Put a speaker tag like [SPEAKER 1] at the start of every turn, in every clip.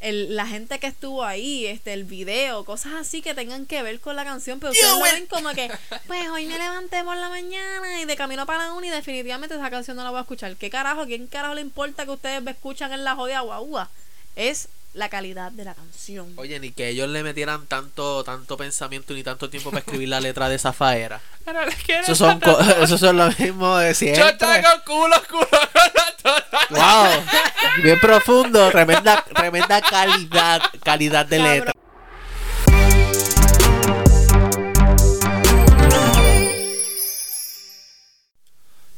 [SPEAKER 1] el, la gente que estuvo ahí, este, el video, cosas así que tengan que ver con la canción, pero ustedes lo ven como que, pues hoy me levanté por la mañana y de camino para la uni definitivamente esa canción no la voy a escuchar. ¿Qué carajo? ¿Quién carajo le importa que ustedes me escuchan en la jodida guagua? Es la calidad de la canción.
[SPEAKER 2] Oye, ni que ellos le metieran tanto, tanto pensamiento ni tanto tiempo para escribir la letra de esa faera.
[SPEAKER 3] Pero le quiero
[SPEAKER 2] Esos son, co- esos son lo mismo de siempre.
[SPEAKER 3] Chota con culo, culo con la tota.
[SPEAKER 2] Wow, bien profundo, tremenda, tremenda calidad, calidad de
[SPEAKER 1] Cabrón.
[SPEAKER 2] letra.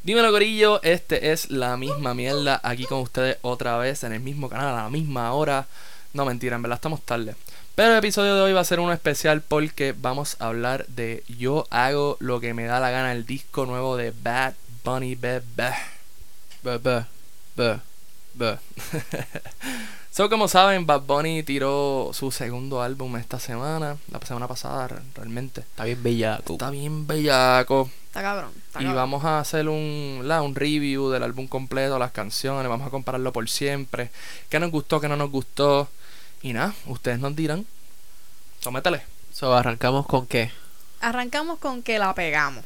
[SPEAKER 3] Dímelo, Corillo. Este es la misma mierda. Aquí con ustedes otra vez en el mismo canal, a la misma hora. No, mentira, en verdad estamos tarde. Pero el episodio de hoy va a ser uno especial porque vamos a hablar de Yo hago lo que me da la gana, el disco nuevo de Bad Bunny Bebé. Bebé, bebé, bebé. So, como saben, Bad Bunny tiró su segundo álbum esta semana, la semana pasada re- realmente.
[SPEAKER 2] Está bien bellaco.
[SPEAKER 3] Está bien bellaco.
[SPEAKER 1] Está cabrón. Uh. está
[SPEAKER 3] Y
[SPEAKER 1] cabrón.
[SPEAKER 3] vamos a hacer un, la, un review del álbum completo, las canciones, vamos a compararlo por siempre. ¿Qué nos gustó, qué no nos gustó? Y nada, ustedes nos dirán. Sométele.
[SPEAKER 2] So, arrancamos con qué?
[SPEAKER 1] Arrancamos con que la pegamos.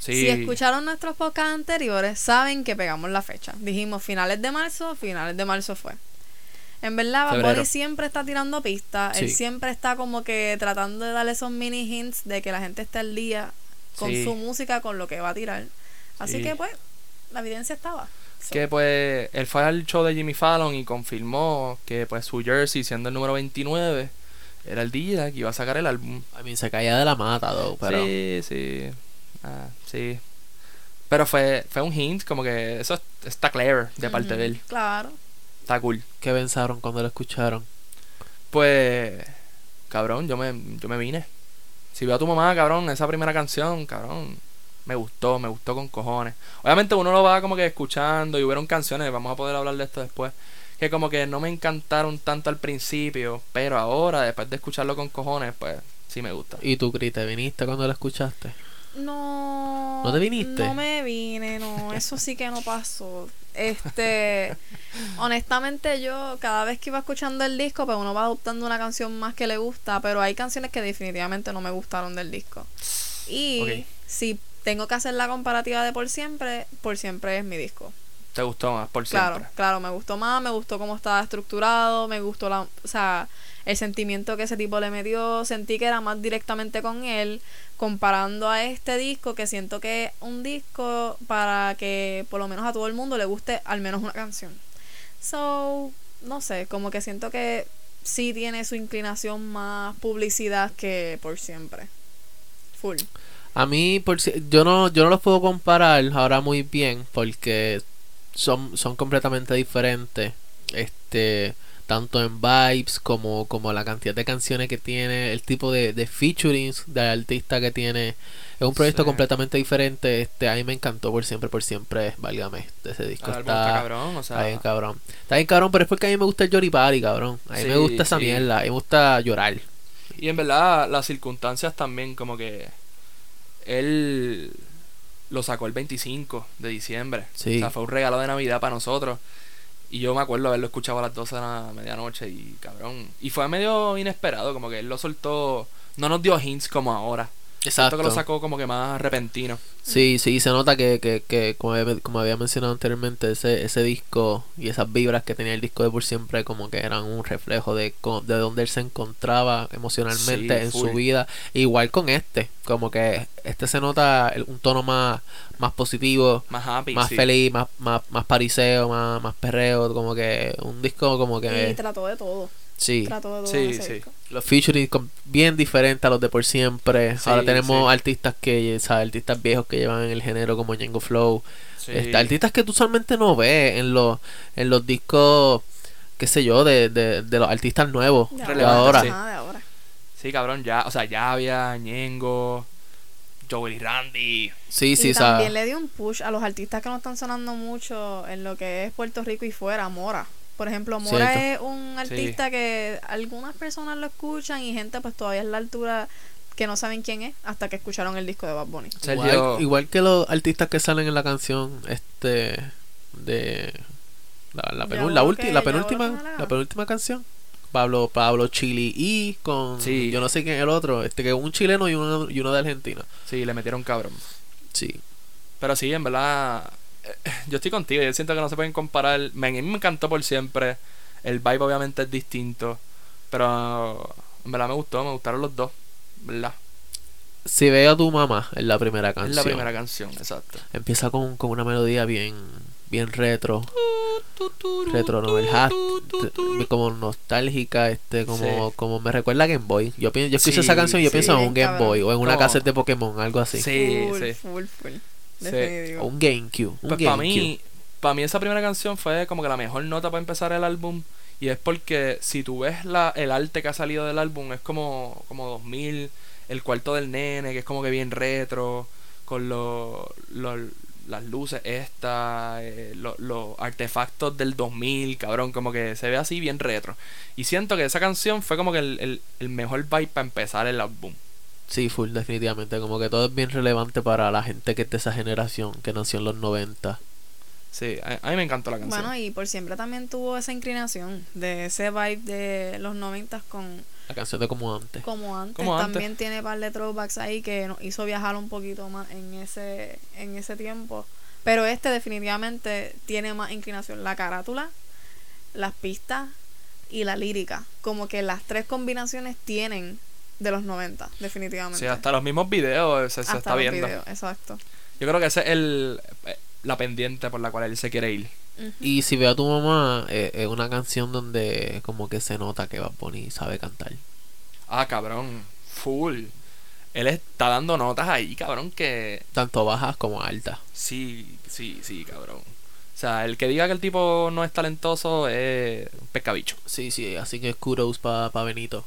[SPEAKER 3] Sí.
[SPEAKER 1] Si escucharon nuestros podcasts anteriores, saben que pegamos la fecha. Dijimos finales de marzo, finales de marzo fue. En verdad, Bad
[SPEAKER 3] Febrero.
[SPEAKER 1] Bunny siempre está tirando pistas. Él
[SPEAKER 3] Sí.
[SPEAKER 1] siempre está como que tratando de darle esos mini hints de que la gente está al día con
[SPEAKER 3] Sí.
[SPEAKER 1] su música, con lo que va a tirar. Así
[SPEAKER 3] Sí.
[SPEAKER 1] que, pues, la evidencia estaba. So,
[SPEAKER 3] que pues él fue al show de Jimmy Fallon y confirmó que pues su jersey, siendo el número 29, era el día que iba a sacar el álbum.
[SPEAKER 2] A mí se caía de la mata, though, pero
[SPEAKER 3] Sí, sí. Ah, sí. Pero fue, fue un hint, como que eso es- está clever de parte
[SPEAKER 1] ujú,
[SPEAKER 3] de él.
[SPEAKER 1] Claro.
[SPEAKER 3] Está cool.
[SPEAKER 2] ¿qué pensaron cuando lo escucharon?
[SPEAKER 3] Pues, cabrón, yo me, yo me vine. Si veo a tu mamá, cabrón, esa primera canción, cabrón, me gustó, me gustó con cojones. Obviamente uno lo va como que escuchando y hubieron canciones, vamos a poder hablar de esto después, que como que no me encantaron tanto al principio, pero ahora, después de escucharlo con cojones, pues sí me gusta.
[SPEAKER 2] ¿Y tú, Cris, te viniste cuando lo escuchaste?
[SPEAKER 1] No.
[SPEAKER 2] ¿No te viniste?
[SPEAKER 1] No me vine, no. Eso sí que no pasó. Este. honestamente, yo cada vez que iba escuchando el disco, pues uno va adoptando una canción más que le gusta. Pero hay canciones que definitivamente no me gustaron del disco. Y
[SPEAKER 3] Ok.
[SPEAKER 1] si tengo que hacer la comparativa de por siempre, por siempre es mi disco.
[SPEAKER 3] ¿Te gustó más, por
[SPEAKER 1] Claro,
[SPEAKER 3] siempre?
[SPEAKER 1] claro, me gustó más, me gustó cómo estaba estructurado, me gustó la, o sea, el sentimiento que ese tipo le metió, sentí que era más directamente con él, comparando a este disco, que siento que es un disco para que por lo menos a todo el mundo le guste al menos una canción. So, no sé, como que siento que sí tiene su inclinación más publicidad que por siempre. Full.
[SPEAKER 2] A mí, por si- yo no, yo no los puedo comparar ahora muy bien porque son, son completamente diferentes. Este, tanto en vibes como, como la cantidad de canciones que tiene, el tipo de, de featurings del artista que tiene. Es un proyecto
[SPEAKER 3] Sí.
[SPEAKER 2] completamente diferente. Este, a mí me encantó por siempre, por siempre, válgame. Ese disco
[SPEAKER 3] Ah, El álbum
[SPEAKER 2] está,
[SPEAKER 3] está cabrón, o sea,
[SPEAKER 2] Está bien cabrón. Está bien cabrón, pero es porque a mí me gusta el Yoripari, cabrón. A mí me
[SPEAKER 3] Sí,
[SPEAKER 2] gusta esa
[SPEAKER 3] sí.
[SPEAKER 2] mierda. A mí me gusta llorar.
[SPEAKER 3] Y en verdad, las circunstancias también, como que él lo sacó el 25 de diciembre.
[SPEAKER 2] Sí.
[SPEAKER 3] O sea, fue un regalo de Navidad para nosotros. Y yo me acuerdo haberlo escuchado a las 12 de la medianoche y cabrón. Y fue medio inesperado, como que él lo soltó. No nos dio hints como ahora. Esto que lo sacó como que más repentino.
[SPEAKER 2] Sí, sí, se nota que, que, que como, he- como había mencionado anteriormente, ese, ese disco y esas vibras que tenía el disco de por siempre como que eran un reflejo de, co- de donde él se encontraba emocionalmente
[SPEAKER 3] Sí,
[SPEAKER 2] en
[SPEAKER 3] full.
[SPEAKER 2] su vida. Igual con este, como que este se nota el- un tono más, más positivo,
[SPEAKER 3] Más happy.
[SPEAKER 2] más
[SPEAKER 3] sí.
[SPEAKER 2] feliz, más, más, más pariseo, más, más perreo, como que un disco como
[SPEAKER 1] Y
[SPEAKER 2] que...
[SPEAKER 1] trató de todo.
[SPEAKER 2] Sí.
[SPEAKER 1] Trató de todo.
[SPEAKER 3] Sí,
[SPEAKER 1] en ese
[SPEAKER 3] sí.
[SPEAKER 1] disco.
[SPEAKER 2] Los featuring com- bien diferentes a los de por siempre.
[SPEAKER 3] Sí,
[SPEAKER 2] Ahora tenemos
[SPEAKER 3] sí.
[SPEAKER 2] artistas que, o sea, artistas viejos que llevan en el género como Ñengo Flow.
[SPEAKER 3] Sí.
[SPEAKER 2] Este, artistas que tú usualmente no ves en los, en los discos, qué sé yo, de, de, de los artistas nuevos.
[SPEAKER 1] De
[SPEAKER 2] de
[SPEAKER 3] Relevante,
[SPEAKER 2] ahora.
[SPEAKER 3] sí.
[SPEAKER 1] Ajá, de ahora.
[SPEAKER 3] Sí, cabrón, ya. O sea, Yavia, Ñengo, Joel y Randy.
[SPEAKER 2] Sí, sí,
[SPEAKER 1] y
[SPEAKER 2] o sea,
[SPEAKER 1] también le dio un push a los artistas que no están sonando mucho en lo que es Puerto Rico y fuera, Mora. Por ejemplo, Mora
[SPEAKER 2] Cierto.
[SPEAKER 1] es un artista que algunas personas lo escuchan y gente pues todavía es la altura que no saben quién es hasta que escucharon el disco de Bad Bunny.
[SPEAKER 3] Sergio.
[SPEAKER 2] igual, igual que los artistas que salen en la canción este de La, la,
[SPEAKER 1] Ya
[SPEAKER 2] penú-
[SPEAKER 1] veo
[SPEAKER 2] la, ulti-
[SPEAKER 1] que- ya
[SPEAKER 2] la
[SPEAKER 1] veo
[SPEAKER 2] penúltima,
[SPEAKER 1] que me la-
[SPEAKER 2] la penúltima canción. Pablo, Pablo Chili y con
[SPEAKER 3] Sí.
[SPEAKER 2] yo no sé quién es el otro, este que un chileno y uno, y uno de Argentina.
[SPEAKER 3] Sí, le metieron cabrón.
[SPEAKER 2] Sí.
[SPEAKER 3] Pero sí, en verdad, eh, yo estoy contigo. Yo siento que no se pueden comparar. Me, a mí me encantó por siempre. El vibe obviamente es distinto. Pero en verdad me gustó, me gustaron los dos. ¿Verdad?
[SPEAKER 2] Si veo a tu mamá es la primera canción.
[SPEAKER 3] Es la primera canción, exacto.
[SPEAKER 2] Empieza con, con una melodía bien bien retro, retro novel hat, como nostálgica, este como
[SPEAKER 3] Sí.
[SPEAKER 2] como me recuerda a Game Boy. Yo pienso, yo escucho
[SPEAKER 3] Sí,
[SPEAKER 2] esa canción y yo
[SPEAKER 3] sí.
[SPEAKER 2] pienso en
[SPEAKER 1] Bien
[SPEAKER 2] un Game
[SPEAKER 1] cabrón.
[SPEAKER 2] Boy o en una
[SPEAKER 3] Como-
[SPEAKER 2] cassette de Pokémon, algo así.
[SPEAKER 3] Sí,
[SPEAKER 1] full,
[SPEAKER 3] sí.
[SPEAKER 1] full, full.
[SPEAKER 3] Sí. Oh,
[SPEAKER 2] O
[SPEAKER 1] Definitivo.
[SPEAKER 2] un GameCube, un
[SPEAKER 3] Pues para
[SPEAKER 2] GameCube.
[SPEAKER 3] mí, para mí esa primera canción fue como que la mejor nota para empezar el álbum. Y es porque si tú ves la, el arte que ha salido del álbum, es como, como 2000, el cuarto del nene, que es como que bien retro, con lo- lo- las luces estas, eh, lo- los artefactos del 2000, cabrón, como que se ve así bien retro. Y siento que esa canción fue como que el, el- el mejor vibe para empezar el álbum.
[SPEAKER 2] Sí, full, definitivamente. Como que todo es bien relevante para la gente que es de esa generación, que nació en los 90.
[SPEAKER 3] Sí, a, a mí me encantó la canción.
[SPEAKER 1] Bueno, y por siempre también tuvo esa inclinación de ese vibe de los noventas con
[SPEAKER 2] La canción de como antes.
[SPEAKER 1] como antes.
[SPEAKER 3] Como antes.
[SPEAKER 1] También tiene par de throwbacks ahí que nos hizo viajar un poquito más en ese, en ese tiempo. Pero este definitivamente tiene más inclinación. La carátula, las pistas y la lírica. Como que las tres combinaciones tienen de los 90, definitivamente.
[SPEAKER 3] sí, hasta los mismos videos se, se
[SPEAKER 1] Hasta
[SPEAKER 3] está
[SPEAKER 1] los
[SPEAKER 3] viendo.
[SPEAKER 1] videos, exacto.
[SPEAKER 3] Yo creo que esa es el, eh, la pendiente por la cual él se quiere ir.
[SPEAKER 1] Ujú.
[SPEAKER 2] Y si veo a tu mamá, eh, es una canción donde como que se nota que Bad Bunny sabe cantar.
[SPEAKER 3] Ah, cabrón. Full. Él está dando notas ahí, cabrón, que
[SPEAKER 2] Tanto bajas como altas.
[SPEAKER 3] sí, sí, sí, cabrón. O sea, el que diga que el tipo no es talentoso es un pescabicho.
[SPEAKER 2] Sí, sí, así que kudos para pa Benito.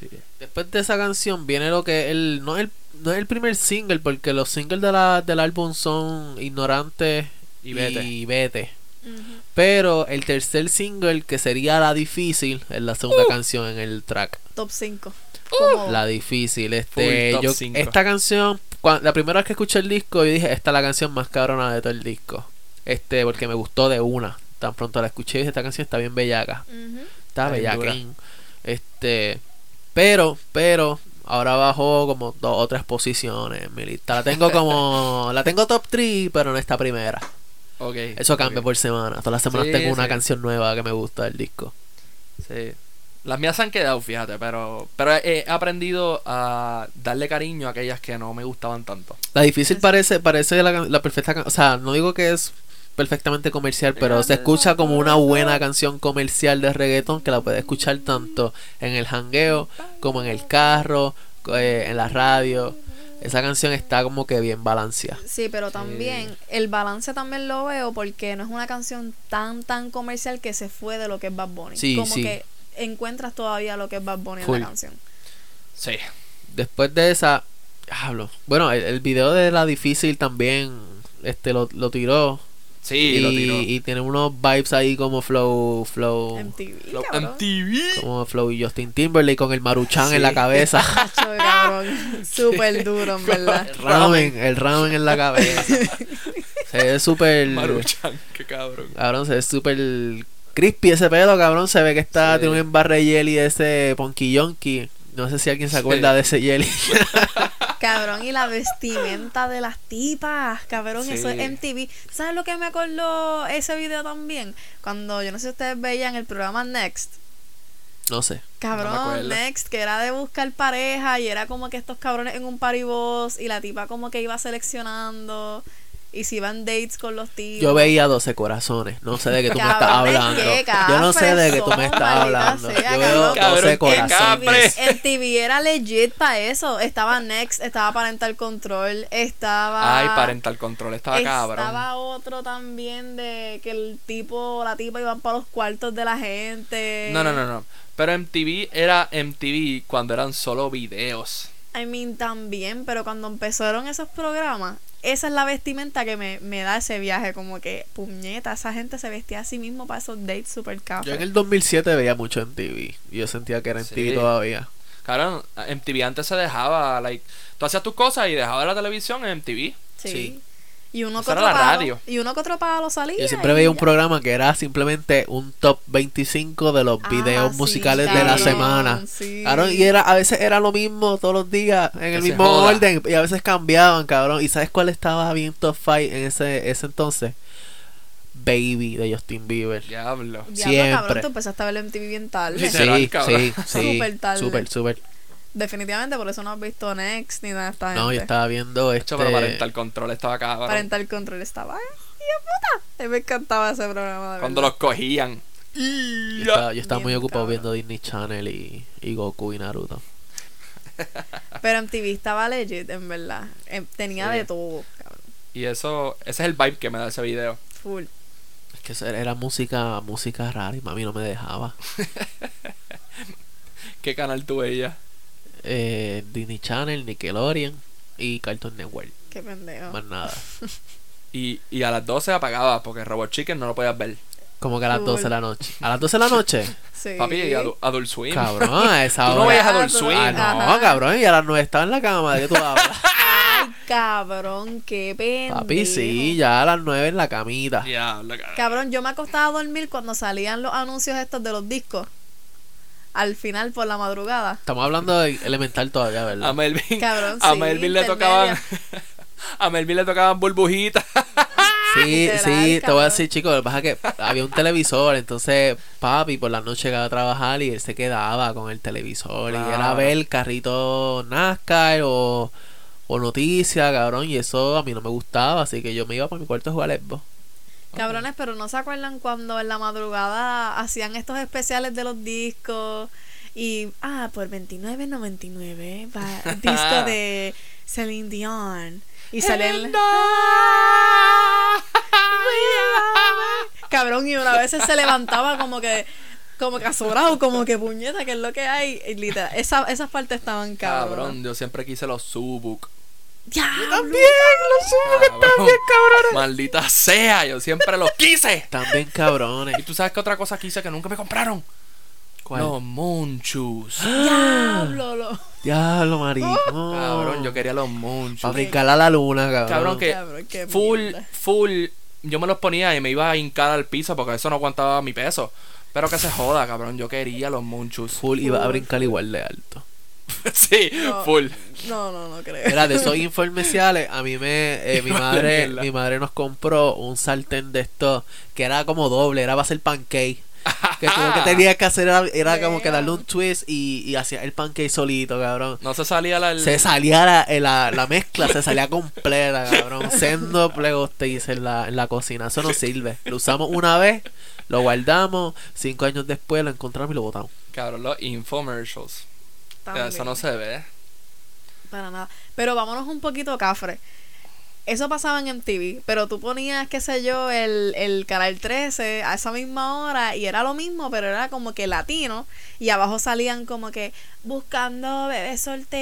[SPEAKER 3] Sí.
[SPEAKER 2] Después de esa canción viene lo que el no es el, no es el primer single, porque los singles de la, del álbum son Ignorantes
[SPEAKER 3] Y vete.
[SPEAKER 2] Y vete.
[SPEAKER 1] Ujú.
[SPEAKER 2] Pero el tercer single, que sería La Difícil, es la segunda canción en el track.
[SPEAKER 1] Top 5.
[SPEAKER 3] Uh,
[SPEAKER 1] Uh.
[SPEAKER 2] La difícil, este,
[SPEAKER 3] Full top
[SPEAKER 2] yo,
[SPEAKER 3] cinco.
[SPEAKER 2] esta canción, cua- la primera vez que escuché el disco, yo dije, esta es la canción más cabrona de todo el disco. Este, porque me gustó de una. Tan pronto la escuché y dije, esta canción está bien bellaca. Está
[SPEAKER 3] Está bien dura.
[SPEAKER 2] bellaquín. Este, pero, pero, ahora bajó como dos o tres posiciones, mi lista. La tengo como, la tengo top 3, pero no esta primera.
[SPEAKER 3] Ok.
[SPEAKER 2] Eso cambia
[SPEAKER 3] ok.
[SPEAKER 2] por semana. Todas las semanas
[SPEAKER 3] Sí,
[SPEAKER 2] tengo una
[SPEAKER 3] sí.
[SPEAKER 2] canción nueva que me gusta del disco. pues.
[SPEAKER 3] Sí. Las mías se han quedado, fíjate, pero, pero he aprendido a darle cariño a aquellas que no me gustaban tanto.
[SPEAKER 2] La difícil
[SPEAKER 3] Pues
[SPEAKER 1] Exacto.
[SPEAKER 2] parece, parece la, can- la perfecta can- O sea, no digo que es perfectamente comercial, pero se escucha como una buena canción comercial de reggaetón que la puedes escuchar tanto en el jangueo, como en el carro, co- eh, en la radio. Esa canción está como que bien balanceada.
[SPEAKER 1] Sí, pero también el balance también lo veo porque no es una canción tan tan comercial que se fue de lo que es Bad Bunny.
[SPEAKER 2] Sí,
[SPEAKER 1] Como
[SPEAKER 2] sí.
[SPEAKER 1] que encuentras todavía lo que es Bad Bunny en
[SPEAKER 2] Full.
[SPEAKER 1] la canción.
[SPEAKER 3] Sí.
[SPEAKER 2] Después de esa, hablo. Bueno, el, el video de la difícil también este lo, lo tiró.
[SPEAKER 3] Sí,
[SPEAKER 2] Y,
[SPEAKER 3] lo tiró.
[SPEAKER 2] y tiene unos vibes ahí como flow, flow.
[SPEAKER 1] MTV,
[SPEAKER 3] Lo-
[SPEAKER 1] cabrón.
[SPEAKER 3] MTV.
[SPEAKER 2] Como Flow y Justin Timberlake con el maruchan
[SPEAKER 3] Sí.
[SPEAKER 2] en la cabeza.
[SPEAKER 1] Macho, cabrón. Súper duro, en verdad.
[SPEAKER 2] El ramen, el ramen en la cabeza. se ve súper.
[SPEAKER 3] Maruchan, qué cabrón.
[SPEAKER 2] Cabrón, se ve súper crispy ese pelo, cabrón. Se ve que está,
[SPEAKER 3] Sí.
[SPEAKER 2] tiene un embarre de jelly de ese Ponky Yonky. No sé si alguien se
[SPEAKER 3] Sí.
[SPEAKER 2] acuerda de ese jelly.
[SPEAKER 1] Cabrón, y la vestimenta de las tipas, cabrón, eso
[SPEAKER 3] Sí.
[SPEAKER 1] es MTV. ¿Sabes lo que me acordó ese video también? Cuando, yo no sé si ustedes veían el programa Next.
[SPEAKER 2] No sé.
[SPEAKER 3] No me
[SPEAKER 1] Cabrón,
[SPEAKER 3] acuerdo.
[SPEAKER 1] Next, que era de buscar pareja y era como que estos cabrones en un party boss y la tipa como que iba seleccionando y se iban dates con los tíos.
[SPEAKER 2] Yo veía 12 corazones. No sé de qué tú me estás
[SPEAKER 1] Cabrones,
[SPEAKER 2] hablando.
[SPEAKER 1] qué
[SPEAKER 2] Yo no sé de qué tú me
[SPEAKER 1] cafres
[SPEAKER 2] estás
[SPEAKER 1] son,
[SPEAKER 2] hablando.
[SPEAKER 1] maldita sea,
[SPEAKER 2] Yo veo
[SPEAKER 3] cabrón.
[SPEAKER 2] 12
[SPEAKER 3] Cabrón, qué
[SPEAKER 2] corazones.
[SPEAKER 3] cafres.
[SPEAKER 1] El TV era legit para eso. Estaba Next, estaba Parental Control, estaba.
[SPEAKER 3] Ay, parental control, estaba cabrón.
[SPEAKER 1] Estaba otro también de que el tipo, la tipa iban para los cuartos de la gente.
[SPEAKER 3] No, no, no, no. Pero MTV era MTV cuando eran solo videos.
[SPEAKER 1] I mean, también, pero cuando empezaron esos programas, esa es la vestimenta que me, me da ese viaje, como que, puñeta, esa gente se vestía a sí mismo para esos dates super caros.
[SPEAKER 2] Yo en el 2007 veía mucho en TV. Yo sentía que era en TV
[SPEAKER 3] Sí.
[SPEAKER 2] todavía.
[SPEAKER 3] Cabrón, MTV antes se dejaba, like, tú hacías tus cosas y dejabas la televisión en MTV.
[SPEAKER 1] Sí.
[SPEAKER 2] sí.
[SPEAKER 1] Y uno,
[SPEAKER 3] Esa
[SPEAKER 1] que
[SPEAKER 3] era
[SPEAKER 1] otro
[SPEAKER 3] la
[SPEAKER 1] palo,
[SPEAKER 3] radio.
[SPEAKER 1] y uno que otro palo salía.
[SPEAKER 2] Yo siempre
[SPEAKER 1] y
[SPEAKER 2] veía un
[SPEAKER 1] ya.
[SPEAKER 2] programa que era simplemente un top 25 de los
[SPEAKER 1] Ah,
[SPEAKER 2] videos
[SPEAKER 1] sí,
[SPEAKER 2] musicales de la
[SPEAKER 1] cabrón,
[SPEAKER 2] semana.
[SPEAKER 1] sí.
[SPEAKER 2] Cabrón, y era, a veces era lo mismo todos los días, en
[SPEAKER 3] Que
[SPEAKER 2] el
[SPEAKER 3] se
[SPEAKER 2] mismo
[SPEAKER 3] joda.
[SPEAKER 2] orden, y a veces cambiaban, cabrón. ¿Y sabes cuál estaba bien top 5 en ese, ese entonces? Baby de Justin Bieber.
[SPEAKER 3] Diablo.
[SPEAKER 1] Diablo,
[SPEAKER 2] siempre.
[SPEAKER 1] cabrón, tú empezaste a ver MTV bien
[SPEAKER 2] Sí,
[SPEAKER 1] tarde.
[SPEAKER 3] Sí. Literal,
[SPEAKER 2] sí,
[SPEAKER 3] cabrón.
[SPEAKER 2] sí,
[SPEAKER 1] Súper tarde.
[SPEAKER 2] súper, súper.
[SPEAKER 1] Definitivamente por eso no has visto Next ni nada de esta
[SPEAKER 2] No, yo
[SPEAKER 1] gente.
[SPEAKER 2] estaba viendo este...
[SPEAKER 3] Hecho, pero parental control estaba cabrón.
[SPEAKER 1] Parental Control estaba. ¡Ay, Dios puta! Me encantaba ese programa. De
[SPEAKER 3] Cuando
[SPEAKER 1] verdad.
[SPEAKER 3] los cogían.
[SPEAKER 2] Yo estaba, yo estaba muy
[SPEAKER 1] Bien,
[SPEAKER 2] ocupado
[SPEAKER 1] cabrón.
[SPEAKER 2] viendo Disney Channel y, y Goku y Naruto.
[SPEAKER 1] Pero MTV estaba legit, en verdad. Eh, Tenía
[SPEAKER 3] Sí.
[SPEAKER 1] de todo, cabrón.
[SPEAKER 3] Y eso, ese es el vibe que me da ese video.
[SPEAKER 1] Full.
[SPEAKER 2] Es que eso era, era música música rara y mami no me dejaba.
[SPEAKER 3] ¿Qué canal tú veías?
[SPEAKER 2] Eh, Disney Channel, Nickelodeon y Cartoon Network.
[SPEAKER 1] Qué pendejo.
[SPEAKER 2] Más nada.
[SPEAKER 3] Y, y a las 12 apagabas porque Robot Chicken no lo podías ver.
[SPEAKER 2] Como que a las
[SPEAKER 1] Cool.
[SPEAKER 2] 12 de la noche. ¿A las 12 de la noche?
[SPEAKER 1] Sí.
[SPEAKER 3] Papi, y Adu- Adult Swim.
[SPEAKER 2] Cabrón, a esa
[SPEAKER 3] Tú no
[SPEAKER 2] hora.
[SPEAKER 3] veías Adult
[SPEAKER 1] Ah,
[SPEAKER 3] Swim.
[SPEAKER 2] Ah,
[SPEAKER 1] Ajá.
[SPEAKER 2] no, cabrón. Y a las 9 estaba en la cama. ¿De qué tú hablas?
[SPEAKER 1] Ay, cabrón, qué pendejo.
[SPEAKER 2] Papi, sí, ya a las 9 en la camita.
[SPEAKER 3] Diablo, cabrón.
[SPEAKER 1] Cabrón, yo me acostaba a dormir cuando salían los anuncios estos de los discos. Al final, por la madrugada.
[SPEAKER 2] Estamos hablando de elemental todavía,
[SPEAKER 3] A
[SPEAKER 2] ¿verdad?
[SPEAKER 3] Melvin,
[SPEAKER 1] Cabrón,
[SPEAKER 3] a
[SPEAKER 1] sí,
[SPEAKER 3] Melvin le
[SPEAKER 1] intermedia.
[SPEAKER 3] tocaban. A Melvin le tocaban burbujitas.
[SPEAKER 2] Sí,
[SPEAKER 1] Literal,
[SPEAKER 2] sí, te voy a
[SPEAKER 1] cabrón.
[SPEAKER 2] decir, chicos, lo que pasa es que había un televisor, entonces papi por la noche llegaba a trabajar y él se quedaba con el televisor y era
[SPEAKER 3] Claro.
[SPEAKER 2] ver el carrito NASCAR o, o noticias, cabrón, y eso a mí no me gustaba, así que yo me iba para mi cuarto a jugar al Xbox.
[SPEAKER 1] Cabrones, pero ¿no se acuerdan cuando en la madrugada hacían estos especiales de los discos? Y, ah, por 29.99, va- disco de Celine Dion. Y salía el... Cabrón, y una vez se levantaba como que... Como que azorado, como que puñeta, que es lo que hay. Y literal, esa- esas partes estaban cabrón.
[SPEAKER 3] Cabrón, yo siempre quise los Subuk.
[SPEAKER 1] ¡Diablo!
[SPEAKER 2] lo supo
[SPEAKER 3] Cabrón. Maldita sea, yo siempre los quise.
[SPEAKER 2] También cabrones.
[SPEAKER 3] ¿Y tú sabes qué otra cosa quise que nunca me compraron?
[SPEAKER 2] ¿Cuál?
[SPEAKER 3] Los Monchus.
[SPEAKER 1] ¡Diablo! lo-
[SPEAKER 2] Diablo, maricón.
[SPEAKER 3] Cabrón, yo quería los Monchus.
[SPEAKER 2] Para brincar a la luna, cabrón.
[SPEAKER 3] Cabrón, que
[SPEAKER 1] Cabrón, qué
[SPEAKER 3] full,
[SPEAKER 1] mierda.
[SPEAKER 3] full. Yo me los ponía y me iba a hincar al piso porque eso no aguantaba mi peso. Pero que se joda, cabrón. Yo quería los Monchus.
[SPEAKER 2] Full iba a brincar igual de alto.
[SPEAKER 3] sí,
[SPEAKER 1] No.
[SPEAKER 3] full.
[SPEAKER 1] No, no, no creo.
[SPEAKER 2] Era de esos informeciales, a mí me eh, mi
[SPEAKER 3] Hijo de
[SPEAKER 2] madre
[SPEAKER 3] mierda.
[SPEAKER 2] mi madre nos compró un sartén de estos que era como doble, era para hacer pancake. Que tú lo que tenías que hacer era, era como que darle un twist y, y hacía el pancake solito, cabrón.
[SPEAKER 3] No se salía la. el-
[SPEAKER 2] Se salía la, eh, la, la mezcla, se salía completa, cabrón. Sendo plegosteis en la, en la cocina. Eso no sirve. Lo usamos una vez, lo guardamos, cinco años después lo encontramos y lo botamos.
[SPEAKER 3] Cabrón, los infomercials.
[SPEAKER 1] También.
[SPEAKER 3] Eso no se ve.
[SPEAKER 1] Para nada. Pero vámonos un poquito cafre. Eso pasaba en MTV, pero tú ponías, qué sé yo, el, el canal 13 a esa misma hora y era lo mismo, pero era como que latino y abajo salían como que buscando bebé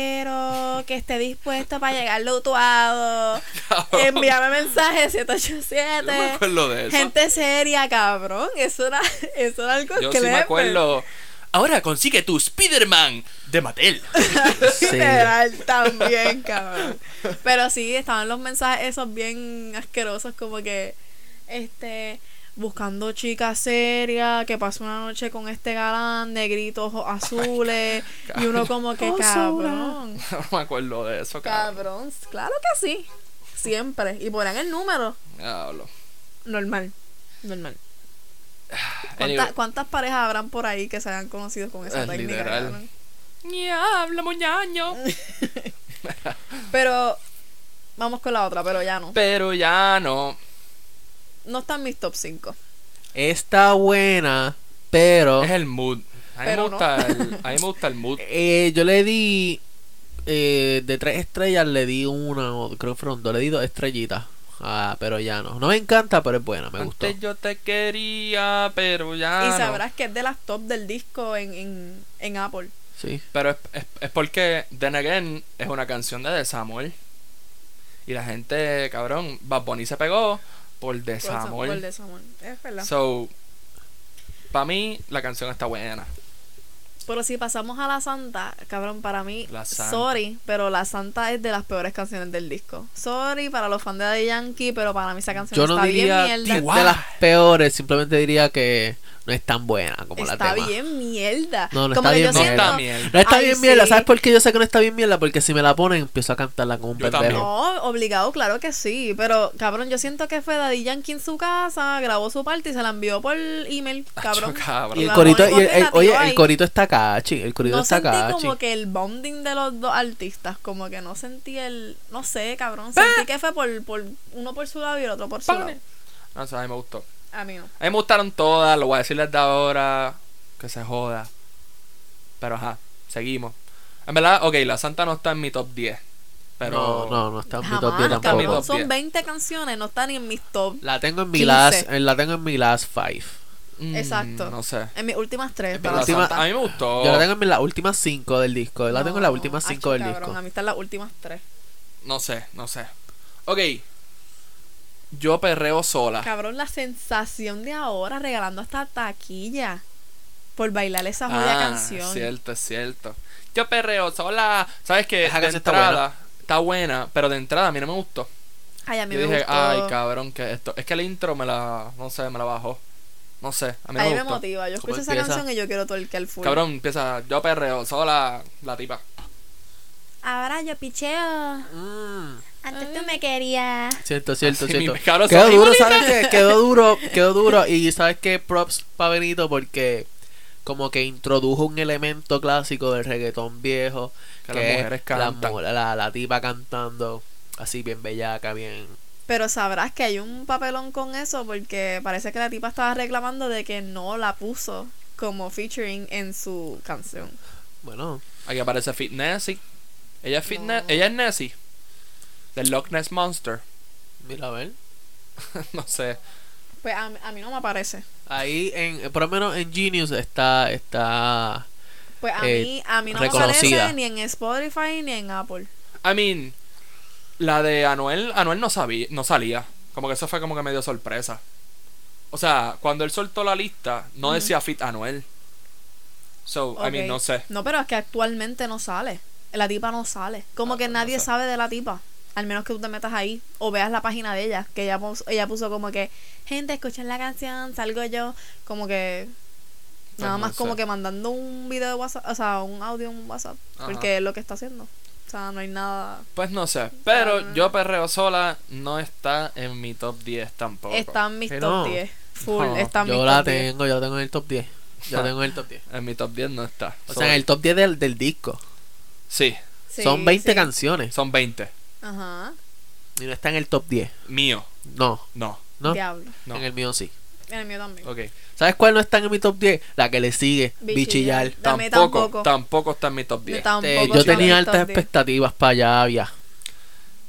[SPEAKER 1] soltero que esté dispuesto para llegar lutuado. Envíame mensaje
[SPEAKER 3] Yo me
[SPEAKER 1] 787.
[SPEAKER 3] acuerdo de eso.
[SPEAKER 1] Gente seria, cabrón. Eso era, eso era algo
[SPEAKER 3] yo
[SPEAKER 1] que
[SPEAKER 3] sí me
[SPEAKER 1] le- pues.
[SPEAKER 3] acuerdo. Ahora consigue tu Spider-Man de Mattel.
[SPEAKER 2] Sí.
[SPEAKER 1] Literal, también, cabrón. Pero sí, estaban los mensajes esos bien asquerosos, como que, este, buscando chica seria, que pasó una noche con este galán, negrito, ojos azules, y uno como que,
[SPEAKER 2] Ojos
[SPEAKER 1] cabrón,
[SPEAKER 3] No me acuerdo de eso, cabrón.
[SPEAKER 1] cabrón, claro que sí, siempre. Y ponían el número,
[SPEAKER 3] Diablo.
[SPEAKER 1] normal, normal.
[SPEAKER 3] Anyway.
[SPEAKER 1] ¿Cuántas, cuántas parejas habrán por ahí que se hayan conocido con esa
[SPEAKER 3] Es
[SPEAKER 1] técnica?
[SPEAKER 3] literal.
[SPEAKER 1] cabrón?
[SPEAKER 3] Diablo, muñaño.
[SPEAKER 1] Pero, vamos con la otra, pero ya no.
[SPEAKER 3] Pero ya no.
[SPEAKER 1] No están mis top 5.
[SPEAKER 2] Está buena, pero
[SPEAKER 3] Es el mood. A mí, me
[SPEAKER 1] Pero
[SPEAKER 3] gusta el, a mí me gusta el mood.
[SPEAKER 2] Eh, yo le di eh, de tres estrellas le di una o creo que fueron dos le di dos estrellitas ah pero ya no no me encanta pero es buena
[SPEAKER 1] Ah,
[SPEAKER 2] me gustó
[SPEAKER 3] Antes yo te quería, pero ya.
[SPEAKER 1] y
[SPEAKER 3] Ah, no.
[SPEAKER 1] sabrás que es de las top del disco en, en, en Apple.
[SPEAKER 2] sí
[SPEAKER 3] Pero es, es, es porque Then Again es una canción de De Samuel. Y la gente, cabrón, Bad Bunny se pegó por De
[SPEAKER 1] Por Sam- por
[SPEAKER 3] Samuel.
[SPEAKER 1] de Samuel. Es verdad.
[SPEAKER 3] So, para mí, la canción está buena.
[SPEAKER 1] Pero si pasamos a La Santa, cabrón, para mí,
[SPEAKER 3] La Santa.
[SPEAKER 1] sorry, pero La Santa es de las peores canciones del disco. Sorry para los fans de Daddy Yankee, pero para mí esa canción
[SPEAKER 2] Yo no
[SPEAKER 1] está
[SPEAKER 2] diría
[SPEAKER 1] bien
[SPEAKER 2] de
[SPEAKER 1] mierda.
[SPEAKER 3] Guau.
[SPEAKER 2] las peores, simplemente diría que no es tan buena como la
[SPEAKER 1] Está
[SPEAKER 2] tema.
[SPEAKER 1] bien mierda.
[SPEAKER 2] No, no
[SPEAKER 1] Como
[SPEAKER 2] está
[SPEAKER 1] que yo
[SPEAKER 2] bien
[SPEAKER 3] No
[SPEAKER 2] mierda.
[SPEAKER 3] está
[SPEAKER 1] siento-
[SPEAKER 3] mierda.
[SPEAKER 2] No está
[SPEAKER 1] Ay,
[SPEAKER 2] bien mierda,
[SPEAKER 1] sí.
[SPEAKER 2] ¿sabes por qué yo sé que no está bien mierda? Porque si me la ponen empiezo a cantarla como un
[SPEAKER 3] Yo
[SPEAKER 2] pendejo.
[SPEAKER 3] también.
[SPEAKER 1] No, obligado, claro que sí. Pero, cabrón, yo siento que fue Daddy Yankee en su casa, grabó su parte y se la envió por email, cabrón.
[SPEAKER 3] Acho, cabrón.
[SPEAKER 2] Y el
[SPEAKER 1] La
[SPEAKER 2] corito,
[SPEAKER 1] ponen
[SPEAKER 2] y el- el-
[SPEAKER 1] correlativa
[SPEAKER 2] oye,
[SPEAKER 1] ahí.
[SPEAKER 2] el corito está cachi, el corito
[SPEAKER 1] No
[SPEAKER 2] está
[SPEAKER 1] sentí
[SPEAKER 2] cachi.
[SPEAKER 1] como que el bonding de los dos artistas, como que no sentí el, no sé, cabrón, sentí que fue por, por uno por su lado y el otro por su lado.
[SPEAKER 3] No sé, a mí me gustó.
[SPEAKER 1] A mí no.
[SPEAKER 3] A mí me gustaron todas, lo voy a decir desde ahora. Que se joda. Pero ajá, seguimos. En verdad, ok, la Santa no está en mi top 10. Pero
[SPEAKER 2] No, no, no está en mi top
[SPEAKER 1] Jamás,
[SPEAKER 2] 10
[SPEAKER 1] cabrón,
[SPEAKER 2] tampoco.
[SPEAKER 3] Top
[SPEAKER 1] son
[SPEAKER 3] diez.
[SPEAKER 1] 20 canciones, no están ni en mis top,
[SPEAKER 2] La tengo en mi
[SPEAKER 1] 15.
[SPEAKER 2] last, eh, la tengo en mi last five.
[SPEAKER 3] mm,
[SPEAKER 1] Exacto.
[SPEAKER 3] No sé.
[SPEAKER 1] en mis últimas tres.
[SPEAKER 2] En
[SPEAKER 1] para
[SPEAKER 2] mis
[SPEAKER 1] la
[SPEAKER 2] últimas-
[SPEAKER 1] Santa.
[SPEAKER 3] a mí me gustó.
[SPEAKER 2] Yo la tengo en mi- las últimas cinco del disco. Yo la tengo en las
[SPEAKER 1] No,
[SPEAKER 2] últimas
[SPEAKER 1] acho,
[SPEAKER 2] cinco del
[SPEAKER 1] cabrón,
[SPEAKER 2] disco.
[SPEAKER 1] A mí están las últimas tres.
[SPEAKER 3] No sé, no sé. Ok. Yo perreo
[SPEAKER 2] Ah.
[SPEAKER 3] sola.
[SPEAKER 1] Cabrón, la sensación de ahora regalando hasta taquilla por bailar esa joya
[SPEAKER 3] Ah,
[SPEAKER 1] canción.
[SPEAKER 3] Cierto, es cierto. Yo perreo sola. ¿Sabes qué?
[SPEAKER 2] Esa
[SPEAKER 3] de
[SPEAKER 2] canción está
[SPEAKER 3] entrada está buena, pero de entrada a mí no me gustó.
[SPEAKER 1] Ay, a mí
[SPEAKER 3] Yo
[SPEAKER 1] me
[SPEAKER 3] dije,
[SPEAKER 1] gustó.
[SPEAKER 3] ay, cabrón, que esto. Es que el intro me la. No sé, me la bajó. No sé, a mí no
[SPEAKER 1] a mí
[SPEAKER 3] me
[SPEAKER 1] me
[SPEAKER 3] gustó.
[SPEAKER 1] motiva. Yo
[SPEAKER 2] ¿Cómo
[SPEAKER 1] escucho esa
[SPEAKER 2] empieza?
[SPEAKER 1] canción y yo quiero twerkear full.
[SPEAKER 3] Cabrón, empieza. Yo perreo sola la tipa.
[SPEAKER 4] Ahora yo picheo.
[SPEAKER 2] Mm,
[SPEAKER 4] Antes tú me querías.
[SPEAKER 2] Cierto, cierto,
[SPEAKER 3] Así
[SPEAKER 2] cierto.
[SPEAKER 3] mismo, cabrón,
[SPEAKER 2] quedó
[SPEAKER 3] son
[SPEAKER 2] duro,
[SPEAKER 3] igualitas.
[SPEAKER 2] ¿sabes qué? Quedó duro, quedó duro. Y ¿sabes qué? Props para Benito porque como que introdujo un elemento clásico del reggaetón viejo.
[SPEAKER 3] Que las mujeres
[SPEAKER 2] es La,
[SPEAKER 3] cantan.
[SPEAKER 2] mu- la- la tipa cantando así bien bellaca, bien...
[SPEAKER 1] Pero sabrás que hay un papelón con eso porque parece que la tipa estaba reclamando de que no la puso como featuring en su canción.
[SPEAKER 2] Bueno,
[SPEAKER 3] Aquí aparece Fit Nessie. Ella es Fit
[SPEAKER 1] No.
[SPEAKER 3] Ne- Ella es Nessie. Del Loch Ness Monster.
[SPEAKER 2] mira a ver.
[SPEAKER 3] no sé.
[SPEAKER 1] Pues a, a mí no me aparece.
[SPEAKER 2] Ahí, en, por lo menos en Genius está... está
[SPEAKER 1] Pues a
[SPEAKER 2] Eh,
[SPEAKER 1] mí, a mí no me
[SPEAKER 2] reconocida.
[SPEAKER 1] aparece ni en Spotify ni en Apple.
[SPEAKER 3] I mean, la de Anuel, Anuel no sabía, no salía. Como que eso fue como que medio sorpresa. O sea, cuando él soltó la lista, no decía Fit Anuel. So, I mean,
[SPEAKER 1] Ok.
[SPEAKER 3] no sé.
[SPEAKER 1] No, pero es que actualmente no sale. La tipa no sale. Como
[SPEAKER 3] Ah,
[SPEAKER 1] que
[SPEAKER 3] pues no
[SPEAKER 1] nadie
[SPEAKER 3] sale.
[SPEAKER 1] sabe de la tipa. Al menos que tú te metas ahí o veas la página de ella, que ella puso, ella puso como que, gente, escuchen la canción, salgo yo, como que nada
[SPEAKER 3] no
[SPEAKER 1] más
[SPEAKER 3] sé.
[SPEAKER 1] como que mandando un video de WhatsApp, o sea, un audio en WhatsApp,
[SPEAKER 3] Ajá.
[SPEAKER 1] porque es lo que está haciendo. O sea, no hay nada.
[SPEAKER 3] Pues no sé. Pero
[SPEAKER 1] Ah.
[SPEAKER 3] yo perreo sola no está en mi top 10 tampoco.
[SPEAKER 1] Están mis
[SPEAKER 2] Que
[SPEAKER 1] top
[SPEAKER 2] no.
[SPEAKER 1] 10. Full,
[SPEAKER 3] No,
[SPEAKER 1] están mis
[SPEAKER 2] Yo la
[SPEAKER 1] top Ah. 10.
[SPEAKER 2] tengo, yo la tengo en el top 10. Yo la tengo en el top 10.
[SPEAKER 3] En mi top 10 no está.
[SPEAKER 2] O
[SPEAKER 3] So-
[SPEAKER 2] sea, en el top 10 del, del disco.
[SPEAKER 3] Sí,
[SPEAKER 1] Sí,
[SPEAKER 2] Son 20
[SPEAKER 1] sí.
[SPEAKER 2] canciones
[SPEAKER 3] son 20.
[SPEAKER 1] Ajá.
[SPEAKER 2] y no está en el top 10.
[SPEAKER 3] Mío,
[SPEAKER 2] No,
[SPEAKER 3] no.
[SPEAKER 2] no.
[SPEAKER 1] Diablo.
[SPEAKER 3] No.
[SPEAKER 2] En el mío sí.
[SPEAKER 1] En el mío también.
[SPEAKER 3] Ok.
[SPEAKER 2] ¿Sabes cuál no está en mi top 10? La que le sigue,
[SPEAKER 1] Bichillar.
[SPEAKER 2] Bichillar.
[SPEAKER 1] A mí
[SPEAKER 3] Tampoco,
[SPEAKER 1] tampoco.
[SPEAKER 3] tampoco está en mi top 10.
[SPEAKER 2] Este,
[SPEAKER 1] Tampoco
[SPEAKER 2] yo
[SPEAKER 1] está en
[SPEAKER 2] tenía
[SPEAKER 1] mi top
[SPEAKER 2] altas
[SPEAKER 1] 10.
[SPEAKER 2] expectativas para allá, había.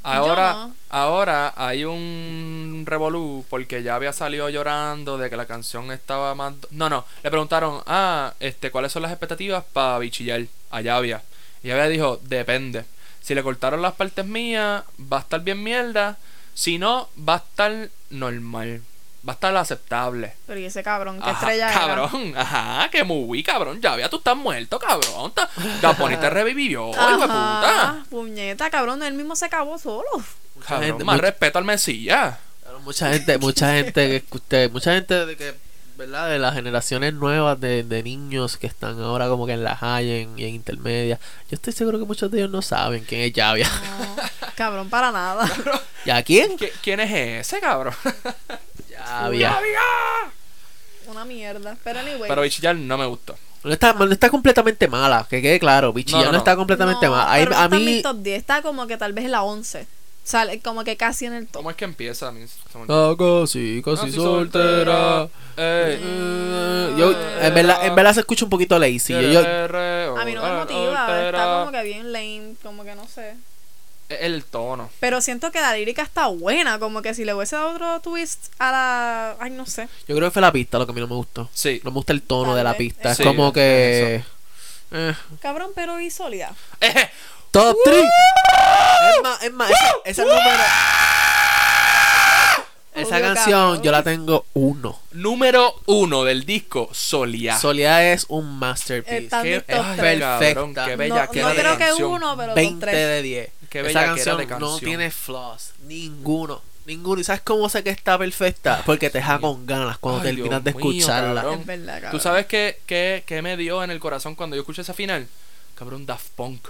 [SPEAKER 3] Ahora,
[SPEAKER 1] Yo no.
[SPEAKER 3] ahora hay un revolú porque ya había salido llorando de que la canción estaba más... No, no, le preguntaron, ah, este, ¿cuáles son las expectativas para bichillar a Yavia? Y Yavia dijo, depende. Si le cortaron las partes mías, va a estar bien mierda. Si no, va a estar normal. Va a estar aceptable.
[SPEAKER 1] Pero y ese cabrón, qué
[SPEAKER 3] Ajá,
[SPEAKER 1] estrella era?
[SPEAKER 3] cabrón, ajá, que movie, cabrón. Yavia, tú estás muerto, cabrón. Ta- Japón y te revivió, hijo de puta.
[SPEAKER 1] Ajá, puñeta, cabrón, él mismo se acabó solo.
[SPEAKER 3] Cabrón,
[SPEAKER 2] gente,
[SPEAKER 3] más
[SPEAKER 2] mucha-
[SPEAKER 3] respeto al Mesías.
[SPEAKER 2] Claro, Mucha gente, mucha gente que escuché, mucha gente de que, ¿verdad? De las generaciones nuevas de, de niños que están ahora como que en la high en- y en intermedia. Yo estoy seguro que muchos de ellos no saben quién es Yavia.
[SPEAKER 1] No,
[SPEAKER 3] Ah.
[SPEAKER 1] cabrón, para nada.
[SPEAKER 2] ¿Y a quién?
[SPEAKER 3] ¿Qui- ¿Quién es ese, cabrón?
[SPEAKER 1] Pues.
[SPEAKER 2] Yavia.
[SPEAKER 1] Una mierda. Pero anyway.
[SPEAKER 3] Pero Bichillar no me gustó.
[SPEAKER 2] No está, no está completamente mala, que quede claro. Bichillar
[SPEAKER 3] No,
[SPEAKER 2] no,
[SPEAKER 3] no, no.
[SPEAKER 2] está completamente
[SPEAKER 1] no,
[SPEAKER 2] mala. Ahí-
[SPEAKER 1] pero no
[SPEAKER 2] a
[SPEAKER 1] está en
[SPEAKER 2] mí.
[SPEAKER 1] mi top 10, está como que tal vez en la 11. Sale como que casi en el top.
[SPEAKER 3] ¿Cómo es que empieza? A mí se me olvidó.
[SPEAKER 2] Ah, casi, casi
[SPEAKER 3] Nací
[SPEAKER 2] soltera.
[SPEAKER 3] Ey.
[SPEAKER 2] Eh, Yo, en verdad, en verdad se escucha un poquito lazy. Yo, yo-
[SPEAKER 3] Quiere
[SPEAKER 1] A mí no me
[SPEAKER 3] volver
[SPEAKER 1] motiva, está
[SPEAKER 3] soltera.
[SPEAKER 1] como que bien lame, como que no sé.
[SPEAKER 3] El tono.
[SPEAKER 1] Pero siento que la lírica está buena, como que si le hubiese dado otro twist a la... Ay, no sé.
[SPEAKER 2] yo creo que fue la pista lo que a mí no me gustó.
[SPEAKER 3] Sí.
[SPEAKER 2] No me gusta el tono
[SPEAKER 1] Tal
[SPEAKER 2] de la
[SPEAKER 1] vez.
[SPEAKER 2] pista. Es
[SPEAKER 3] Sí,
[SPEAKER 2] como
[SPEAKER 3] es
[SPEAKER 2] que. Eh,
[SPEAKER 1] Cabrón, pero y sólida.
[SPEAKER 3] Eh,
[SPEAKER 2] Top 3. Es más, es más, esa- esa es número. Esa
[SPEAKER 1] Obvio,
[SPEAKER 2] canción
[SPEAKER 1] cabrón.
[SPEAKER 2] yo la tengo uno.
[SPEAKER 3] Número uno del disco, Solia.
[SPEAKER 2] Soledad es un masterpiece.
[SPEAKER 1] Está-
[SPEAKER 3] Qué-
[SPEAKER 1] Tan top
[SPEAKER 3] ay,
[SPEAKER 2] ten.
[SPEAKER 3] cabrón,
[SPEAKER 2] Perfecta.
[SPEAKER 3] qué
[SPEAKER 2] No-
[SPEAKER 3] bella
[SPEAKER 1] no,
[SPEAKER 3] que
[SPEAKER 1] no
[SPEAKER 3] era de
[SPEAKER 1] creo que
[SPEAKER 3] canción.
[SPEAKER 1] uno, pero con
[SPEAKER 2] 20
[SPEAKER 1] tres.
[SPEAKER 2] de 10.
[SPEAKER 3] Qué
[SPEAKER 2] Esa
[SPEAKER 3] bella que era
[SPEAKER 2] canción,
[SPEAKER 3] de canción.
[SPEAKER 2] no tiene flaws, ninguno, ninguno. ¿Y sabes cómo sé que está perfecta? Porque te deja con ganas cuando
[SPEAKER 3] Ay,
[SPEAKER 2] terminas de
[SPEAKER 3] Dios Ah, mío,
[SPEAKER 2] escucharla.
[SPEAKER 3] cabrón.
[SPEAKER 1] Es verdad, cabrón.
[SPEAKER 3] ¿Tú sabes qué, qué- qué me dio en el corazón cuando yo escuché esa final? Cabrón, Daft Punk.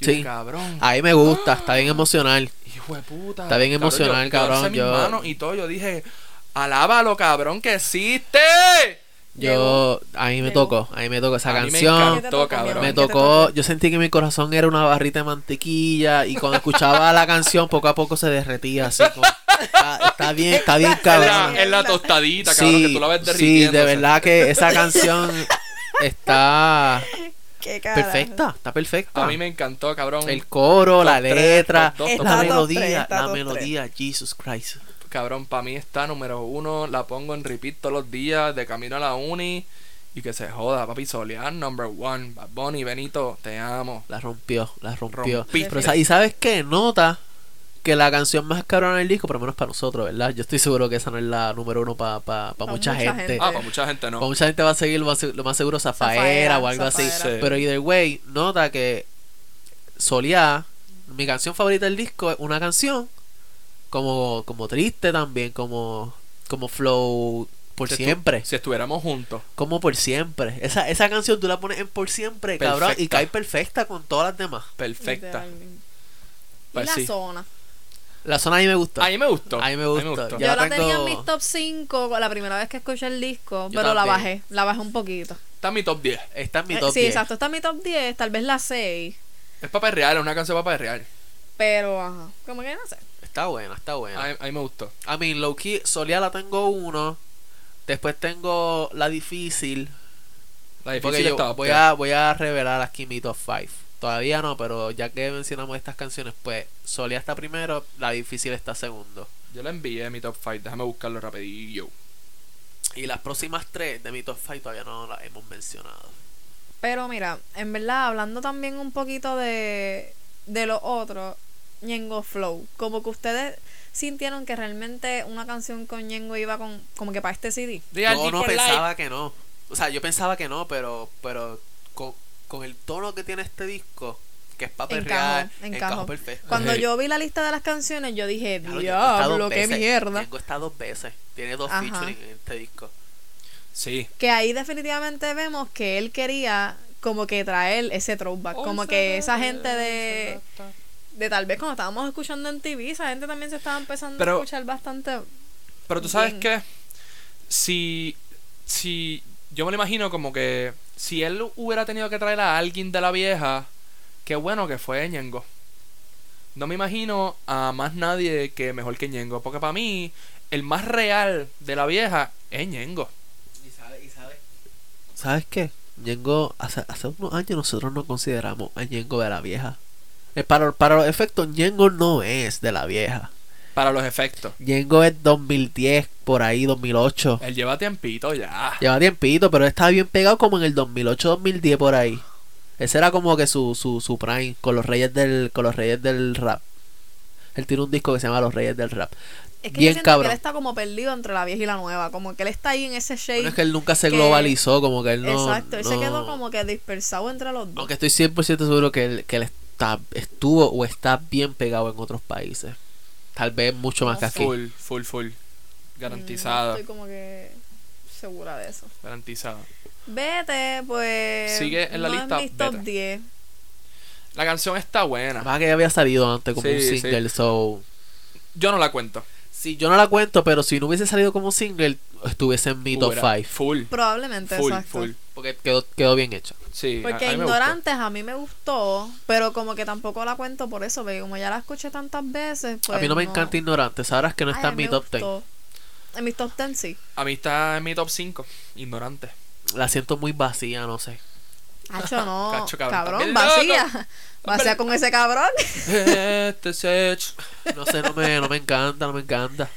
[SPEAKER 3] Yo,
[SPEAKER 2] Sí.
[SPEAKER 3] Cabrón.
[SPEAKER 2] Ahí me gusta, está bien emocional.
[SPEAKER 3] Hijo de puta.
[SPEAKER 2] Está bien emocional, cabrón,
[SPEAKER 3] alcé mis
[SPEAKER 2] yo-
[SPEAKER 3] manos y todo, yo dije, alábalo, cabrón, que existe.
[SPEAKER 2] Yo, a mí me
[SPEAKER 1] Llegó.
[SPEAKER 2] tocó, a mí me tocó esa
[SPEAKER 3] A mí
[SPEAKER 2] canción.
[SPEAKER 3] Me
[SPEAKER 1] ¿Qué te
[SPEAKER 3] encantó,
[SPEAKER 1] tocó,
[SPEAKER 3] cabrón.
[SPEAKER 1] mi amor?
[SPEAKER 2] Me
[SPEAKER 1] ¿Qué te
[SPEAKER 2] tocó, yo sentí que mi corazón era una barrita de mantequilla y cuando escuchaba la canción poco a poco se derretía así. como- está, está bien, está bien
[SPEAKER 3] En
[SPEAKER 2] cabrón.
[SPEAKER 3] la, en la tostadita, cabrón, que tú la ves
[SPEAKER 2] sí,
[SPEAKER 3] derritiendo.
[SPEAKER 2] de verdad que esa canción está
[SPEAKER 1] Qué cara.
[SPEAKER 2] perfecta, está perfecta.
[SPEAKER 3] A mí me encantó, cabrón.
[SPEAKER 2] El coro, la
[SPEAKER 3] tres,
[SPEAKER 2] letra,
[SPEAKER 3] top dos,
[SPEAKER 1] top
[SPEAKER 2] la
[SPEAKER 1] tres.
[SPEAKER 2] melodía,
[SPEAKER 1] Está
[SPEAKER 2] la
[SPEAKER 1] top tres.
[SPEAKER 2] melodía, Jesus Christ.
[SPEAKER 3] Cabrón, para mí está número uno. La pongo en repeat todos los días, de camino a la uni. Y que se joda, papi Solear, number one. Bad Bunny, Benito, te amo.
[SPEAKER 2] La rompió, la rompió.
[SPEAKER 3] Rompiste.
[SPEAKER 2] Pero, o sea, y sabes qué, nota que la canción más cabrona del disco, por lo menos para nosotros, ¿verdad? Yo estoy seguro que esa no es la número uno para
[SPEAKER 1] Pa'
[SPEAKER 2] mucha,
[SPEAKER 1] mucha
[SPEAKER 2] gente.
[SPEAKER 1] gente.
[SPEAKER 3] Ah, para mucha gente no.
[SPEAKER 2] Para Pues mucha gente va a seguir lo más, lo más seguro Zafaera,
[SPEAKER 1] Zafaera,
[SPEAKER 2] o algo así.
[SPEAKER 1] Zafaera.
[SPEAKER 3] Sí.
[SPEAKER 2] Pero either way, nota que Solía, mi canción favorita del disco es una canción como, como triste también, como, como flow por
[SPEAKER 3] Si estu-
[SPEAKER 2] siempre.
[SPEAKER 3] Si estuviéramos juntos.
[SPEAKER 2] Como por siempre. Esa, esa canción tú la pones en por siempre, cabrón, y
[SPEAKER 3] Perfecta.
[SPEAKER 2] cae perfecta con todas las demás.
[SPEAKER 3] Perfecta.
[SPEAKER 1] Literalmente.
[SPEAKER 3] Pues
[SPEAKER 1] y la
[SPEAKER 3] sí.
[SPEAKER 1] zona.
[SPEAKER 2] La zona a mí me gusta.
[SPEAKER 3] A mí me gustó.
[SPEAKER 2] A mí me gustó. Ya
[SPEAKER 1] Yo
[SPEAKER 2] la
[SPEAKER 1] la tenía
[SPEAKER 2] tengo-
[SPEAKER 1] en mis top 5 la primera vez que escuché el disco,
[SPEAKER 2] Yo
[SPEAKER 1] pero la
[SPEAKER 2] también.
[SPEAKER 1] bajé. La bajé un poquito.
[SPEAKER 3] Está en mi top 10.
[SPEAKER 2] Está en mi
[SPEAKER 1] Eh,
[SPEAKER 2] top
[SPEAKER 1] sí,
[SPEAKER 2] 10.
[SPEAKER 1] exacto. Está en mi top 10, tal vez la 6.
[SPEAKER 3] Es para perrear, es una canción para perrear.
[SPEAKER 1] Pero, ajá. Como que no sé.
[SPEAKER 2] Está buena, está
[SPEAKER 3] A
[SPEAKER 2] buena.
[SPEAKER 3] mí, a mí me gustó.
[SPEAKER 2] A mí, low key, Solía la tengo uno. Después tengo la difícil.
[SPEAKER 3] La
[SPEAKER 2] Porque
[SPEAKER 3] difícil
[SPEAKER 2] yo
[SPEAKER 3] estaba.
[SPEAKER 2] voy, a, voy a revelar aquí mi top 5. Todavía no, pero ya que mencionamos estas canciones, pues Solía está primero, la difícil está segundo.
[SPEAKER 3] Yo le envié mi top 5. Déjame buscarlo rapidillo.
[SPEAKER 2] Y las próximas tres de mi top 5 todavía no las hemos mencionado.
[SPEAKER 1] Pero mira, en verdad, hablando también un poquito de, de lo otro, Ñengo Flow, como que ustedes sintieron que realmente una canción con Ñengo iba con, como que para este CD.
[SPEAKER 2] Yo no pensaba que no. O sea, yo pensaba que no, pero, pero con, con el tono que tiene este disco, que es para
[SPEAKER 1] Encajó,
[SPEAKER 2] perrear,
[SPEAKER 1] encajó.
[SPEAKER 2] encajó perfecto.
[SPEAKER 1] Cuando
[SPEAKER 3] Ey.
[SPEAKER 1] yo vi la lista de las canciones, yo dije,
[SPEAKER 2] Diablo, Ñengo está
[SPEAKER 1] diablo,
[SPEAKER 2] dos
[SPEAKER 1] qué
[SPEAKER 2] veces.
[SPEAKER 1] mierda.
[SPEAKER 2] Ñengo está dos veces. Tiene dos
[SPEAKER 1] Ajá.
[SPEAKER 2] featuring en este disco.
[SPEAKER 3] Sí.
[SPEAKER 1] Que ahí definitivamente vemos que él quería como que traer ese throwback, como que esa gente de, de tal vez cuando estábamos escuchando en TV, esa gente también se estaba empezando
[SPEAKER 3] Pero-
[SPEAKER 1] a escuchar bastante.
[SPEAKER 3] Pero tú sabes
[SPEAKER 1] Bien.
[SPEAKER 3] que si, si yo me lo imagino como que si él hubiera tenido que traer a alguien de la vieja, qué bueno que fue Ñengo. No me imagino a más nadie que mejor que Ñengo, porque para mí el más real de la vieja es Ñengo.
[SPEAKER 2] ¿Y sabes, ¿Sabes qué? Ñengo, hace, hace unos años nosotros no consideramos a Ñengo de la vieja. Eh, Para, para los efectos, Ñengo no es de la vieja.
[SPEAKER 3] Para los efectos.
[SPEAKER 2] Ñengo es 2010, por ahí, 2008.
[SPEAKER 3] Él lleva tiempito ya.
[SPEAKER 2] Lleva tiempito, pero estaba bien pegado como en el 2008-2010 por ahí. Ese era como que su, su, su prime con los reyes del con los reyes del rap. Él tiene un disco que se llama Los Reyes del Rap.
[SPEAKER 1] Es que yo
[SPEAKER 2] Bien
[SPEAKER 1] siento
[SPEAKER 2] cabrón.
[SPEAKER 1] que él está como perdido entre la vieja y la nueva, como que él está ahí en ese shade.
[SPEAKER 2] Bueno, es que él nunca se
[SPEAKER 1] que-
[SPEAKER 2] globalizó, como que él no.
[SPEAKER 1] Exacto, él se
[SPEAKER 2] no-
[SPEAKER 1] quedó como que dispersado entre los dos.
[SPEAKER 2] Aunque estoy 100% seguro que él, que él está, estuvo o está bien pegado en otros países. Tal vez mucho
[SPEAKER 3] Ah,
[SPEAKER 2] más
[SPEAKER 1] No
[SPEAKER 2] que aquí.
[SPEAKER 3] Full, full, full.
[SPEAKER 1] No
[SPEAKER 3] Garantizada.
[SPEAKER 1] Mm, estoy como que segura de eso.
[SPEAKER 3] Garantizada.
[SPEAKER 1] Vete, pues.
[SPEAKER 3] Sigue en la
[SPEAKER 1] no
[SPEAKER 3] lista,
[SPEAKER 1] Es mis top
[SPEAKER 3] vete.
[SPEAKER 1] 10.
[SPEAKER 3] La canción está buena.
[SPEAKER 2] Además que ya había salido antes como
[SPEAKER 3] Sí,
[SPEAKER 2] un
[SPEAKER 3] sí.
[SPEAKER 2] single, so.
[SPEAKER 3] Yo no la cuento.
[SPEAKER 2] Si yo no la cuento, pero si no hubiese salido como single, estuviese en mi top
[SPEAKER 3] Hubiera-
[SPEAKER 2] 5.
[SPEAKER 3] Full.
[SPEAKER 1] Probablemente,
[SPEAKER 3] Full,
[SPEAKER 1] exacto.
[SPEAKER 3] full.
[SPEAKER 2] Porque quedó, quedó bien hecho.
[SPEAKER 3] Sí. a-
[SPEAKER 1] Porque
[SPEAKER 3] a mí me gustó.
[SPEAKER 1] Ignorantes a mí me gustó, pero como que tampoco la cuento por eso, porque como ya la escuché tantas veces, pues.
[SPEAKER 2] a mí no me encanta Ignorante. Sabrás que no
[SPEAKER 1] Ay,
[SPEAKER 2] está en
[SPEAKER 1] a mí
[SPEAKER 2] mi
[SPEAKER 1] me
[SPEAKER 2] top
[SPEAKER 1] gustó. En mis top 10 sí.
[SPEAKER 3] A mí está en mi top 5. Ignorante.
[SPEAKER 2] 10. La siento muy vacía, no sé.
[SPEAKER 1] Hacho, no.
[SPEAKER 3] Cacho, cabrón,
[SPEAKER 1] cabrón,
[SPEAKER 3] también
[SPEAKER 1] vacía. Vacía con ese cabrón.
[SPEAKER 3] este es hecho.
[SPEAKER 2] No sé, no me, no me encanta, no me encanta.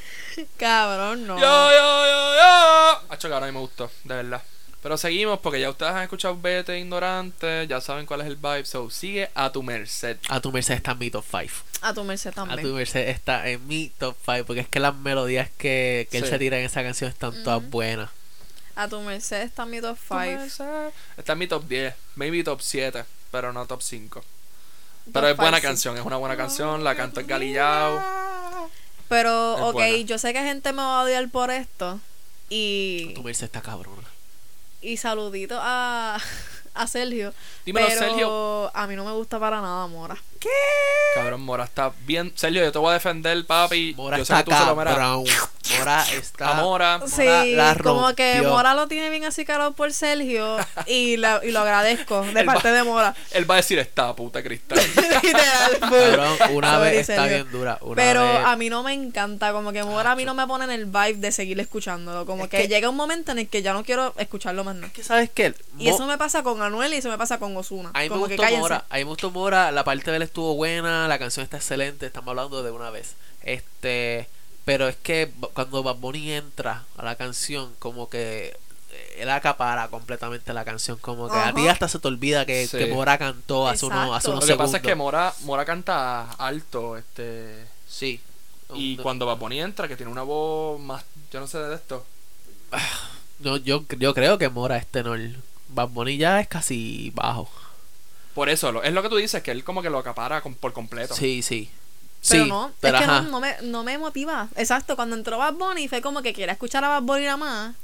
[SPEAKER 1] cabrón, no.
[SPEAKER 3] Yo, yo, yo, yo. Acho, cabrón, a mí me gustó, de verdad. Pero seguimos porque ya ustedes han escuchado Vete Ignorante, ya saben cuál es el vibe. So sigue a tu merced.
[SPEAKER 2] A tu merced está en mi top 5.
[SPEAKER 1] A tu merced
[SPEAKER 2] A
[SPEAKER 1] también.
[SPEAKER 2] tu merced está en mi top 5. Porque es que las melodías que, que él
[SPEAKER 3] Sí.
[SPEAKER 2] se tira en esa canción están todas
[SPEAKER 1] Ujú.
[SPEAKER 2] buenas.
[SPEAKER 1] merced está mi top
[SPEAKER 3] Tu
[SPEAKER 1] 5.
[SPEAKER 3] merced. Está en mi top 10, maybe top 7, pero no top 5. Pero es buena canción, es una buena canción, la canta el Galillao.
[SPEAKER 1] Pero,
[SPEAKER 3] Es
[SPEAKER 1] ok,
[SPEAKER 3] buena.
[SPEAKER 1] yo sé que gente me va a odiar por esto. Y,
[SPEAKER 2] A tu merced está cabrona.
[SPEAKER 1] y saludito a, a Sergio.
[SPEAKER 3] Dímelo,
[SPEAKER 1] pero
[SPEAKER 3] Sergio.
[SPEAKER 1] a mí no me gusta para nada, Mora.
[SPEAKER 3] Cabrón, Mora está bien. Sergio, yo te voy a defender, papi.
[SPEAKER 2] Mora
[SPEAKER 3] yo
[SPEAKER 2] está
[SPEAKER 3] se lo mereces.
[SPEAKER 2] cabrón. Mora está.
[SPEAKER 3] A Mora.
[SPEAKER 2] Mora
[SPEAKER 1] sí,
[SPEAKER 2] la
[SPEAKER 1] como que
[SPEAKER 2] rompió.
[SPEAKER 1] Mora lo tiene bien acicalado por Sergio y, la- y lo agradezco de
[SPEAKER 3] Él va-
[SPEAKER 1] parte de Mora.
[SPEAKER 3] Él va a decir esta puta cristal.
[SPEAKER 1] Literal, full.
[SPEAKER 2] Cabrón, una
[SPEAKER 1] Sorry,
[SPEAKER 2] vez está
[SPEAKER 1] Sergio.
[SPEAKER 2] bien dura. Una
[SPEAKER 1] Pero
[SPEAKER 2] vez-
[SPEAKER 1] a mí no me encanta, como que Mora a mí no me pone en el vibe de seguir escuchándolo. Como
[SPEAKER 2] Es
[SPEAKER 1] que,
[SPEAKER 2] que-
[SPEAKER 1] llega un momento en el que ya no quiero escucharlo más nada.
[SPEAKER 2] que ¿sabes qué?
[SPEAKER 1] Y
[SPEAKER 2] Mo-
[SPEAKER 1] eso me pasa con Anuel y eso me pasa con Ozuna.
[SPEAKER 2] A mí me
[SPEAKER 1] Como que
[SPEAKER 2] gustó
[SPEAKER 1] cállense.
[SPEAKER 2] Mora, a mí me gustó Mora, la parte de él estuvo buena, la canción está excelente, estamos hablando de una vez. Este, pero es que b- cuando Bad Bunny entra a la canción, como que eh, él acapara completamente la canción, como que a ti
[SPEAKER 1] Ajá.
[SPEAKER 2] hasta se te olvida que,
[SPEAKER 3] Sí.
[SPEAKER 2] que Mora cantó hace unos, hace
[SPEAKER 1] Exacto.
[SPEAKER 2] unos
[SPEAKER 3] Lo que
[SPEAKER 2] segundos.
[SPEAKER 3] pasa es que Mora, Mora canta alto, este.
[SPEAKER 2] sí.
[SPEAKER 3] Y
[SPEAKER 2] Un-
[SPEAKER 3] cuando Bad Bunny entra, que tiene una voz más. Yo no sé de esto.
[SPEAKER 2] yo, yo, yo creo que Mora es tenor. Bad Bunny ya es casi bajo.
[SPEAKER 3] Por eso, lo- es lo que tú dices, que él como que lo acapara con- por completo.
[SPEAKER 2] Sí, sí.
[SPEAKER 1] Pero
[SPEAKER 2] sí,
[SPEAKER 1] no,
[SPEAKER 2] pero
[SPEAKER 1] es que
[SPEAKER 2] ajá.
[SPEAKER 1] no, no me, no me motiva. Exacto, cuando entró Bad Bunny fue como que quería escuchar a Bad Bunny nada más.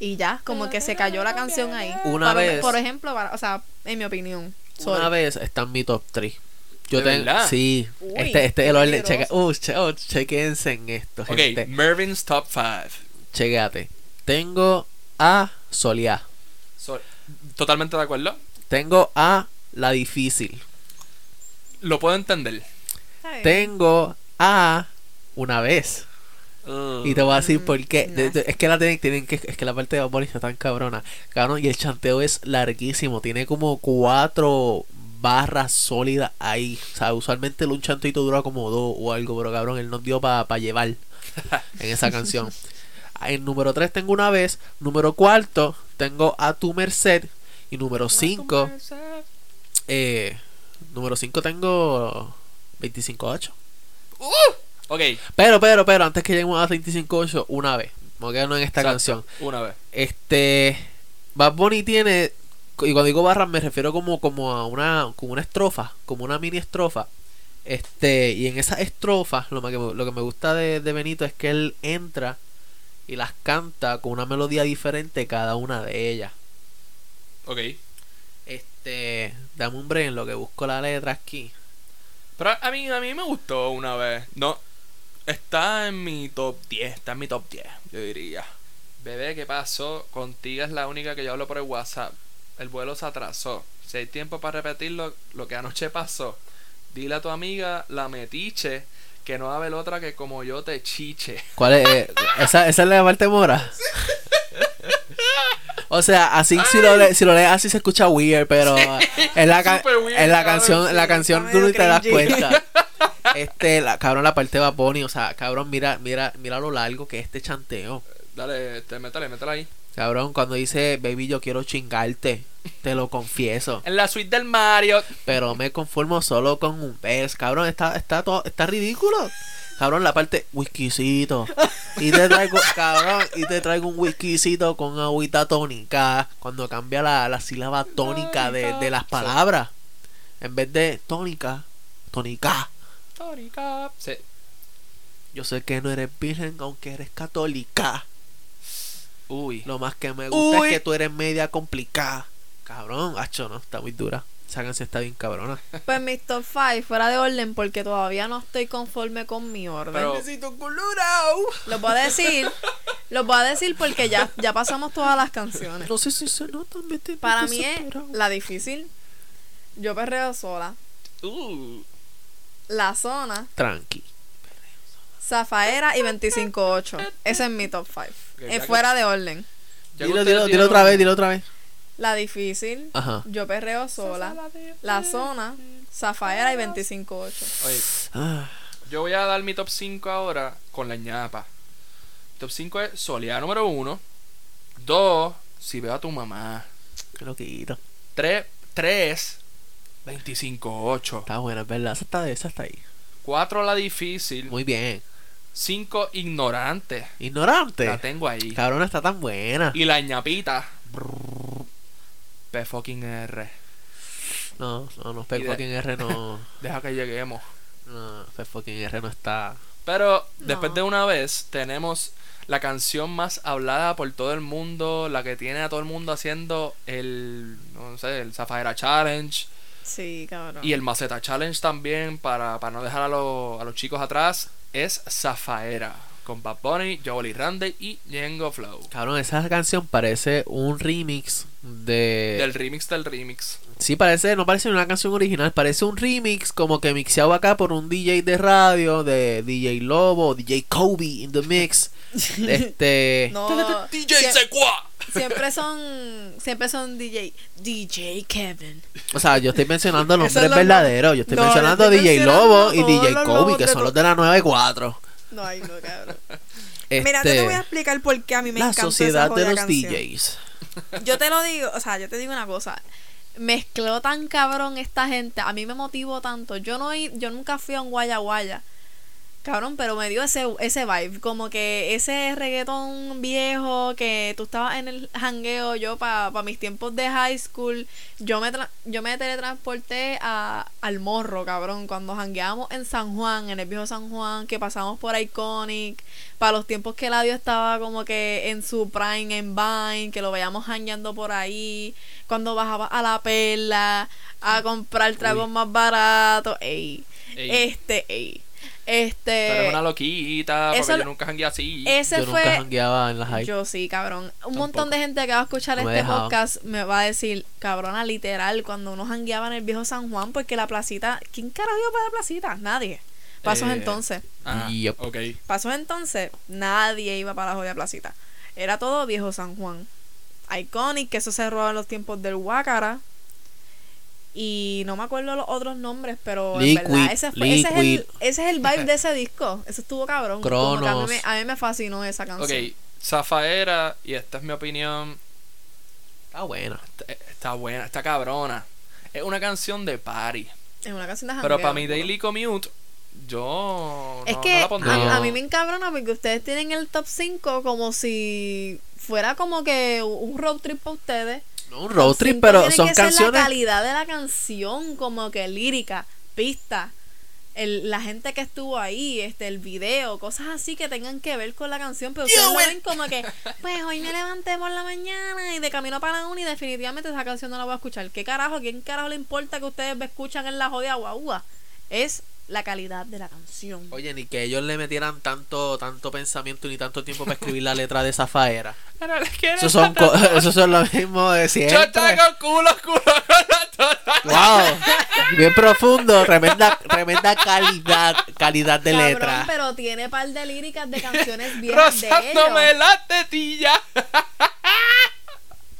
[SPEAKER 1] Y ya, como que se cayó la canción ahí.
[SPEAKER 2] Una
[SPEAKER 1] Para-
[SPEAKER 2] vez-
[SPEAKER 1] Por ejemplo, para- o sea, en mi opinión.
[SPEAKER 2] Una
[SPEAKER 1] sorry.
[SPEAKER 2] vez está en mi top 3. Yo
[SPEAKER 3] ¿De
[SPEAKER 2] tengo.
[SPEAKER 3] verdad?
[SPEAKER 2] Sí.
[SPEAKER 1] Uy,
[SPEAKER 2] este, este es el
[SPEAKER 1] qué
[SPEAKER 2] orden.
[SPEAKER 1] peligroso.
[SPEAKER 2] Checa, uh, che- oh, chequense en esto,
[SPEAKER 3] Ok,
[SPEAKER 2] gente.
[SPEAKER 3] Mervin's Top 5.
[SPEAKER 2] Chequéate. Tengo a Soliá.
[SPEAKER 3] So- Totalmente de acuerdo.
[SPEAKER 2] Tengo a La Difícil.
[SPEAKER 3] Lo puedo entender.
[SPEAKER 1] Está bien.
[SPEAKER 2] Tengo a Una vez. Y te voy a decir
[SPEAKER 1] Mm,
[SPEAKER 2] por qué. De- de-
[SPEAKER 1] nice.
[SPEAKER 2] es que la tienen, tienen que, es que la parte de Bad Bunny está tan cabrona. Cabrón, y el chanteo es larguísimo. Tiene como cuatro barras sólidas ahí. O sea, usualmente un chanteito dura como dos o algo, pero cabrón, él nos dio para llevar en esa canción. En número 3 tengo una vez. Número cuarto tengo a tu merced. Y número 5, eh, número 5 tengo 25-8.
[SPEAKER 3] Ok,
[SPEAKER 2] Pero, pero, pero, antes que lleguemos a 25-8, una vez. Vamos a quedarnos en esta
[SPEAKER 3] Exacto.
[SPEAKER 2] canción.
[SPEAKER 3] una vez.
[SPEAKER 2] Este. Bad Bunny tiene. Y cuando digo barras me refiero como, como a una. como una estrofa. Como una mini estrofa. Este. Y en esas estrofas, lo que, me- lo que me gusta de, de Benito es que él entra y las canta con una melodía diferente cada una de ellas.
[SPEAKER 3] Ok.
[SPEAKER 2] Este. Dame un break en lo que busco la letra aquí.
[SPEAKER 3] Pero a mí, a mí me gustó una vez. No. Está en mi top 10. Está en mi top 10, yo diría. Bebé, ¿qué pasó? Contigo es la única que yo hablo por el WhatsApp. El vuelo se atrasó. Si hay tiempo para repetirlo, lo que anoche pasó. Dile a tu amiga, la metiche, que no va a haber otra que como yo te chiche.
[SPEAKER 2] ¿Cuál es? eh, ¿Esa, esa es la de parte mora? O sea, así si lo, le- si lo lees así se escucha weird, pero en la, ca-
[SPEAKER 3] Súper weird,
[SPEAKER 2] en la
[SPEAKER 3] cabrón,
[SPEAKER 2] canción,
[SPEAKER 3] sí.
[SPEAKER 2] la canción
[SPEAKER 1] Está
[SPEAKER 2] tú
[SPEAKER 1] medio
[SPEAKER 2] ni te das
[SPEAKER 1] cringy.
[SPEAKER 2] cuenta. Este, la, cabrón, la parte de Bad Bunny, o sea, cabrón, mira, mira, mira lo largo que es este chanteo.
[SPEAKER 3] Dale, este, métale, métale ahí.
[SPEAKER 2] Cabrón, cuando dice, baby, yo quiero chingarte, te lo confieso.
[SPEAKER 3] En la suite del Mario.
[SPEAKER 2] Pero me conformo solo con un pez, cabrón, está, está todo, está ridículo. Cabrón, la parte whiskycito. Y te traigo, cabrón, y te traigo un whiskycito con agüita tónica. Cuando cambia la, la sílaba tónica de, de las palabras. En vez de tónica, tónica.
[SPEAKER 3] Tónica. Sí.
[SPEAKER 2] Yo sé que no eres virgen, aunque eres católica.
[SPEAKER 3] Uy.
[SPEAKER 2] Lo más que me gusta
[SPEAKER 1] Uy.
[SPEAKER 2] es que tú eres media complicada. Cabrón, hacho, no, está muy dura. Esa canción está bien cabrona.
[SPEAKER 1] Pues mis top 5 fuera de orden porque todavía no estoy conforme con mi orden.
[SPEAKER 3] Pero-
[SPEAKER 2] Necesito colorado.
[SPEAKER 1] Los voy a decir, los voy a decir porque ya, ya pasamos todas las canciones.
[SPEAKER 2] No sé si se nota, me tiene
[SPEAKER 1] Para mí es
[SPEAKER 2] desesperado.
[SPEAKER 1] la difícil. Yo perreo sola.
[SPEAKER 3] Uh.
[SPEAKER 1] La zona,
[SPEAKER 2] Tranqui.
[SPEAKER 1] Zafaera y 25.8. Ese es mi top 5.
[SPEAKER 3] Ok, ya
[SPEAKER 1] Es
[SPEAKER 3] que-
[SPEAKER 1] fuera de orden.
[SPEAKER 3] Ya
[SPEAKER 2] Dilo,
[SPEAKER 3] que
[SPEAKER 2] dilo,
[SPEAKER 3] ustedes
[SPEAKER 2] dilo otra
[SPEAKER 3] dieron-
[SPEAKER 2] vez, dilo otra vez.
[SPEAKER 1] La difícil,
[SPEAKER 2] Ajá.
[SPEAKER 1] yo perreo sola. La zona, Zafaera y 25.8.
[SPEAKER 3] Oye,
[SPEAKER 2] Ah,
[SPEAKER 3] Yo voy a dar mi top 5 ahora con la ñapa. Top 5 es Soledad número 1. 2, si veo a tu mamá.
[SPEAKER 2] Qué loquito.
[SPEAKER 3] 3, 3, 25, 8.
[SPEAKER 2] Está buena, es verdad. Esa está, esa está ahí.
[SPEAKER 3] 4, la difícil.
[SPEAKER 2] Muy bien.
[SPEAKER 3] 5, ignorante. La
[SPEAKER 2] Ignorante.
[SPEAKER 3] tengo ahí.
[SPEAKER 2] Cabrona está tan buena.
[SPEAKER 3] Y la ñapita. P fucking R.
[SPEAKER 2] No, no, no.
[SPEAKER 3] Y
[SPEAKER 2] P
[SPEAKER 3] de-
[SPEAKER 2] fucking R no.
[SPEAKER 3] Deja que lleguemos.
[SPEAKER 2] No, P fucking R no está.
[SPEAKER 3] Pero después de una vez tenemos la canción más hablada por todo el mundo, la que tiene a todo el mundo haciendo el, no sé, el Zafaera Challenge
[SPEAKER 1] Sí, cabrón.
[SPEAKER 3] y el Maceta Challenge también para, para no dejar a, los- a los chicos atrás, es Zafaera con Bad Bunny, Joel Randy y Django Flow.
[SPEAKER 2] Cabrón, esa canción parece un remix de.
[SPEAKER 3] Del remix del remix.
[SPEAKER 2] Sí, parece, no parece una canción original, parece un remix como que mixeado acá por un DJ de radio, de DJ Lobo, DJ Kobe in the mix. Este.
[SPEAKER 1] No,
[SPEAKER 3] DJ
[SPEAKER 1] sie-
[SPEAKER 3] Sequa.
[SPEAKER 1] siempre son siempre son DJ DJ Kevin.
[SPEAKER 2] O sea, yo estoy mencionando los
[SPEAKER 1] Eso es
[SPEAKER 2] nombres
[SPEAKER 1] lo-
[SPEAKER 2] verdaderos. Yo estoy
[SPEAKER 1] No,
[SPEAKER 2] mencionando
[SPEAKER 1] yo estoy
[SPEAKER 2] DJ
[SPEAKER 1] mencionando
[SPEAKER 2] Lobo y
[SPEAKER 1] todos
[SPEAKER 2] DJ
[SPEAKER 1] los
[SPEAKER 2] Kobe,
[SPEAKER 1] lobos
[SPEAKER 2] que
[SPEAKER 1] de
[SPEAKER 2] son
[SPEAKER 1] to-
[SPEAKER 2] los de la 9 y 4.
[SPEAKER 1] No, ay, no, cabrón.
[SPEAKER 2] Este,
[SPEAKER 5] Mira, yo te voy a explicar por qué a mí me
[SPEAKER 2] la
[SPEAKER 5] encantó
[SPEAKER 2] sociedad
[SPEAKER 5] esa
[SPEAKER 2] de
[SPEAKER 5] jodida
[SPEAKER 2] los
[SPEAKER 5] canción.
[SPEAKER 2] DJs.
[SPEAKER 1] Yo te lo digo, o sea, yo te digo una cosa. Mezcló tan cabrón esta gente, a mí me motivó tanto. Yo no i- yo nunca fui a un guaya guaya. Cabrón, pero me dio ese ese vibe, como que ese reggaetón viejo que tú estabas en el jangueo, yo para mis tiempos de high school, yo me tra- yo me teletransporté a al morro, cabrón, cuando jangueábamos en San Juan, en el viejo San Juan, que pasamos por Iconic, para los tiempos que Eladio estaba como que en su prime, en Vine, que lo veíamos jangueando por ahí, cuando bajaba a la perla, a comprar tragos
[SPEAKER 2] Uy.
[SPEAKER 1] más baratos, ey,
[SPEAKER 3] Ey.
[SPEAKER 1] este, ey,
[SPEAKER 3] Tú eres
[SPEAKER 1] este,
[SPEAKER 3] una loquita, porque
[SPEAKER 1] eso
[SPEAKER 3] yo
[SPEAKER 1] lo-
[SPEAKER 3] nunca jangué así.
[SPEAKER 1] ese
[SPEAKER 2] yo nunca
[SPEAKER 1] fue,
[SPEAKER 2] jangueaba en las high.
[SPEAKER 1] yo sí, cabrón, un
[SPEAKER 2] Tampoco.
[SPEAKER 1] montón de gente que va a escuchar
[SPEAKER 2] No me
[SPEAKER 1] este
[SPEAKER 2] dejaba.
[SPEAKER 1] podcast me va a decir, cabrona, literal, cuando uno jangueaba en el viejo San Juan, porque la placita, ¿quién carajo iba para la placita? Nadie, pasos
[SPEAKER 3] Eh,
[SPEAKER 1] entonces.
[SPEAKER 3] Ajá,
[SPEAKER 2] Yep.
[SPEAKER 3] ok.
[SPEAKER 1] Pasó entonces, nadie iba para la joya placita. Era todo viejo San Juan. Iconic, que eso se robó en los tiempos del Huácara. Y no me acuerdo los otros nombres, pero en
[SPEAKER 2] Liquid,
[SPEAKER 1] verdad, ese, fue- ese es
[SPEAKER 2] Liquid.
[SPEAKER 1] el, ese es el vibe de ese disco. Eso estuvo cabrón. Como que a, mí
[SPEAKER 2] Cronos.
[SPEAKER 1] me, a mí me fascinó esa canción.
[SPEAKER 3] Ok, Zafaera, y esta es mi opinión,
[SPEAKER 2] Está buena.
[SPEAKER 3] Está- Está buena, está cabrona. Es una canción de party.
[SPEAKER 1] Es una canción de
[SPEAKER 3] Pero
[SPEAKER 1] jangueo,
[SPEAKER 3] para mi
[SPEAKER 1] culo.
[SPEAKER 3] daily commute, yo no,
[SPEAKER 1] Es
[SPEAKER 3] no
[SPEAKER 1] que
[SPEAKER 3] la pondría.
[SPEAKER 2] No.
[SPEAKER 1] a, a mí me encabrona porque ustedes tienen el top 5 como si fuera como que un road trip para ustedes.
[SPEAKER 2] No, un road trip,
[SPEAKER 1] Cinco
[SPEAKER 2] pero
[SPEAKER 1] tiene
[SPEAKER 2] son
[SPEAKER 1] que ser la
[SPEAKER 2] canciones.
[SPEAKER 1] calidad de la canción, como que lírica, pista, el- la gente que estuvo ahí, este, el video, cosas así que tengan que ver con la canción, pero ustedes lo ven como que, pues hoy me levanté por la mañana y de camino para la uni definitivamente esa canción no la voy a escuchar. ¿Qué carajo? ¿Quién carajo le importa que ustedes me escuchan en la jodida guagua? Es la calidad de la canción.
[SPEAKER 2] Oye, ni que ellos le metieran tanto, tanto pensamiento ni tanto tiempo para escribir la letra de esa faera.
[SPEAKER 3] Pero le quiero
[SPEAKER 2] Esos son, co- esos son lo mismo de
[SPEAKER 3] Yo
[SPEAKER 2] siempre.
[SPEAKER 3] tengo culo, culo, culo, culo.
[SPEAKER 2] Wow, bien profundo, tremenda, tremenda calidad, calidad de
[SPEAKER 1] Cabrón,
[SPEAKER 2] letra.
[SPEAKER 1] pero tiene par de líricas de canciones viejas de
[SPEAKER 3] Rozándome
[SPEAKER 1] ellos.
[SPEAKER 3] la tetilla.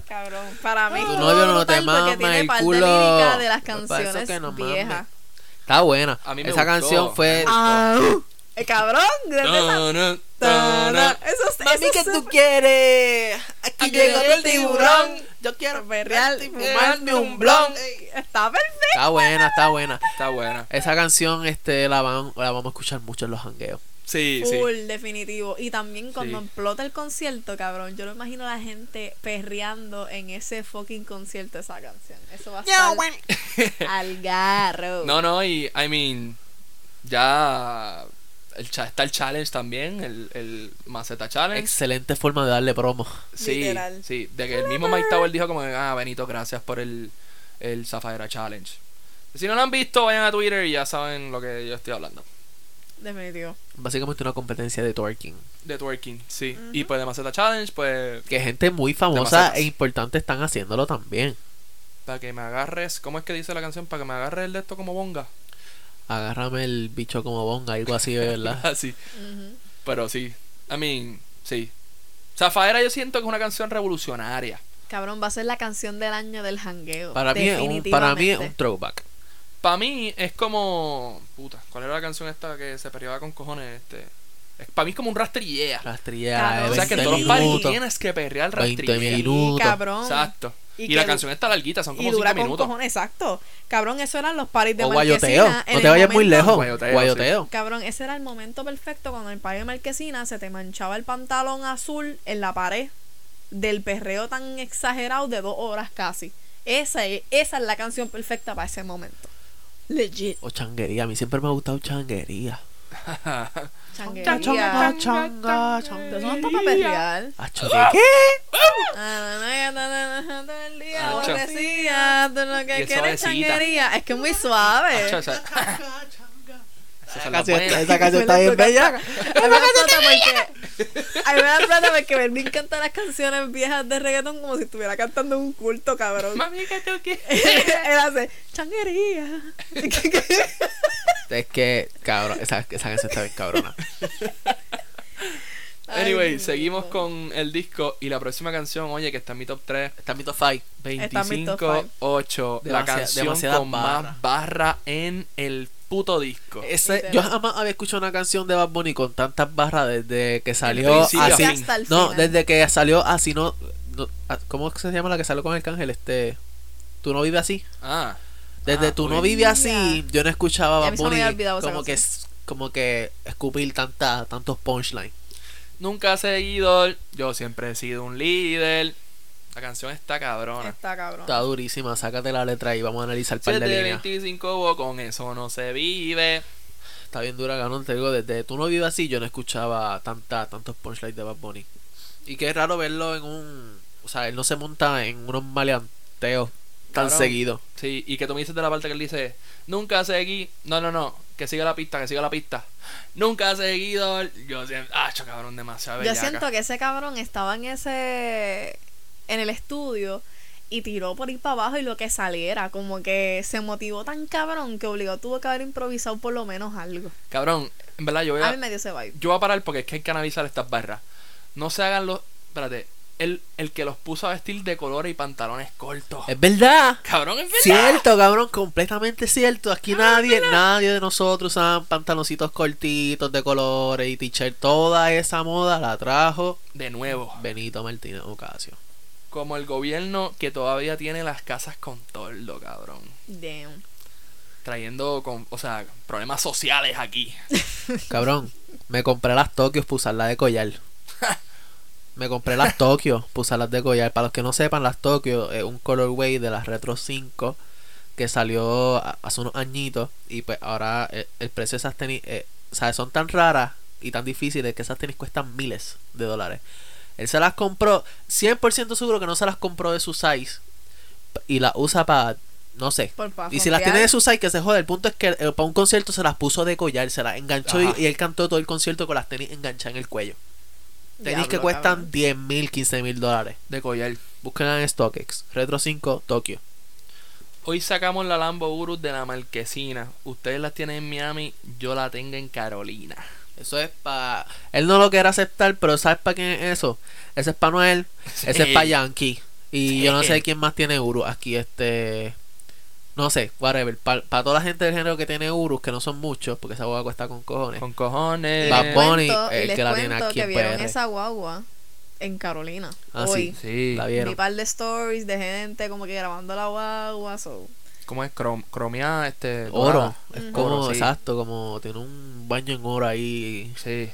[SPEAKER 1] Cabrón, para mí
[SPEAKER 2] Tu
[SPEAKER 1] estuvo
[SPEAKER 2] novio no
[SPEAKER 1] brutal
[SPEAKER 2] te
[SPEAKER 1] porque
[SPEAKER 2] mama
[SPEAKER 1] tiene
[SPEAKER 2] el
[SPEAKER 1] par
[SPEAKER 2] culo.
[SPEAKER 1] de lírica de las
[SPEAKER 2] Pues para eso
[SPEAKER 1] canciones
[SPEAKER 2] que no mames.
[SPEAKER 1] viejas. Ah,
[SPEAKER 2] Está buena.
[SPEAKER 3] A mí me
[SPEAKER 2] Esa
[SPEAKER 3] gustó.
[SPEAKER 2] canción fue.
[SPEAKER 1] Eh, cabrón, desde esa-
[SPEAKER 3] Tana,
[SPEAKER 1] Tana.
[SPEAKER 3] tana.
[SPEAKER 1] Eso es
[SPEAKER 2] Mami, ¿qué tú quieres? Aquí
[SPEAKER 3] Aquí
[SPEAKER 2] llegó el
[SPEAKER 3] llegó el
[SPEAKER 2] tiburón. Yo quiero
[SPEAKER 1] Real,
[SPEAKER 2] perrearte y fumarme un blon.
[SPEAKER 1] Está perfecto.
[SPEAKER 2] Está buena, está buena.
[SPEAKER 3] Está buena.
[SPEAKER 2] Esa canción este, la, van, la vamos a escuchar mucho en los jangueos.
[SPEAKER 3] Sí, sí.
[SPEAKER 1] Full, definitivo. Y también cuando
[SPEAKER 3] Sí.
[SPEAKER 1] explota el concierto, cabrón, yo lo imagino a la gente perreando en ese fucking concierto esa canción. Eso va a estar al garro.
[SPEAKER 3] No, no, y I mean, ya el cha- está el challenge también, el, el Maceta Challenge.
[SPEAKER 2] Excelente forma de darle promo.
[SPEAKER 3] Sí,
[SPEAKER 1] Literal.
[SPEAKER 3] sí. De que el mismo Mike Tower dijo como que, ah, Benito, gracias por el, el Zafaera Challenge. Si no lo han visto, vayan a Twitter y ya saben lo que yo estoy hablando.
[SPEAKER 1] Definitivo.
[SPEAKER 2] Básicamente una competencia de twerking.
[SPEAKER 3] De twerking, sí. Y pues de Maceta Challenge, pues,
[SPEAKER 2] Que gente muy famosa
[SPEAKER 3] Demasiadas.
[SPEAKER 2] e importante están haciéndolo también.
[SPEAKER 3] para que me agarres, ¿cómo es que dice la canción? Para que me agarres el de esto como bonga.
[SPEAKER 2] Agárrame el bicho como bonga, algo así, ¿verdad?
[SPEAKER 3] Así.
[SPEAKER 1] Ujú.
[SPEAKER 3] Pero sí, I mean, sí. Zafaera yo siento que es una canción revolucionaria.
[SPEAKER 1] Cabrón, va a ser la canción del año del jangueo.
[SPEAKER 2] Para mí, es un, para mí es un throwback.
[SPEAKER 3] Para mí es como... Puta, ¿cuál era la canción esta que se peleaba con cojones? Este... Para mí es como un rastrillea.
[SPEAKER 2] Rastrillea,
[SPEAKER 1] Claro,
[SPEAKER 2] eh,
[SPEAKER 3] O sea que en
[SPEAKER 2] 20
[SPEAKER 3] todos los parties
[SPEAKER 2] minutos.
[SPEAKER 3] tienes que perrear
[SPEAKER 2] 20
[SPEAKER 3] rastrillea.
[SPEAKER 2] minutos.
[SPEAKER 1] cabrón.
[SPEAKER 3] Exacto.
[SPEAKER 1] Y
[SPEAKER 3] Y,
[SPEAKER 1] que
[SPEAKER 3] la
[SPEAKER 1] du-
[SPEAKER 3] canción está larguita, son
[SPEAKER 1] Y
[SPEAKER 3] como 5
[SPEAKER 1] dura con
[SPEAKER 3] minutos.
[SPEAKER 1] cojones, exacto. Cabrón, eso eran los paris de
[SPEAKER 2] O
[SPEAKER 1] Marquesina.
[SPEAKER 2] guayoteo.
[SPEAKER 1] En
[SPEAKER 2] No
[SPEAKER 1] el
[SPEAKER 2] te vayas muy
[SPEAKER 1] momento-
[SPEAKER 2] lejos.
[SPEAKER 3] Guayoteo,
[SPEAKER 2] Guayoteo.
[SPEAKER 1] Cabrón, ese era el momento perfecto cuando en el party de Marquesina se te manchaba el pantalón azul en la pared del perreo tan exagerado de dos horas casi. Esa es, esa es la canción perfecta para ese momento. Legit.
[SPEAKER 2] O changuería. A mí siempre me ha gustado changuería.
[SPEAKER 1] Changuería.
[SPEAKER 2] Changa, changa,
[SPEAKER 1] Pero
[SPEAKER 2] changa.
[SPEAKER 1] eso no está para perrear.
[SPEAKER 2] Acho, ¿de qué?
[SPEAKER 1] Todo el día,
[SPEAKER 3] Acho.
[SPEAKER 1] aborrecida, tú lo
[SPEAKER 3] Y
[SPEAKER 1] que
[SPEAKER 3] es
[SPEAKER 1] quieres
[SPEAKER 3] suavecita.
[SPEAKER 1] changuería. Es que es muy suave.
[SPEAKER 3] Esa- esa- Esa es la
[SPEAKER 2] Canción-
[SPEAKER 3] buena.
[SPEAKER 2] Esa canción está bien bella.
[SPEAKER 1] A mí me da plata porque. A mí me da plata porque Berlín canta las canciones viejas de reggaetón como si estuviera cantando en un culto, cabrón.
[SPEAKER 3] Mami, que tú quieres.
[SPEAKER 1] Él hace changuería.
[SPEAKER 2] Es que, cabrón, esa, esa canción está bien cabrona.
[SPEAKER 3] Anyway,
[SPEAKER 1] Ay,
[SPEAKER 3] seguimos con el disco y la próxima canción, oye, que está en mi top 3.
[SPEAKER 2] Está en mi top 5.
[SPEAKER 1] Está en mi top
[SPEAKER 3] 25, 8, la
[SPEAKER 2] Demasi-
[SPEAKER 3] canción
[SPEAKER 2] demasiadas
[SPEAKER 3] con más barra en el puto disco.
[SPEAKER 2] Ese,
[SPEAKER 1] Literal.
[SPEAKER 2] yo jamás había escuchado una canción de Bad Bunny con tantas barras desde que salió
[SPEAKER 3] principio.
[SPEAKER 2] así.
[SPEAKER 3] Desde
[SPEAKER 1] hasta el
[SPEAKER 2] no,
[SPEAKER 1] final.
[SPEAKER 2] desde que salió así no, no- a- ¿Cómo es que se llama la que salió con el cángel? Este, tú no vives así.
[SPEAKER 3] Ah,
[SPEAKER 2] Desde
[SPEAKER 3] Ah,
[SPEAKER 2] tú no
[SPEAKER 3] uy.
[SPEAKER 2] vives así, yo no escuchaba
[SPEAKER 1] Y a
[SPEAKER 2] Bad
[SPEAKER 1] mí se me
[SPEAKER 2] Bunny
[SPEAKER 1] había olvidado esa
[SPEAKER 2] como que como que escupir tanta, tantos punchlines.
[SPEAKER 3] nunca he seguido, yo siempre he sido un líder. La canción está cabrona.
[SPEAKER 1] Está cabrón.
[SPEAKER 2] Está durísima, sácate la letra y vamos a analizar un par de
[SPEAKER 3] 7 de
[SPEAKER 2] líneas.
[SPEAKER 3] 25 bo, con eso no se vive.
[SPEAKER 2] Está bien dura, ganón, te digo, desde tú no vives así, yo no escuchaba tanta, tantos punchlines de Bad Bunny. Y que es raro verlo en un... O sea, él no se monta en unos maleanteos tan
[SPEAKER 3] Cabrón.
[SPEAKER 2] seguido.
[SPEAKER 3] Sí, y que tú me dices de la parte que él dice, nunca seguí, no, no, no, que siga la pista, que siga la pista. Nunca he seguido, yo siento, ah, cho, cabrón, demasiado
[SPEAKER 1] Yo
[SPEAKER 3] bellaca.
[SPEAKER 1] siento que ese cabrón estaba en ese. en el estudio y tiró por ir para abajo y lo que saliera. Como que se motivó tan cabrón que obligó tuvo que haber improvisado por lo menos algo.
[SPEAKER 3] Cabrón, en verdad yo voy
[SPEAKER 1] A
[SPEAKER 3] a,
[SPEAKER 1] mí me dio ese vibe.
[SPEAKER 3] yo voy a parar porque es que hay que analizar estas barras. No se hagan los, espérate, el, el que los puso a vestir de colores y pantalones cortos.
[SPEAKER 2] ¡Es verdad!
[SPEAKER 3] Cabrón, es verdad.
[SPEAKER 2] Eh,
[SPEAKER 3] Ah,
[SPEAKER 2] Cierto, cabrón, completamente cierto. Aquí nadie, nadie de nosotros usaban pantaloncitos cortitos de colores y t-shirt. Toda esa moda la trajo
[SPEAKER 3] De nuevo,
[SPEAKER 2] Benito Martínez Ocasio.
[SPEAKER 3] como el gobierno que todavía tiene las casas con toldo, cabrón.
[SPEAKER 1] Damn.
[SPEAKER 3] Trayendo, con, o sea, problemas sociales aquí.
[SPEAKER 2] Cabrón, me compré las Tokio para usarlas de collar. Me compré las Tokio para usarlas de collar. Para los que no sepan, las Tokio es un colorway de las Retro 5 que salió a- hace unos añitos. Y pues ahora eh, el precio de esas tenis, eh, o sea, son tan raras y tan difíciles que esas tenis cuestan miles de dólares. Él se las compró, 100% seguro que no se las compró de su size p- y las usa para, no sé,
[SPEAKER 1] Por pa'
[SPEAKER 2] y si las
[SPEAKER 1] frontear.
[SPEAKER 2] tiene de su side, que se jode. El punto es que eh, para un concierto se las puso de collar, se las enganchó y,
[SPEAKER 3] Ajá.
[SPEAKER 2] y él cantó todo el concierto con las tenis enganchadas en el cuello. Tenis
[SPEAKER 1] Diablo,
[SPEAKER 2] que
[SPEAKER 1] cabrón.
[SPEAKER 2] cuestan 10 mil, 15 mil dólares.
[SPEAKER 3] De collar.
[SPEAKER 2] Busquen en StockX, Retro 5, Tokio.
[SPEAKER 3] Hoy sacamos la Lambo Urus de la Marquesina. Ustedes las tienen en Miami, yo la tengo en Carolina.
[SPEAKER 2] Eso es para. Él no lo quiere aceptar, pero ¿sabes para quién es eso? Ese es para Noel, ese es para Yankee. Y yo no sé
[SPEAKER 3] Sí.
[SPEAKER 2] quién más tiene Uru aquí, este. No sé, whatever. Para toda la gente del género que tiene Urus, que no son muchos, porque esa hueá cuesta con cojones.
[SPEAKER 3] Con cojones.
[SPEAKER 2] Bad
[SPEAKER 1] Les
[SPEAKER 2] Bunny,
[SPEAKER 1] cuento-
[SPEAKER 2] el
[SPEAKER 1] y les
[SPEAKER 2] eh, que la tiene
[SPEAKER 1] cuento
[SPEAKER 2] aquí
[SPEAKER 1] que
[SPEAKER 2] en
[SPEAKER 1] vieron
[SPEAKER 2] PR.
[SPEAKER 1] esa guagua en Carolina
[SPEAKER 2] Ah,
[SPEAKER 1] hoy.
[SPEAKER 3] Sí.
[SPEAKER 2] La
[SPEAKER 1] Vi
[SPEAKER 2] vieron.
[SPEAKER 1] par de stories de gente como que grabando la guagua. so.
[SPEAKER 3] ¿Cómo es? Crom- cromeada, este.
[SPEAKER 2] Oro,
[SPEAKER 3] dorada.
[SPEAKER 2] es
[SPEAKER 1] Ujú.
[SPEAKER 2] como,
[SPEAKER 3] Oro, sí.
[SPEAKER 2] exacto, como tiene un baño en oro ahí,
[SPEAKER 3] Sí.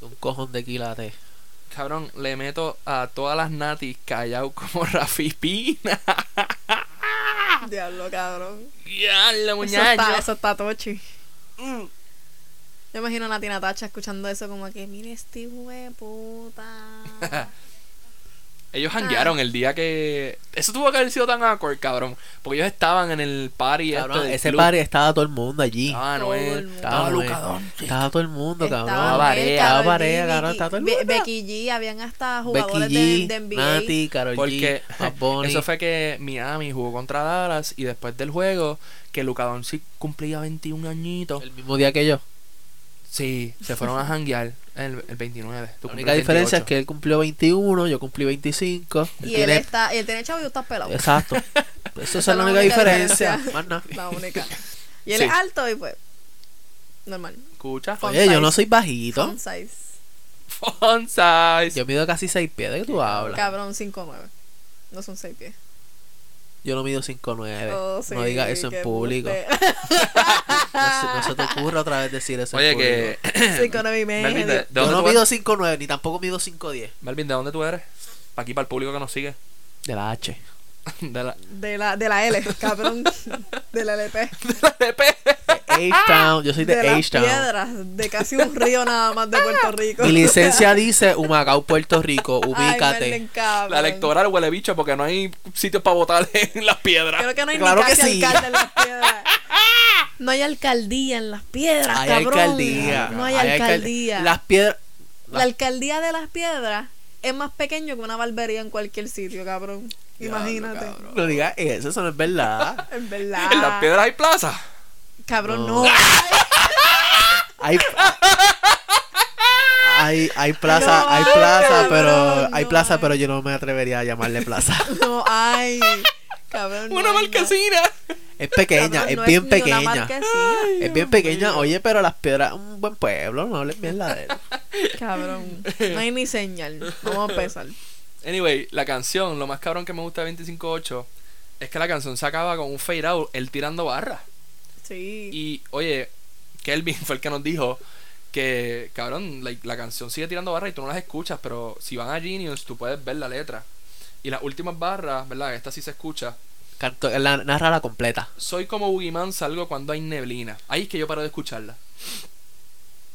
[SPEAKER 2] un cojón de quilate.
[SPEAKER 3] Cabrón, le meto a todas las natis callao como Rafi Pina.
[SPEAKER 1] Diablo, cabrón.
[SPEAKER 3] Ya, la
[SPEAKER 1] Eso está,
[SPEAKER 3] muñeca.
[SPEAKER 1] eso está tochi. Yo imagino a Natina Tacha escuchando eso como que, mire este hueputa.
[SPEAKER 3] Ellos janguearon el día que. Eso tuvo que haber sido tan awkward, cabrón. Porque ellos estaban en el party.
[SPEAKER 2] Cabrón,
[SPEAKER 3] este del
[SPEAKER 2] ese
[SPEAKER 3] club.
[SPEAKER 2] party estaba todo el mundo allí.
[SPEAKER 3] Estaba
[SPEAKER 1] Todo el
[SPEAKER 2] eh,
[SPEAKER 3] Noel.
[SPEAKER 1] mundo.
[SPEAKER 3] Estaba
[SPEAKER 2] Estaba Noel.
[SPEAKER 3] Lucadón.
[SPEAKER 2] Estaba todo el mundo,
[SPEAKER 1] Estaban
[SPEAKER 2] cabrón.
[SPEAKER 3] Estaba
[SPEAKER 1] él,
[SPEAKER 3] Barea,
[SPEAKER 1] Karol G,
[SPEAKER 2] Barea, cabrón,
[SPEAKER 1] Nicki-
[SPEAKER 2] estaba todo el
[SPEAKER 1] Be-
[SPEAKER 2] mundo.
[SPEAKER 1] Becky G, habían hasta jugadores
[SPEAKER 2] Becky
[SPEAKER 1] de,
[SPEAKER 2] G,
[SPEAKER 1] de NBA.
[SPEAKER 2] Nati, Karol
[SPEAKER 3] Porque
[SPEAKER 2] G, Bad Bunny.
[SPEAKER 3] eso fue que Miami jugó contra Dallas y después del juego que Luka Doncic cumplía 21 añitos.
[SPEAKER 2] el mismo día que yo.
[SPEAKER 3] Sí, se fueron a janguear el, el 29. Tú
[SPEAKER 2] La
[SPEAKER 3] cumples
[SPEAKER 2] única diferencia
[SPEAKER 3] 28.
[SPEAKER 2] es que él cumplió 21, yo cumplí 25. él
[SPEAKER 1] Y él
[SPEAKER 2] tiene-
[SPEAKER 1] está, y él tiene chavo y tú estás pelado.
[SPEAKER 2] Exacto. Esa es la única diferencia. Más nada.
[SPEAKER 1] La única. Y él
[SPEAKER 3] Sí.
[SPEAKER 1] es alto y pues. normal.
[SPEAKER 3] Escucha.
[SPEAKER 1] Fun
[SPEAKER 2] Oye, yo
[SPEAKER 1] size.
[SPEAKER 2] no soy bajito.
[SPEAKER 1] Fun size.
[SPEAKER 3] Font size.
[SPEAKER 2] Yo mido casi 6 pies. ¿De qué tú hablas?
[SPEAKER 1] Cabrón, 5'9. No son 6 pies.
[SPEAKER 2] Yo no mido 5'9.
[SPEAKER 1] Oh, sí,
[SPEAKER 2] Eh, no digas eso
[SPEAKER 1] qué
[SPEAKER 2] en público.
[SPEAKER 1] embuste.
[SPEAKER 2] No se, no se te ocurra otra vez decir eso
[SPEAKER 3] Oye,
[SPEAKER 2] en público.
[SPEAKER 3] que.
[SPEAKER 1] 5'9 y
[SPEAKER 3] Melvin, ¿de, de
[SPEAKER 1] medio.
[SPEAKER 2] Yo
[SPEAKER 3] dónde
[SPEAKER 2] no
[SPEAKER 3] tú
[SPEAKER 2] mido
[SPEAKER 3] eres?
[SPEAKER 2] 5'9 ni tampoco mido 5'10.
[SPEAKER 3] Melvin, ¿de dónde tú eres? Pa' aquí, para el público que nos sigue.
[SPEAKER 2] De la H.
[SPEAKER 3] De la.
[SPEAKER 1] De la, de la L, cabrón. De la LP.
[SPEAKER 3] De la DP.
[SPEAKER 2] H-Town. Yo soy de,
[SPEAKER 1] De las
[SPEAKER 2] H-Town.
[SPEAKER 1] piedras. De casi un río nada más de Puerto Rico.
[SPEAKER 2] Mi licencia dice Humacao, Puerto Rico. Ubícate.
[SPEAKER 1] Ay, Melvin, cabrón.
[SPEAKER 3] La electoral huele bicho porque no hay sitios para votar en las piedras.
[SPEAKER 1] Creo que no hay
[SPEAKER 2] Claro
[SPEAKER 1] ni
[SPEAKER 2] que
[SPEAKER 1] casi
[SPEAKER 2] sí.
[SPEAKER 1] alcalde en las piedras. No hay alcaldía en las piedras,
[SPEAKER 2] hay
[SPEAKER 1] cabrón.
[SPEAKER 2] alcaldía.
[SPEAKER 1] No hay,
[SPEAKER 2] alcal-
[SPEAKER 1] alcaldía.
[SPEAKER 2] Las piedras.
[SPEAKER 1] La alcaldía de las piedras es más pequeño que una barbería en cualquier sitio, cabrón. Imagínate.
[SPEAKER 2] No digas eso, eso no es verdad.
[SPEAKER 1] En verdad.
[SPEAKER 3] En las piedras hay plaza.
[SPEAKER 1] Cabrón,
[SPEAKER 2] No.
[SPEAKER 1] no.
[SPEAKER 2] Hay. Hay, hay plaza,
[SPEAKER 1] No,
[SPEAKER 2] hay plaza,
[SPEAKER 1] cabrón,
[SPEAKER 2] pero hay
[SPEAKER 1] no,
[SPEAKER 2] plaza,
[SPEAKER 1] ay.
[SPEAKER 2] pero yo no me atrevería a llamarle plaza.
[SPEAKER 1] No hay. Cabrón.
[SPEAKER 3] Una
[SPEAKER 1] no hay nada.
[SPEAKER 3] marquesina.
[SPEAKER 2] Es
[SPEAKER 1] Cabrón,
[SPEAKER 2] pequeña, es
[SPEAKER 1] no
[SPEAKER 2] bien
[SPEAKER 1] ni una
[SPEAKER 2] pequeña.
[SPEAKER 1] marquesina.
[SPEAKER 2] Es bien pequeña, oye, pero las piedras, un buen pueblo, no hables bien la de él.
[SPEAKER 1] Cabrón. No hay ni señal. Vamos a empezar.
[SPEAKER 3] Anyway, la canción, lo más cabrón que me gusta de 25.8 es que la canción se acaba con un fade out, él tirando barras.
[SPEAKER 1] Sí.
[SPEAKER 3] Y oye, Kelvin fue el que nos dijo que, cabrón, like, la, canción sigue tirando barras y tú no las escuchas, pero si van a Genius tú puedes ver la letra. Y las últimas barras, ¿verdad? Esta sí se escucha.
[SPEAKER 2] Canto, la narra la completa.
[SPEAKER 3] Soy como Boogeyman, salgo cuando hay neblina. Ahí es que yo paro de escucharla.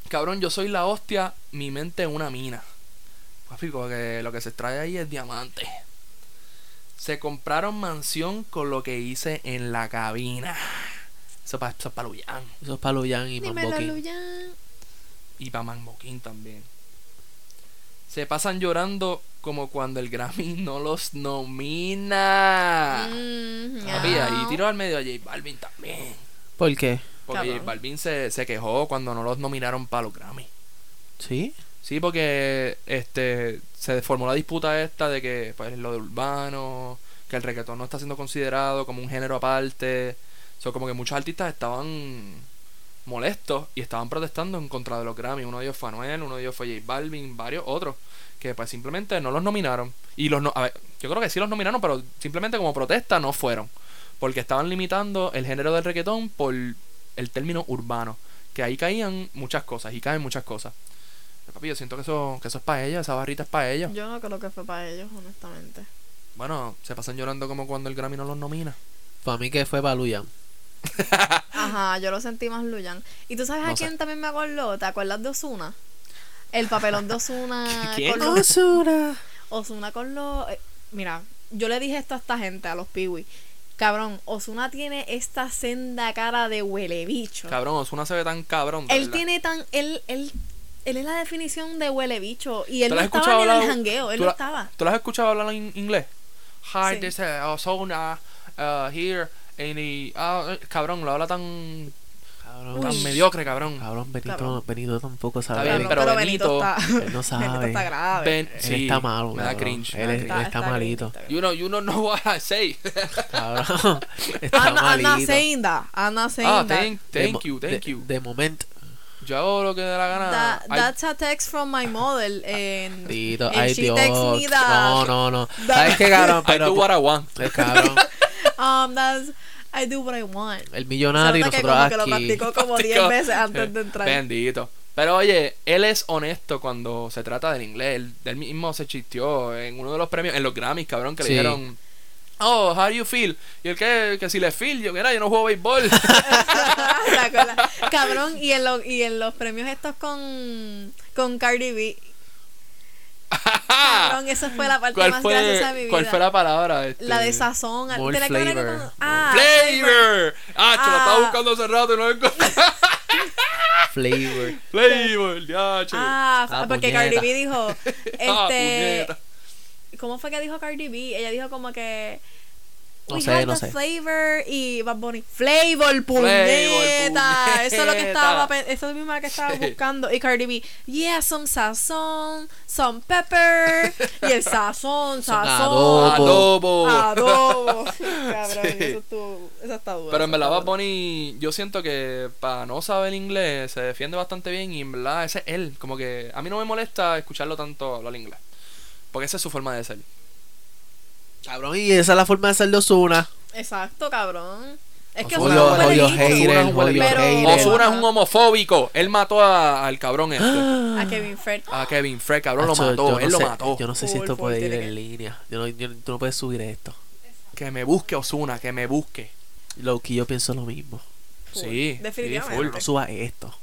[SPEAKER 3] Cabrón, yo soy la hostia, mi mente es una mina. Papi, porque lo que se extrae ahí es diamante. Se compraron mansión con lo que hice en la cabina. Eso para eso pa Luyan
[SPEAKER 2] Eso es para Luyan y
[SPEAKER 1] Dímelo,
[SPEAKER 2] Mamboquín.
[SPEAKER 1] Luyan.
[SPEAKER 3] y para Manmoquín también. Se pasan llorando como cuando el Grammy no los nomina.
[SPEAKER 1] Mm,
[SPEAKER 3] Papi, ahí
[SPEAKER 1] no.
[SPEAKER 3] tiro al medio a J Balvin también.
[SPEAKER 2] ¿Por qué?
[SPEAKER 3] Porque J
[SPEAKER 1] Cabrón.
[SPEAKER 3] Balvin se, se quejó cuando no los nominaron para los Grammy.
[SPEAKER 2] ¿Sí?
[SPEAKER 3] Sí, porque este se formó la disputa esta de que pues lo de urbano, que el reggaetón no está siendo considerado como un género aparte. son como que muchos artistas estaban molestos y estaban protestando en contra de los Grammy. Uno de ellos fue Anuel, uno de ellos fue J Balvin, varios otros que pues simplemente no los nominaron. Y los no, a ver, yo creo que sí los nominaron, pero simplemente como protesta no fueron, porque estaban limitando el género del reggaetón por el término urbano, que ahí caían muchas cosas y caen muchas cosas. Pero, Papi, yo siento que eso, que eso es para ellos, esa barrita es para ellos.
[SPEAKER 1] Yo no creo que fue para ellos, honestamente.
[SPEAKER 3] Bueno, se pasan llorando como cuando el Grammy no los nomina.
[SPEAKER 2] Para mí que fue para Luyan.
[SPEAKER 1] Ajá, yo lo sentí más Luyan. ¿Y tú sabes
[SPEAKER 3] No
[SPEAKER 1] a quién
[SPEAKER 3] sé.
[SPEAKER 1] también me acordó? ¿Te acuerdas de Osuna? El papelón de Osuna.
[SPEAKER 3] ¿Quién?
[SPEAKER 1] con los-
[SPEAKER 2] Osura.
[SPEAKER 1] Osuna con los. eh, mira, yo le dije esto a esta gente, a los piwi. Cabrón, Osuna tiene esta senda cara de huele bicho.
[SPEAKER 3] Cabrón, Ozuna se ve tan cabrón. de
[SPEAKER 1] él
[SPEAKER 3] verdad.
[SPEAKER 1] tiene tan. Él, él, él es la definición de huele bicho. Y él
[SPEAKER 3] ¿Tú
[SPEAKER 1] no
[SPEAKER 3] la has
[SPEAKER 1] estaba
[SPEAKER 3] escuchado
[SPEAKER 1] ni en el
[SPEAKER 3] hablar-
[SPEAKER 1] jangueo, él
[SPEAKER 3] tú
[SPEAKER 1] no
[SPEAKER 3] la-
[SPEAKER 1] estaba.
[SPEAKER 3] ¿Tú las has escuchado hablar en inglés? Hi,
[SPEAKER 1] Sí.
[SPEAKER 3] this is Ozuna oh, uh, here in the... ah, eh, cabrón, lo habla tan,
[SPEAKER 2] Cabrón,
[SPEAKER 3] tan mediocre, cabrón.
[SPEAKER 2] cabrón, Benito,
[SPEAKER 1] Cabrón.
[SPEAKER 2] Benito tampoco sabe.
[SPEAKER 3] bien,
[SPEAKER 1] Cabrón,
[SPEAKER 3] pero Benito-
[SPEAKER 2] Él no
[SPEAKER 1] está,
[SPEAKER 2] sabe.
[SPEAKER 1] Benito está grave.
[SPEAKER 3] Ben-
[SPEAKER 2] Él
[SPEAKER 3] sí,
[SPEAKER 2] está malo,
[SPEAKER 3] Me da
[SPEAKER 2] cabrón.
[SPEAKER 3] cringe. me
[SPEAKER 2] Él
[SPEAKER 3] da
[SPEAKER 2] es-
[SPEAKER 3] cringe.
[SPEAKER 2] está malito.
[SPEAKER 1] grave.
[SPEAKER 3] You know, you don't know what I say.
[SPEAKER 2] Cabrón, está
[SPEAKER 1] Ana, Ana
[SPEAKER 2] malito.
[SPEAKER 1] Seinda. Ana Seinda.
[SPEAKER 3] ah, thank,
[SPEAKER 2] De mo-
[SPEAKER 3] thank you, thank
[SPEAKER 2] de-
[SPEAKER 3] you.
[SPEAKER 2] De momento.
[SPEAKER 3] Yo hago lo que me dé la gana.
[SPEAKER 1] That-
[SPEAKER 3] I-
[SPEAKER 1] that's a text from my mother. And,
[SPEAKER 2] Tito,
[SPEAKER 1] and
[SPEAKER 2] ay
[SPEAKER 1] she
[SPEAKER 2] Dios.
[SPEAKER 1] texts me
[SPEAKER 2] No,
[SPEAKER 1] that.
[SPEAKER 2] no, no.
[SPEAKER 1] that-
[SPEAKER 2] ¿Sabes qué, cabrón?
[SPEAKER 3] I do
[SPEAKER 2] Pero,
[SPEAKER 3] what I want.
[SPEAKER 2] el eh, cabrón,
[SPEAKER 1] Um, that's, I do what I want.
[SPEAKER 2] el
[SPEAKER 1] Se nota
[SPEAKER 3] Ah,
[SPEAKER 2] millonario y
[SPEAKER 1] que
[SPEAKER 2] nosotros
[SPEAKER 1] como que lo
[SPEAKER 2] aquí.
[SPEAKER 1] practicó como 10
[SPEAKER 3] Practicó.
[SPEAKER 1] veces antes de entrar.
[SPEAKER 3] Bendito. Pero oye, él es honesto cuando se trata del inglés. Él, él mismo se chisteó en uno de los premios, en los Grammys, cabrón, que
[SPEAKER 2] Sí.
[SPEAKER 3] le dijeron, oh, how do you feel? Y él que, que si le feel, yo, mira, yo no juego béisbol.
[SPEAKER 1] ¿Te acuerdas? Cabrón, y en, lo- y en los premios estos con, con Cardi B. Cabrón, esa fue la parte
[SPEAKER 3] ¿Cuál
[SPEAKER 1] más graciosa de mi
[SPEAKER 3] fue,
[SPEAKER 1] vida.
[SPEAKER 3] ¿Cuál fue la palabra? Este,
[SPEAKER 1] La de sazón.
[SPEAKER 2] More
[SPEAKER 1] ¿Te la acuerdas que
[SPEAKER 2] flavor.
[SPEAKER 1] cuando- Ah,
[SPEAKER 3] Flavor. Ah, yo lo estaba
[SPEAKER 1] Ah.
[SPEAKER 3] buscando hace rato y no lo encontré.
[SPEAKER 2] Flavor.
[SPEAKER 3] Flavor, ya, che.
[SPEAKER 1] Ah,
[SPEAKER 2] Ah,
[SPEAKER 1] porque
[SPEAKER 2] puñeta.
[SPEAKER 1] Cardi B dijo,
[SPEAKER 3] Ah,
[SPEAKER 1] este,
[SPEAKER 3] puñeta.
[SPEAKER 1] ¿cómo fue que dijo Cardi B? Ella dijo como que
[SPEAKER 2] No
[SPEAKER 1] We
[SPEAKER 2] sé,
[SPEAKER 1] Got
[SPEAKER 2] no
[SPEAKER 1] the
[SPEAKER 2] sé.
[SPEAKER 1] Flavor y Bad Bunny. Flavor, puñeta. Eso es lo que
[SPEAKER 3] puñeta.
[SPEAKER 1] estaba, pe- eso es lo mismo que estaba
[SPEAKER 3] Sí.
[SPEAKER 1] buscando. Y Cardi B, yeah, some sazón, some pepper. y el sazón,
[SPEAKER 2] Son
[SPEAKER 1] sazón.
[SPEAKER 3] Adobo.
[SPEAKER 1] Adobo. Cabrón,
[SPEAKER 3] Sí.
[SPEAKER 1] eso, estuvo- eso está duro.
[SPEAKER 3] Pero en
[SPEAKER 1] eso está
[SPEAKER 3] verdad Bad
[SPEAKER 1] duro.
[SPEAKER 3] Bunny, yo siento que para no saber inglés se defiende bastante bien y en verdad ese es él. Como que a mí no me molesta escucharlo tanto hablar inglés. Porque esa es su forma de ser.
[SPEAKER 2] Cabrón, y esa es la forma de hacerlo Osuna.
[SPEAKER 1] Exacto, cabrón. Es que
[SPEAKER 3] Ozuna,
[SPEAKER 1] Ozuna
[SPEAKER 2] Jodió,
[SPEAKER 1] es un
[SPEAKER 2] jodió
[SPEAKER 1] buen
[SPEAKER 3] hater.
[SPEAKER 1] hijo.
[SPEAKER 2] hater,
[SPEAKER 3] Ozuna es
[SPEAKER 2] jodió
[SPEAKER 1] un buen
[SPEAKER 2] hater.
[SPEAKER 1] líder.
[SPEAKER 3] Osuna es un homofóbico. Él mató a- al cabrón este.
[SPEAKER 1] A Kevin Fred.
[SPEAKER 3] A Kevin Fred, cabrón, lo
[SPEAKER 2] Acho,
[SPEAKER 3] mató.
[SPEAKER 2] yo no
[SPEAKER 3] él lo
[SPEAKER 2] sé-
[SPEAKER 3] mató.
[SPEAKER 2] Yo no sé si
[SPEAKER 1] Full,
[SPEAKER 2] esto
[SPEAKER 1] full,
[SPEAKER 2] puede ir
[SPEAKER 1] tiene que-
[SPEAKER 2] en línea. Yo no, yo- tú no puedes subir esto.
[SPEAKER 3] Que me busque Osuna, que me busque.
[SPEAKER 2] Lo que yo pienso lo mismo.
[SPEAKER 1] Full.
[SPEAKER 3] Sí,
[SPEAKER 1] Definitivamente.
[SPEAKER 3] sí, full.
[SPEAKER 2] No subas esto.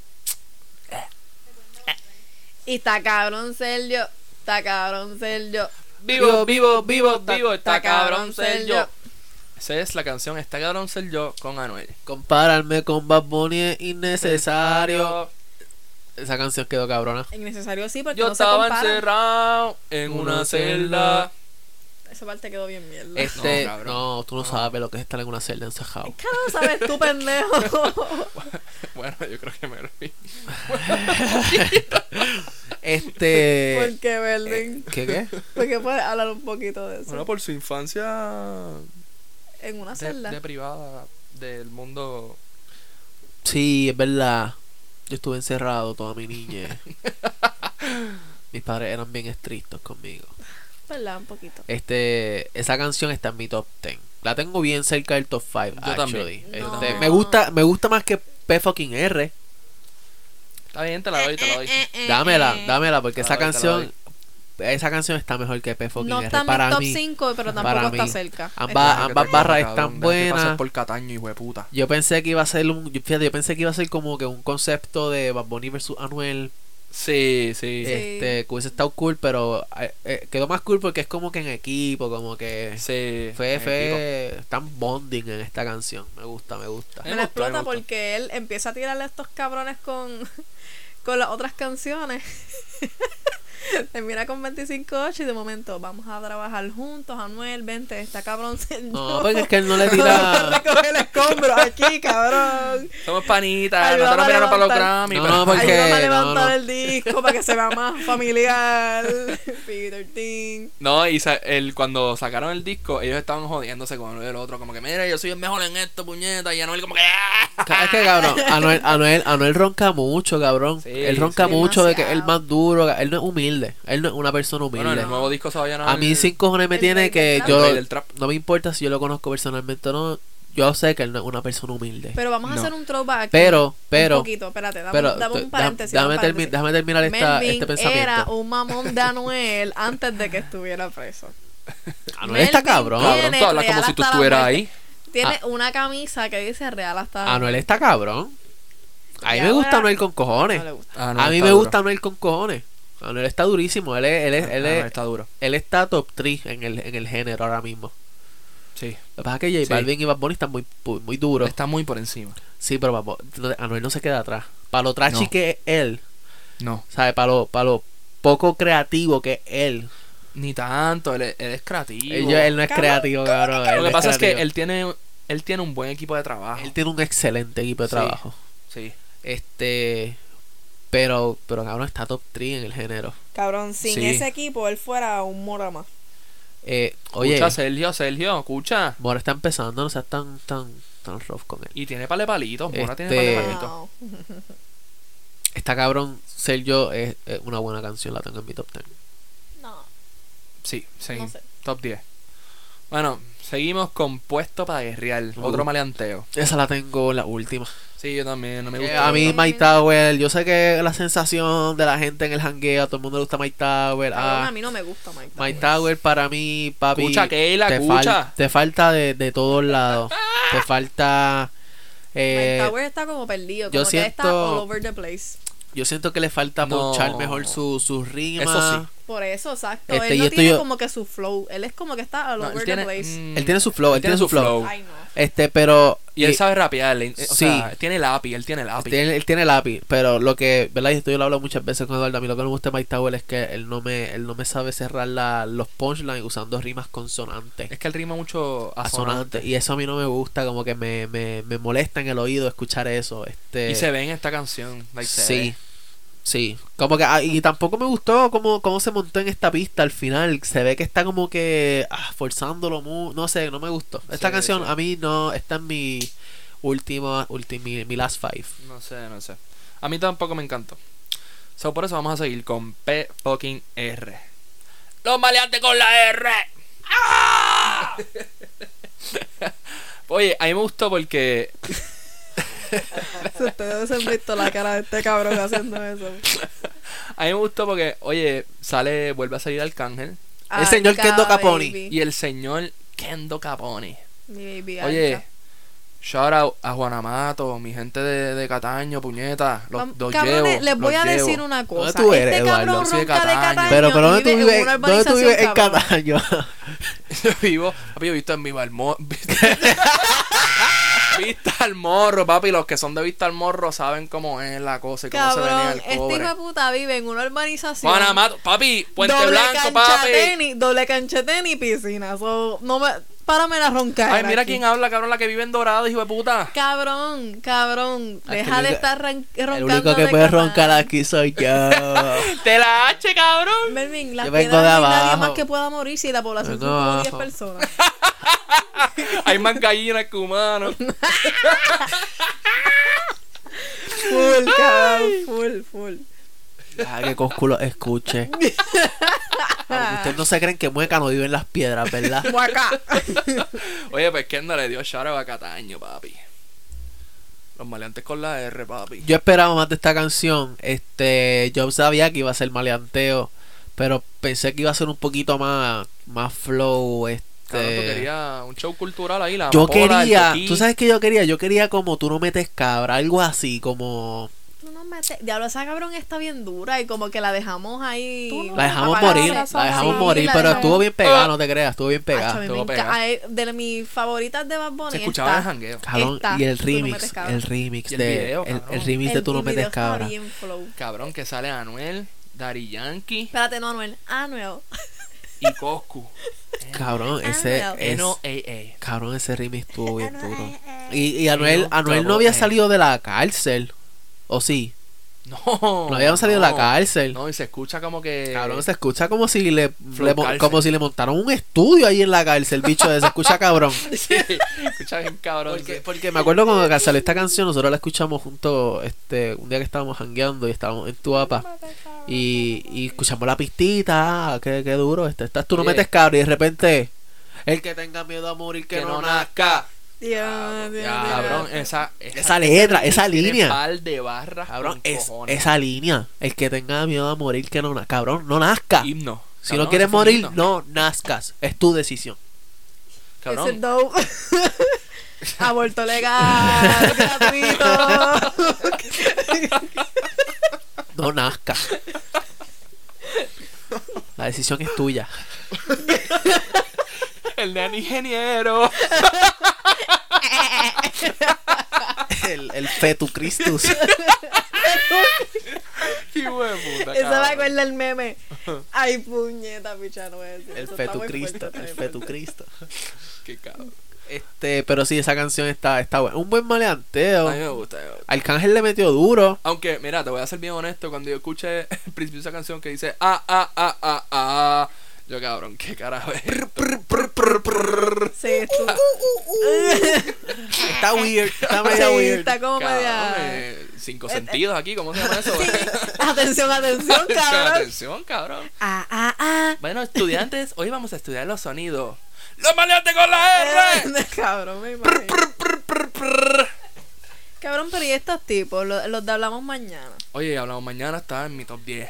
[SPEAKER 1] Y está cabrón Sergio. Está cabrón Sergio.
[SPEAKER 3] Vivo, vivo, vivo,
[SPEAKER 1] Está-
[SPEAKER 3] vivo, está
[SPEAKER 1] está
[SPEAKER 3] cabrón
[SPEAKER 1] cabrón
[SPEAKER 3] ser
[SPEAKER 1] ser
[SPEAKER 3] yo.
[SPEAKER 1] yo.
[SPEAKER 3] Esa es la canción Está cabrón ser yo con Anuel.
[SPEAKER 2] Compararme con Bad Bunny es innecesario. Esa canción quedó cabrona.
[SPEAKER 1] Innecesario sí, porque
[SPEAKER 3] Yo
[SPEAKER 1] no se
[SPEAKER 3] estaba
[SPEAKER 1] compara.
[SPEAKER 3] encerrado en una
[SPEAKER 2] Una
[SPEAKER 3] celda.
[SPEAKER 2] celda.
[SPEAKER 1] Esa parte quedó bien mierda.
[SPEAKER 2] Este,
[SPEAKER 3] No,
[SPEAKER 2] no,
[SPEAKER 3] cabrón.
[SPEAKER 2] tú no, sabes lo que es estar en una celda encerrado.
[SPEAKER 1] ¿Qué no sabes tú, pendejo?
[SPEAKER 3] Bueno, yo creo que me olvidé.
[SPEAKER 2] Este,
[SPEAKER 1] Porque, Berlín.
[SPEAKER 2] ¿qué qué?
[SPEAKER 1] Porque puedes hablar un poquito de eso.
[SPEAKER 3] Bueno, por su infancia
[SPEAKER 1] En una
[SPEAKER 3] de,
[SPEAKER 1] celda.
[SPEAKER 3] privada del mundo.
[SPEAKER 2] Sí, es verdad. Yo estuve encerrado toda mi niñez. Mis padres eran bien estrictos conmigo.
[SPEAKER 1] ¿Verdad? pues, Un poquito.
[SPEAKER 2] Este, esa canción está en mi top 10. La tengo bien cerca del top 5,
[SPEAKER 3] Yo también.
[SPEAKER 2] actually.
[SPEAKER 1] No.
[SPEAKER 2] Este,
[SPEAKER 1] Yo también. Eh,
[SPEAKER 2] me gusta, me gusta más que P fucking R.
[SPEAKER 3] Está bien, te la doy, te la doy.
[SPEAKER 2] eh, Dámela, dámela porque
[SPEAKER 3] Te la
[SPEAKER 2] esa
[SPEAKER 3] doy, te la doy.
[SPEAKER 2] canción esa canción está mejor que P fucking
[SPEAKER 1] No
[SPEAKER 2] R
[SPEAKER 1] está en mi
[SPEAKER 2] para
[SPEAKER 1] top
[SPEAKER 2] mí.
[SPEAKER 1] 5, pero
[SPEAKER 2] Para
[SPEAKER 1] tampoco está
[SPEAKER 2] mí.
[SPEAKER 1] cerca.
[SPEAKER 3] Ah,
[SPEAKER 2] Ambas-
[SPEAKER 1] Está-
[SPEAKER 2] ambas barras están buenas.
[SPEAKER 3] Pasas por Cataño, hijo de puta.
[SPEAKER 2] Yo pensé que iba a ser un yo- fíjate, yo pensé que iba a ser como que un concepto de Bad Bunny versus Anuel,
[SPEAKER 3] Sí, sí.
[SPEAKER 1] Sí.
[SPEAKER 2] este, que hubiese estado cool, pero eh, eh, quedó más cool porque es como que en equipo, como que
[SPEAKER 3] Sí. Eh,
[SPEAKER 2] fue,
[SPEAKER 3] en equipo.
[SPEAKER 2] fue tan bonding en esta canción. Me gusta, me gusta.
[SPEAKER 1] Me
[SPEAKER 3] Me
[SPEAKER 1] la
[SPEAKER 3] gustó, me
[SPEAKER 1] explota
[SPEAKER 3] gustó.
[SPEAKER 1] porque él empieza a tirarle a estos cabrones con, con las otras canciones. Termina con 25-8 y de momento vamos a trabajar juntos, Anuel, vente, está cabrón.
[SPEAKER 2] No, porque es que él no le tira.
[SPEAKER 1] Recoge el escombro aquí, cabrón.
[SPEAKER 3] Somos panitas, no te
[SPEAKER 1] Ayúdame
[SPEAKER 3] lo
[SPEAKER 1] a
[SPEAKER 3] miraron para los
[SPEAKER 1] levantar.
[SPEAKER 3] Grammy.
[SPEAKER 2] No,
[SPEAKER 3] pero-
[SPEAKER 2] no, porque-
[SPEAKER 1] Ayúdame a
[SPEAKER 2] no,
[SPEAKER 1] levantar
[SPEAKER 2] no.
[SPEAKER 1] el disco para que se vea más familiar. Peter Ting.
[SPEAKER 3] No, y sa- el, cuando sacaron el disco, ellos estaban jodiéndose con uno y el otro. Como que, mira, yo soy el mejor en esto, puñeta. Y Anuel, como que. "Ah".
[SPEAKER 2] Es que cabrón, Anuel, Anuel, Anuel ronca mucho, cabrón.
[SPEAKER 3] Sí,
[SPEAKER 2] él ronca
[SPEAKER 1] sí.
[SPEAKER 2] mucho de que él
[SPEAKER 1] Demasiado.
[SPEAKER 2] más duro, él no es humilde, él no es una persona
[SPEAKER 3] Bueno,
[SPEAKER 2] humilde.
[SPEAKER 3] el nuevo disco se va a llamar.
[SPEAKER 2] A mí sin cojones me
[SPEAKER 1] El
[SPEAKER 2] tiene
[SPEAKER 1] rey
[SPEAKER 2] que
[SPEAKER 1] del trap.
[SPEAKER 3] El
[SPEAKER 2] yo
[SPEAKER 3] rey del trap.
[SPEAKER 2] no me importa si yo lo conozco personalmente o no, yo sé que él no es una persona humilde.
[SPEAKER 1] Pero vamos a
[SPEAKER 2] No.
[SPEAKER 1] hacer un throwback.
[SPEAKER 2] Pero,
[SPEAKER 1] Un
[SPEAKER 2] pero,
[SPEAKER 1] poquito, espérate, dame,
[SPEAKER 2] pero,
[SPEAKER 1] dame
[SPEAKER 2] da-
[SPEAKER 1] un paréntesis.
[SPEAKER 2] déjame,
[SPEAKER 1] un
[SPEAKER 2] termi-
[SPEAKER 1] paréntesis.
[SPEAKER 2] déjame terminar esta,
[SPEAKER 1] Melvin
[SPEAKER 2] este
[SPEAKER 1] era
[SPEAKER 2] pensamiento.
[SPEAKER 1] un mamón de Anuel antes de que estuviera preso.
[SPEAKER 2] Anuel está
[SPEAKER 1] Melvin
[SPEAKER 2] cabrón.
[SPEAKER 1] tiene-
[SPEAKER 3] Cabrón, tú hablas como
[SPEAKER 1] real
[SPEAKER 3] si
[SPEAKER 1] hasta
[SPEAKER 3] tú
[SPEAKER 1] la
[SPEAKER 3] estuvieras ahí.
[SPEAKER 1] muerte. Tiene
[SPEAKER 2] Ah.
[SPEAKER 1] una camisa que dice Real hasta.
[SPEAKER 2] Anuel está cabrón. A mí
[SPEAKER 1] Y
[SPEAKER 2] me gusta
[SPEAKER 1] ahora-
[SPEAKER 2] Anuel con cojones.
[SPEAKER 1] No le gusta.
[SPEAKER 2] A mí me gusta Anuel con cojones. Anuel está durísimo. Él, es- él, es- él, es-
[SPEAKER 3] Ah, está duro.
[SPEAKER 2] él está top 3 en el, en el género ahora mismo.
[SPEAKER 3] Sí.
[SPEAKER 2] Lo que pasa es que J
[SPEAKER 3] Sí.
[SPEAKER 2] Balvin y Bad Bunny están muy, pu- muy duros.
[SPEAKER 3] Está muy por encima.
[SPEAKER 2] Sí, pero Bad Bu- no- Anuel no se queda atrás. Para lo trachi
[SPEAKER 3] No.
[SPEAKER 2] que es él,
[SPEAKER 3] No.
[SPEAKER 2] ¿sabes? Para lo, para lo poco creativo que es él.
[SPEAKER 3] Ni tanto. Él, es- él es creativo.
[SPEAKER 2] Él, él no es
[SPEAKER 1] Cabrón,
[SPEAKER 2] creativo, cabrón.
[SPEAKER 3] Lo
[SPEAKER 2] él
[SPEAKER 3] que
[SPEAKER 2] es
[SPEAKER 3] pasa es que
[SPEAKER 2] creativo.
[SPEAKER 3] él tiene, él tiene un buen equipo de trabajo.
[SPEAKER 2] Él tiene un excelente equipo de
[SPEAKER 3] Sí.
[SPEAKER 2] trabajo.
[SPEAKER 3] Sí.
[SPEAKER 2] Este. Pero, pero cabrón, está top 3 en el género.
[SPEAKER 5] Cabrón, sin
[SPEAKER 3] Sí.
[SPEAKER 5] ese equipo él fuera un mora más.
[SPEAKER 2] Eh, oye,
[SPEAKER 3] Escucha, Sergio, Sergio, escucha.
[SPEAKER 2] Mora está empezando, no seas tan, tan, tan rough con él.
[SPEAKER 3] Y tiene pale palitos. Mora tiene
[SPEAKER 2] Este-
[SPEAKER 3] pale
[SPEAKER 2] Eh,
[SPEAKER 3] palitos.
[SPEAKER 5] Wow.
[SPEAKER 2] Está cabrón, Sergio es, es una buena canción, la tengo en mi top 10.
[SPEAKER 1] No,
[SPEAKER 3] Sí, sí.
[SPEAKER 1] no sé.
[SPEAKER 3] Top 10. Bueno, seguimos con Puesto para Guerrear.
[SPEAKER 2] Uh.
[SPEAKER 3] Otro maleanteo.
[SPEAKER 2] Esa la tengo la última.
[SPEAKER 3] Sí, yo también. No me
[SPEAKER 2] Eh,
[SPEAKER 3] gusta.
[SPEAKER 2] a mí Mike Tower, yo sé que la sensación de la gente en el hangueo, a todo el mundo le gusta Mike Tower.
[SPEAKER 1] Cabrón,
[SPEAKER 2] Ah,
[SPEAKER 1] a mí no me gusta Mike Tower.
[SPEAKER 2] Mike Tower para mí, papi.
[SPEAKER 3] Escucha, Keila,
[SPEAKER 2] te, fal-
[SPEAKER 3] escucha.
[SPEAKER 2] te falta de, de todos lados. te falta.
[SPEAKER 1] Mike
[SPEAKER 2] eh,
[SPEAKER 1] Tower está como perdido.
[SPEAKER 2] yo
[SPEAKER 1] Como que está
[SPEAKER 2] siento-
[SPEAKER 1] all over the place.
[SPEAKER 2] yo siento que le falta
[SPEAKER 3] No.
[SPEAKER 2] ponchar mejor su- sus rimas.
[SPEAKER 3] Eso sí.
[SPEAKER 1] Por eso, exacto.
[SPEAKER 2] Este,
[SPEAKER 1] él no
[SPEAKER 2] y esto
[SPEAKER 1] tiene
[SPEAKER 2] yo-
[SPEAKER 1] como que su flow. Él es como que está all
[SPEAKER 3] No,
[SPEAKER 1] over
[SPEAKER 3] él,
[SPEAKER 1] the
[SPEAKER 3] tiene,
[SPEAKER 1] place.
[SPEAKER 3] mm,
[SPEAKER 2] Él tiene su flow, él tiene su flow.
[SPEAKER 5] Ay, no.
[SPEAKER 2] Este, pero.
[SPEAKER 3] Y él sabe rapear. le- O
[SPEAKER 2] Sí.
[SPEAKER 3] sea, tiene el API, él tiene el API.
[SPEAKER 2] Tiene- él tiene lápiz, pero lo que, ¿verdad? Y esto yo lo hablo muchas veces con Eduardo. A mí lo que no me gusta de Mike Tower es que él no me, él no me sabe cerrar la- los punchlines usando rimas consonantes.
[SPEAKER 3] Es que él rima mucho asonante.
[SPEAKER 2] Asonantes. Y eso a mí no me gusta, como que me, me, me molesta en el oído escuchar eso. Este,
[SPEAKER 3] Y se ve en esta canción. like, se
[SPEAKER 2] Sí.
[SPEAKER 3] ve.
[SPEAKER 2] Sí, como que ah, y tampoco me gustó cómo, cómo se montó en esta pista al final. Se ve que está como que ah, forzándolo mucho. No sé, no me gustó. Esta
[SPEAKER 3] Sí,
[SPEAKER 2] canción
[SPEAKER 3] sí.
[SPEAKER 2] a mí no está en mi última, última mi, mi last five.
[SPEAKER 3] No sé, no sé. A mí tampoco me encantó. So, por eso vamos a seguir con P fucking R. Los maleantes con la R. ¡Ah! Oye, a mí me gustó porque
[SPEAKER 1] Si ustedes han visto la cara de este cabrón haciendo eso.
[SPEAKER 3] a mí me gustó porque, oye, sale, vuelve a salir Arcángel
[SPEAKER 2] El señor
[SPEAKER 1] Arca,
[SPEAKER 2] Kendo Caponi.
[SPEAKER 1] baby.
[SPEAKER 3] y el señor Kendo Capone.
[SPEAKER 1] Mi baby
[SPEAKER 3] Oye,
[SPEAKER 1] Arca.
[SPEAKER 3] shout out a Juanamato, mi gente de, de Cataño, puñeta. Los,
[SPEAKER 1] Vam-
[SPEAKER 3] los
[SPEAKER 1] cabrones,
[SPEAKER 3] llevo,
[SPEAKER 1] les voy
[SPEAKER 3] los
[SPEAKER 1] a decir
[SPEAKER 3] llevo.
[SPEAKER 1] una cosa.
[SPEAKER 2] tú eres,
[SPEAKER 1] este
[SPEAKER 2] Eduardo?
[SPEAKER 1] cabrón
[SPEAKER 3] Soy de
[SPEAKER 1] ronca de
[SPEAKER 3] Cataño.
[SPEAKER 1] Cataño.
[SPEAKER 2] Pero, pero ¿dónde
[SPEAKER 1] y
[SPEAKER 2] tú
[SPEAKER 1] vive
[SPEAKER 2] vives?
[SPEAKER 1] en una
[SPEAKER 2] ¿Dónde tú vives? En
[SPEAKER 1] urbanización,
[SPEAKER 2] Cataño.
[SPEAKER 3] Yo vivo, papi, yo he visto en Viva al Morro. Vista al Morro, papi. Los que son de Vista al Morro saben cómo es la cosa y cómo
[SPEAKER 1] Cabrón,
[SPEAKER 3] se
[SPEAKER 1] Cabrón,
[SPEAKER 3] venía el
[SPEAKER 1] este hijo de
[SPEAKER 3] cobre.
[SPEAKER 1] puta vive en una urbanización.
[SPEAKER 3] Juanamato, papi, Puente
[SPEAKER 1] doble
[SPEAKER 3] Blanco,
[SPEAKER 1] cancha
[SPEAKER 3] papi.
[SPEAKER 1] tenis- doble cancha de tenis y piscina. So, no me, párame la ronca.
[SPEAKER 3] Ay, mira quién habla, cabrón, la que vive en Dorado, hijo de puta.
[SPEAKER 1] Cabrón, cabrón,
[SPEAKER 2] Ah,
[SPEAKER 1] deja
[SPEAKER 2] que
[SPEAKER 1] de
[SPEAKER 2] yo-
[SPEAKER 1] estar ran- roncando.
[SPEAKER 2] El único que
[SPEAKER 1] de
[SPEAKER 2] puede
[SPEAKER 1] Cataño.
[SPEAKER 2] roncar aquí soy yo.
[SPEAKER 3] Te la H, cabrón.
[SPEAKER 1] Melvin, la
[SPEAKER 2] Yo
[SPEAKER 1] yo
[SPEAKER 2] vengo de
[SPEAKER 1] nadie
[SPEAKER 2] abajo.
[SPEAKER 1] más que pueda morir si la población
[SPEAKER 2] Vengo
[SPEAKER 1] son como
[SPEAKER 2] de
[SPEAKER 1] 10
[SPEAKER 2] abajo.
[SPEAKER 1] personas.
[SPEAKER 3] Hay más gallinas que humanos.
[SPEAKER 1] Full, cabrón, full, full.
[SPEAKER 2] Ah, que Cosculo escuche. Ah, Ustedes no se creen que Mueca no vive en las piedras, ¿verdad?
[SPEAKER 1] Acá.
[SPEAKER 3] Oye, pues Kendo le dio shout out a Cataño, papi. Los maleantes con la R, papi.
[SPEAKER 2] Yo esperaba más de esta canción. Este, yo sabía que iba a ser maleanteo, pero pensé que iba a ser un poquito más, más flow. Este,
[SPEAKER 3] Cabrón, tú querías un show cultural ahí, la
[SPEAKER 2] yo
[SPEAKER 3] moda, el
[SPEAKER 2] quería,
[SPEAKER 3] toquí.
[SPEAKER 2] tú sabes que yo quería, yo quería como tú no metes cabra, algo así, como
[SPEAKER 1] Tú no mates. Diablo, esa cabrón está bien dura y como que la dejamos ahí.
[SPEAKER 4] Tú no
[SPEAKER 2] la dejamos
[SPEAKER 1] apagada.
[SPEAKER 2] morir,
[SPEAKER 1] Sí,
[SPEAKER 2] la dejamos morir,
[SPEAKER 1] la
[SPEAKER 2] pero
[SPEAKER 1] dejamos-
[SPEAKER 2] estuvo bien pegada, no te creas, estuvo bien
[SPEAKER 1] Acho, a
[SPEAKER 2] pegada.
[SPEAKER 1] mí
[SPEAKER 3] Estuvo
[SPEAKER 1] me enca-
[SPEAKER 3] pegada.
[SPEAKER 1] ay, de mis favoritas de Bad Bunny.
[SPEAKER 3] Se escuchaba en el
[SPEAKER 1] esta.
[SPEAKER 3] jangueo.
[SPEAKER 2] Cabrón,
[SPEAKER 1] Esta,
[SPEAKER 2] y
[SPEAKER 1] tú
[SPEAKER 2] el
[SPEAKER 1] no metes
[SPEAKER 2] remix,
[SPEAKER 1] cabra.
[SPEAKER 2] el remix
[SPEAKER 3] Y el
[SPEAKER 2] de
[SPEAKER 3] video,
[SPEAKER 2] el,
[SPEAKER 3] cabrón.
[SPEAKER 2] el remix de
[SPEAKER 1] El-
[SPEAKER 2] tú no
[SPEAKER 1] el video
[SPEAKER 2] metes
[SPEAKER 1] está
[SPEAKER 2] cabra.
[SPEAKER 1] bien flow.
[SPEAKER 3] Cabrón, que sale Anuel, Dari Yankee
[SPEAKER 1] Espérate, no, Anuel. Anuel.
[SPEAKER 3] y Coscu. E
[SPEAKER 2] Cabrón, ese
[SPEAKER 1] Ah,
[SPEAKER 2] es,
[SPEAKER 3] NOAA.
[SPEAKER 2] cabrón, ese remix estuvo bien
[SPEAKER 4] Anuel,
[SPEAKER 2] duro.
[SPEAKER 4] eh, eh.
[SPEAKER 2] Y, y Anuel,
[SPEAKER 3] Yo
[SPEAKER 2] Anuel no
[SPEAKER 3] trago
[SPEAKER 2] había
[SPEAKER 3] en-
[SPEAKER 2] salido de la cárcel. ¿O sí?
[SPEAKER 3] No.
[SPEAKER 2] No habían salido de la cárcel.
[SPEAKER 3] No, y se escucha como que.
[SPEAKER 2] Cabrón, se escucha como si le,
[SPEAKER 3] Flow
[SPEAKER 2] le mo-
[SPEAKER 3] cárcel.
[SPEAKER 2] como si le montaron un estudio ahí en la cárcel, bicho. Se escucha cabrón.
[SPEAKER 3] Sí, escucha bien cabrón.
[SPEAKER 2] Porque,
[SPEAKER 3] sí.
[SPEAKER 2] porque me acuerdo cuando salió esta canción, nosotros la escuchamos junto este, un día que estábamos hangueando y estábamos en Tuapa. Y, y escuchamos la pistita, ah, qué, qué duro. Este, estás tú no
[SPEAKER 3] Oye.
[SPEAKER 2] metes cabra y de repente. El que tenga miedo a morir, que,
[SPEAKER 3] Que
[SPEAKER 2] no
[SPEAKER 3] no
[SPEAKER 2] nazca.
[SPEAKER 1] Dios, Dios, Dios.
[SPEAKER 3] Cabrón, esa. Esa,
[SPEAKER 2] Esa letra, esa
[SPEAKER 3] tiene
[SPEAKER 2] línea.
[SPEAKER 3] par de barras.
[SPEAKER 2] Cabrón,
[SPEAKER 3] con
[SPEAKER 2] es,
[SPEAKER 3] cojones.
[SPEAKER 2] esa línea. El que tenga miedo a morir, que no nazca. Cabrón, no nazca.
[SPEAKER 3] Himno.
[SPEAKER 2] Si
[SPEAKER 3] Cabrón,
[SPEAKER 2] no quieres
[SPEAKER 3] ese fue un
[SPEAKER 2] morir,
[SPEAKER 3] himno.
[SPEAKER 2] no nazcas. Es tu decisión.
[SPEAKER 1] Ese es
[SPEAKER 3] Cabrón.
[SPEAKER 1] dope. Aborto legal, gratuito.
[SPEAKER 2] No nazcas. La decisión es tuya.
[SPEAKER 3] El nene ingeniero.
[SPEAKER 2] El, el fetu Christus.
[SPEAKER 3] Hijo de
[SPEAKER 1] Eso
[SPEAKER 3] puta.
[SPEAKER 1] me
[SPEAKER 3] cabrón.
[SPEAKER 1] acuerda el meme. Ay, puñeta, picha, no voy a decir.
[SPEAKER 2] El
[SPEAKER 1] Eso está
[SPEAKER 2] fetu
[SPEAKER 1] muy
[SPEAKER 2] Cristo.
[SPEAKER 1] fuerte
[SPEAKER 2] El
[SPEAKER 1] también.
[SPEAKER 2] fetu Cristo.
[SPEAKER 3] Qué cabrón.
[SPEAKER 2] Este, pero sí, esa canción está, está buena. Un buen maleanteo.
[SPEAKER 3] A mí me gusta. me gusta.
[SPEAKER 2] Arcángel le metió duro.
[SPEAKER 3] Aunque, mira, te voy a ser bien honesto. Cuando yo escuché el principio de esa canción que dice. Ah, ah, ah, ah, ah. Yo, cabrón, qué carajo es. esto?
[SPEAKER 1] Sí, estuvo-
[SPEAKER 2] Está weird. Está
[SPEAKER 1] sí,
[SPEAKER 2] medio weird.
[SPEAKER 1] está como
[SPEAKER 3] Cabrón,
[SPEAKER 1] media. Este-
[SPEAKER 3] eh, cinco sentidos aquí, ¿cómo se llama eso?
[SPEAKER 1] Atención, atención, cabrón.
[SPEAKER 3] Atención, cabrón.
[SPEAKER 4] Ah, ah, ah.
[SPEAKER 3] Bueno, estudiantes, hoy vamos a estudiar los sonidos. ¡Los maleantes con la
[SPEAKER 1] Eh.
[SPEAKER 3] R!
[SPEAKER 1] cabrón, me imagino. Cabrón, pero ¿y estos tipos? Lo- Los, de hablamos mañana.
[SPEAKER 3] Oye, hablamos mañana, está en mi top 10.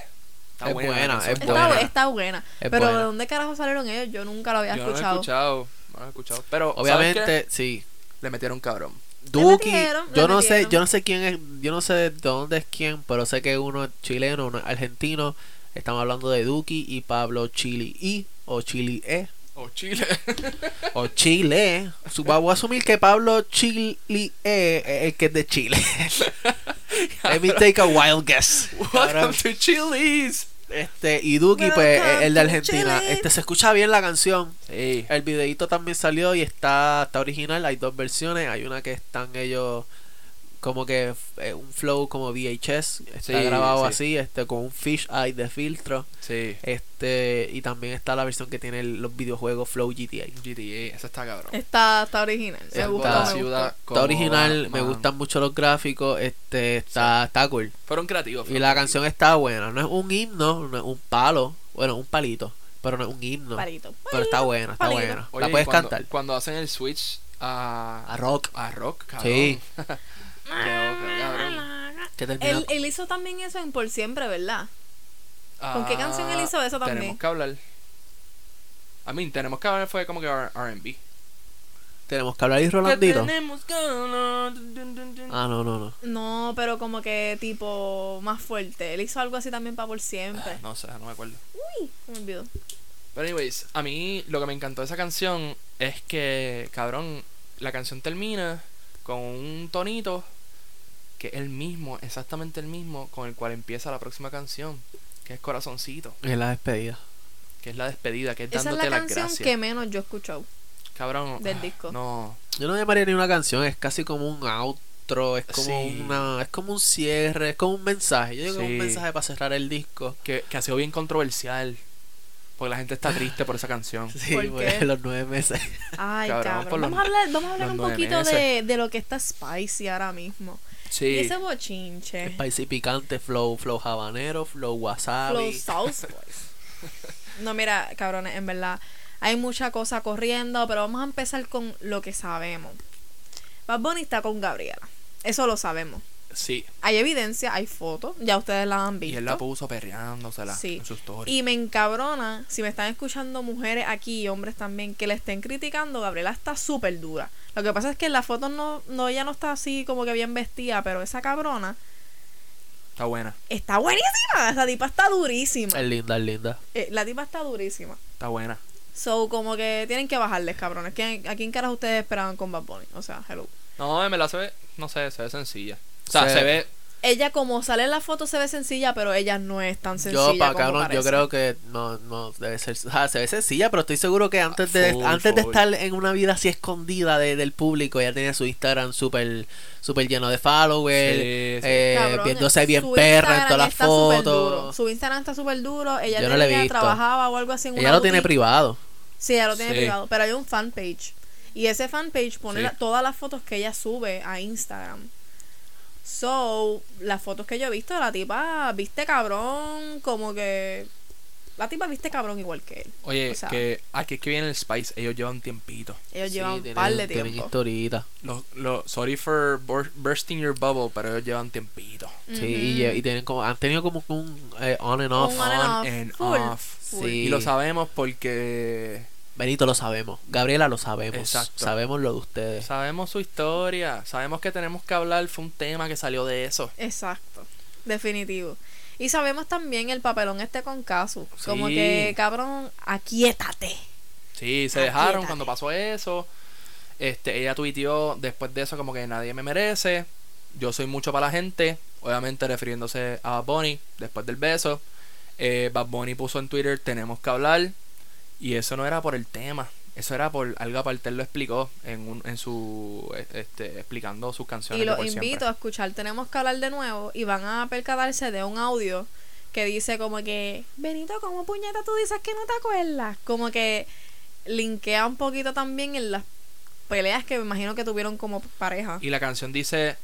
[SPEAKER 3] Está
[SPEAKER 2] Es buena,
[SPEAKER 3] la canción.
[SPEAKER 2] es
[SPEAKER 1] Está,
[SPEAKER 2] buena.
[SPEAKER 1] bu- está buena.
[SPEAKER 2] Es
[SPEAKER 1] pero
[SPEAKER 2] buena.
[SPEAKER 1] ¿de dónde carajo salieron ellos? Yo nunca lo había
[SPEAKER 3] Yo no la he
[SPEAKER 1] escuchado.
[SPEAKER 3] escuchado. No la he escuchado. Pero, ¿sabes qué?
[SPEAKER 2] Obviamente, sí.
[SPEAKER 3] Le metieron cabrón.
[SPEAKER 2] Duki,
[SPEAKER 1] Le metieron,
[SPEAKER 2] yo
[SPEAKER 1] le
[SPEAKER 2] no sé,
[SPEAKER 1] metieron.
[SPEAKER 2] yo no sé quién es, yo no sé de dónde es quién, pero sé que uno es chileno, uno es argentino Estamos hablando de Duki y Pablo Chili I o Chili E
[SPEAKER 3] O Chile.
[SPEAKER 2] o Chile. Su- Vamos a asumir que Pablo Chili E es el que es de Chile. Let me take a wild guess. Cabrón.
[SPEAKER 3] Welcome to Chili's.
[SPEAKER 2] Este, y Duki, pues, es el de Argentina. Este se escucha bien la canción.
[SPEAKER 3] Sí.
[SPEAKER 2] El videito también salió y está, está original. Hay dos versiones. Hay una que están ellos como que eh, un flow como VHS. Está
[SPEAKER 3] Sí,
[SPEAKER 2] grabado
[SPEAKER 3] sí.
[SPEAKER 2] así, este, con un fish eye de filtro.
[SPEAKER 3] Sí.
[SPEAKER 2] Este, y también está la versión que tiene el- los videojuegos Flow GTA.
[SPEAKER 3] GTA, esa está cabrón.
[SPEAKER 1] Está, está original. Eh, Me
[SPEAKER 2] Está-
[SPEAKER 1] gustó,
[SPEAKER 3] La
[SPEAKER 1] me gustó.
[SPEAKER 3] ciudad
[SPEAKER 2] Está
[SPEAKER 3] cómoda,
[SPEAKER 2] original, me
[SPEAKER 3] man.
[SPEAKER 2] gustan mucho los gráficos, este, está, está cool.
[SPEAKER 3] Fueron creativos.
[SPEAKER 2] Y
[SPEAKER 3] fueron
[SPEAKER 2] la
[SPEAKER 3] creativos.
[SPEAKER 2] canción está buena, no es un himno, no es un palo, bueno, un palito, pero no es un himno.
[SPEAKER 1] Parito.
[SPEAKER 2] Pero está buena, está
[SPEAKER 1] palito.
[SPEAKER 2] buena.
[SPEAKER 3] Oye,
[SPEAKER 2] la
[SPEAKER 3] y
[SPEAKER 2] puedes
[SPEAKER 3] cuando,
[SPEAKER 2] cantar.
[SPEAKER 3] Cuando hacen el switch a,
[SPEAKER 2] A rock.
[SPEAKER 3] a rock, cabrón.
[SPEAKER 2] Sí.
[SPEAKER 3] Qué loco, cabrón.
[SPEAKER 2] Que termina-
[SPEAKER 1] Él,
[SPEAKER 3] e-
[SPEAKER 1] él hizo también eso en Por Siempre, ¿verdad? ¿Con qué
[SPEAKER 3] Ah,
[SPEAKER 1] canción él hizo eso también?
[SPEAKER 3] Tenemos que hablar. A mí, tenemos que hablar fue como que R- R&B.
[SPEAKER 2] Tenemos que hablar ahí, Rolandito.
[SPEAKER 3] Tenemos que hablar. Dun, dun, dun.
[SPEAKER 2] Ah, no, no, no.
[SPEAKER 1] No, pero como que tipo más fuerte. Él hizo algo así también para Por Siempre.
[SPEAKER 3] Ah, No sé, no me acuerdo.
[SPEAKER 1] Me olvidó.
[SPEAKER 3] Pero anyways, a mí lo que me encantó de esa canción es que, cabrón, la canción termina con un tonito que es el mismo, exactamente el mismo con el cual empieza la próxima canción, que es Corazoncito,
[SPEAKER 2] Es la despedida.
[SPEAKER 3] que es la despedida, que es
[SPEAKER 1] Esa es
[SPEAKER 3] dándote
[SPEAKER 1] la
[SPEAKER 3] las
[SPEAKER 1] canción
[SPEAKER 3] gracias.
[SPEAKER 1] que menos yo he escuchado.
[SPEAKER 3] Cabrón.
[SPEAKER 1] del
[SPEAKER 3] ah,
[SPEAKER 1] disco.
[SPEAKER 3] No.
[SPEAKER 2] Yo no llamaría ni una canción, es casi como un outro, es como
[SPEAKER 3] Sí.
[SPEAKER 2] una, es como un cierre, es como un mensaje. Yo digo que es un
[SPEAKER 3] Sí.
[SPEAKER 2] mensaje para cerrar el disco.
[SPEAKER 3] Que, que ha sido bien controversial. Porque la gente está triste por esa canción.
[SPEAKER 2] Sí,
[SPEAKER 1] ¿Por
[SPEAKER 2] pues,
[SPEAKER 1] qué?
[SPEAKER 2] los nueve meses.
[SPEAKER 1] Ay,
[SPEAKER 3] Cabrón,
[SPEAKER 1] cabrón.
[SPEAKER 3] por los-
[SPEAKER 1] Vamos a hablar, vamos a hablar
[SPEAKER 3] los
[SPEAKER 1] un
[SPEAKER 3] nueve
[SPEAKER 1] poquito
[SPEAKER 3] meses.
[SPEAKER 1] de, de lo que está spicy ahora mismo. Y
[SPEAKER 3] Sí.
[SPEAKER 1] ese
[SPEAKER 3] Eh.
[SPEAKER 1] bochinche.
[SPEAKER 2] Spicy picante, flow, flow habanero, flow
[SPEAKER 1] Flow
[SPEAKER 2] wasabi.
[SPEAKER 1] South Boys. No, mira, cabrones, en verdad. Hay mucha cosa corriendo, pero vamos a empezar con lo que sabemos. Bad Bunny está con Gabriela. Eso lo sabemos.
[SPEAKER 3] Sí.
[SPEAKER 1] Hay evidencia, hay fotos, ya ustedes las han visto.
[SPEAKER 3] Y él la puso perreándosela
[SPEAKER 1] Sí.
[SPEAKER 3] en su story.
[SPEAKER 1] Y me encabrona, si me están escuchando mujeres aquí y hombres también, que le estén criticando, Gabriela está súper dura. Lo que pasa es que en las fotos no, no, ella no está así como que bien vestida, pero esa cabrona
[SPEAKER 3] Está buena,
[SPEAKER 1] está buenísima. Esa tipa está durísima.
[SPEAKER 2] Es linda, es linda.
[SPEAKER 1] Eh, la tipa está durísima.
[SPEAKER 3] está buena.
[SPEAKER 1] So, como que tienen que bajarles, cabrones. ¿Quién- ¿A quién caras ustedes esperaban con Bad Bunny? O sea, hello.
[SPEAKER 3] No, me la se ve, no sé, se ve sencilla. O sea,
[SPEAKER 2] Se-
[SPEAKER 3] se, ve,
[SPEAKER 1] Ella como sale en la foto se ve sencilla, pero ella no es tan sencilla
[SPEAKER 2] Yo, pa'
[SPEAKER 1] como
[SPEAKER 2] cabrón, yo
[SPEAKER 1] parece.
[SPEAKER 2] creo que no, no debe ser. O sea, se ve sencilla, pero estoy seguro que antes de
[SPEAKER 3] full,
[SPEAKER 2] antes de
[SPEAKER 3] full.
[SPEAKER 2] estar en una vida así escondida de- del público, ella tenía su Instagram súper super lleno de followers,
[SPEAKER 3] Sí, sí.
[SPEAKER 2] eh,
[SPEAKER 1] Cabrón,
[SPEAKER 2] viéndose bien
[SPEAKER 1] su
[SPEAKER 2] perra en
[SPEAKER 1] Instagram
[SPEAKER 2] todas las
[SPEAKER 1] está súper duro.
[SPEAKER 2] fotos.
[SPEAKER 1] Su Instagram está súper duro. Ella
[SPEAKER 2] Yo no la he
[SPEAKER 1] tenía-
[SPEAKER 2] visto.
[SPEAKER 1] trabajaba o algo así en
[SPEAKER 2] Ella
[SPEAKER 1] una
[SPEAKER 2] lo tiene
[SPEAKER 1] boutique.
[SPEAKER 2] privado.
[SPEAKER 1] Sí, ella lo tiene
[SPEAKER 3] Sí.
[SPEAKER 1] privado. Pero hay un fanpage. Y ese fanpage pone
[SPEAKER 3] Sí.
[SPEAKER 1] la- todas las fotos que ella sube a Instagram. So, las fotos que yo he visto, la tipa viste cabrón, como que. La tipa viste cabrón igual que él.
[SPEAKER 3] oye,
[SPEAKER 1] o sea-
[SPEAKER 3] que aquí es que viene el Spice, ellos llevan tiempito.
[SPEAKER 1] Ellos
[SPEAKER 2] Sí,
[SPEAKER 1] llevan un
[SPEAKER 2] tienen-
[SPEAKER 1] par de
[SPEAKER 2] tienen
[SPEAKER 1] tiempo.
[SPEAKER 2] historita.
[SPEAKER 3] Los, los, sorry for bur- bursting your bubble, pero ellos llevan tiempito.
[SPEAKER 2] Sí, y, lle- y tienen como, han tenido como un eh, on and off.
[SPEAKER 1] Un on and off.
[SPEAKER 3] and
[SPEAKER 1] Full,
[SPEAKER 3] off.
[SPEAKER 1] full.
[SPEAKER 2] Sí.
[SPEAKER 3] Y lo sabemos porque
[SPEAKER 2] Benito lo sabemos. Gabriela lo sabemos.
[SPEAKER 3] Exacto.
[SPEAKER 2] Sabemos lo de ustedes.
[SPEAKER 3] sabemos su historia, sabemos que tenemos que hablar, fue un tema que salió de eso.
[SPEAKER 1] Exacto, definitivo. Y sabemos también el papelón este con Casu.
[SPEAKER 3] Sí.
[SPEAKER 1] Como que, cabrón, aquíétate.
[SPEAKER 3] Sí, se dejaron cuando pasó eso. Este, ella tuiteó después de eso como que nadie me merece. Yo soy mucho para la gente. Obviamente refiriéndose a Bad Bunny después del beso. Eh, Bad Bunny puso en Twitter tenemos que hablar. Y eso no era por el tema. Eso era por Alga Partel lo explicó en, un, en su este, explicando sus canciones.
[SPEAKER 1] Y
[SPEAKER 3] de
[SPEAKER 1] los
[SPEAKER 3] por
[SPEAKER 1] invito
[SPEAKER 3] siempre.
[SPEAKER 1] a escuchar Tenemos que hablar de nuevo y van a percatarse de un audio que dice como que, Benito, ¿cómo puñeta tú dices que no te acuerdas? Como que linkea un poquito también en las peleas que me imagino que tuvieron como pareja.
[SPEAKER 3] Y la canción dice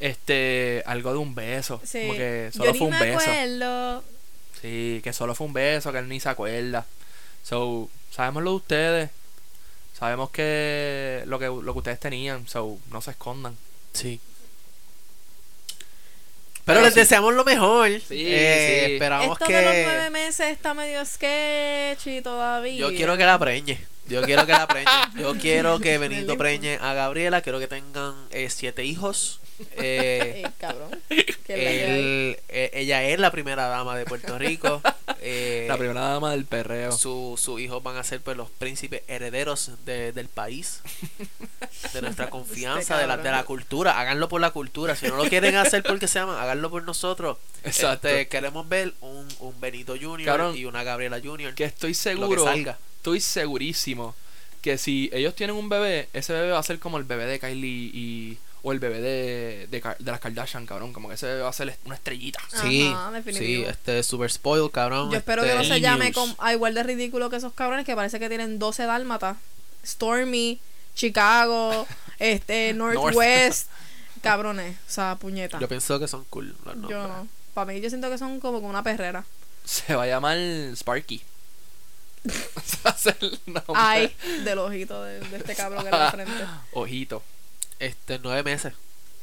[SPEAKER 3] este algo de un beso.
[SPEAKER 1] Sí.
[SPEAKER 3] Como que
[SPEAKER 1] Yo
[SPEAKER 3] solo
[SPEAKER 1] ni
[SPEAKER 3] fue un
[SPEAKER 1] me
[SPEAKER 3] beso.
[SPEAKER 1] acuerdo.
[SPEAKER 3] Sí, que solo fue un beso, que él ni se acuerda. So, sabemos lo de ustedes. Sabemos que lo que, lo que ustedes tenían. So, no se escondan.
[SPEAKER 2] Sí. Pero les deseamos lo mejor. Eh,
[SPEAKER 3] sí.
[SPEAKER 2] Esperamos
[SPEAKER 1] Esto
[SPEAKER 2] que.
[SPEAKER 1] de los nueve meses está medio sketchy todavía.
[SPEAKER 2] Yo quiero que la preñe. Yo quiero que la preñe. Yo quiero que Benito
[SPEAKER 1] Feliz.
[SPEAKER 2] preñe a Gabriela. Quiero que tengan eh, siete hijos. Eh,
[SPEAKER 1] Eh, cabrón. que la que hay.
[SPEAKER 2] él- eh, ella es la primera dama de Puerto Rico.
[SPEAKER 6] eh,
[SPEAKER 3] La primera dama del perreo.
[SPEAKER 2] Sus hijos van a ser pues los príncipes herederos de- del país, de
[SPEAKER 1] Este
[SPEAKER 2] nuestra confianza, de la, de la cultura. Háganlo por la cultura. Si no lo quieren hacer porque se aman, háganlo por nosotros.
[SPEAKER 3] Exacto.
[SPEAKER 2] Este, queremos ver un, un Benito Junior
[SPEAKER 3] Cabrón,
[SPEAKER 2] y una Gabriela Junior.
[SPEAKER 3] Que estoy seguro.
[SPEAKER 2] Lo que salga.
[SPEAKER 3] Estoy segurísimo que si ellos tienen un bebé, ese bebé va a ser como el bebé de Kylie y. O el bebé de, de, Ka- de las Kardashian, cabrón. Como que ese bebé va a ser est- una estrellita.
[SPEAKER 2] Sí,
[SPEAKER 1] Ajá,
[SPEAKER 2] sí,
[SPEAKER 1] definitivo.
[SPEAKER 2] este super spoil, cabrón.
[SPEAKER 1] Yo espero que
[SPEAKER 2] este,
[SPEAKER 1] no se
[SPEAKER 3] el
[SPEAKER 1] llame
[SPEAKER 3] news.
[SPEAKER 1] con, a igual de ridículo que esos cabrones que parece que tienen 12 dálmatas. Stormy, Chicago, este, Northwest. cabrones, o sea, puñeta.
[SPEAKER 2] Yo pienso que son cool los nombres.
[SPEAKER 1] Yo no. Para mí, yo siento que son como con una perrera.
[SPEAKER 3] Se va a llamar Sparky. Se va a hacer el nombre.
[SPEAKER 1] Ay, del ojito de, de este cabrón que le da frente.
[SPEAKER 3] Ojito.
[SPEAKER 2] Este, nueve meses.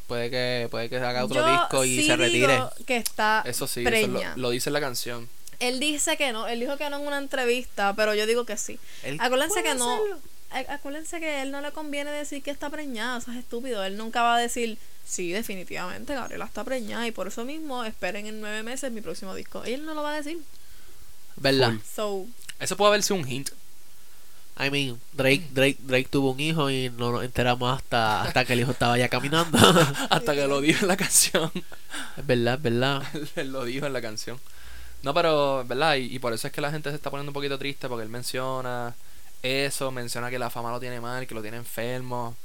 [SPEAKER 2] Puede que, puede que haga otro
[SPEAKER 1] Yo
[SPEAKER 2] disco y
[SPEAKER 1] sí
[SPEAKER 2] se retire.
[SPEAKER 1] digo que está
[SPEAKER 3] Eso sí, eso
[SPEAKER 1] preña.
[SPEAKER 3] lo, lo dice la canción.
[SPEAKER 1] Él dice que no, él dijo que no en una entrevista, pero yo digo que sí.
[SPEAKER 2] Él-
[SPEAKER 1] Acuérdense que no. a- Acuérdense que él no le conviene decir que está preñada, eso es estúpido. Él nunca va a decir, sí, definitivamente Gabriela está preñada y por eso mismo esperen en nueve meses mi próximo disco. Él no lo va a decir.
[SPEAKER 2] ¿Verdad?
[SPEAKER 1] So,
[SPEAKER 3] Eso puede haber sido un hint.
[SPEAKER 2] I mean, Drake, Drake, Drake tuvo un hijo y no nos enteramos hasta, hasta que el hijo estaba ya caminando.
[SPEAKER 3] Hasta que lo dijo en la canción.
[SPEAKER 2] es verdad, es verdad.
[SPEAKER 3] Él lo dijo en la canción. No, pero, ¿verdad? Y, y por eso es que la gente se está poniendo un poquito triste porque él menciona eso, menciona que la fama lo tiene mal, que lo tiene enfermo.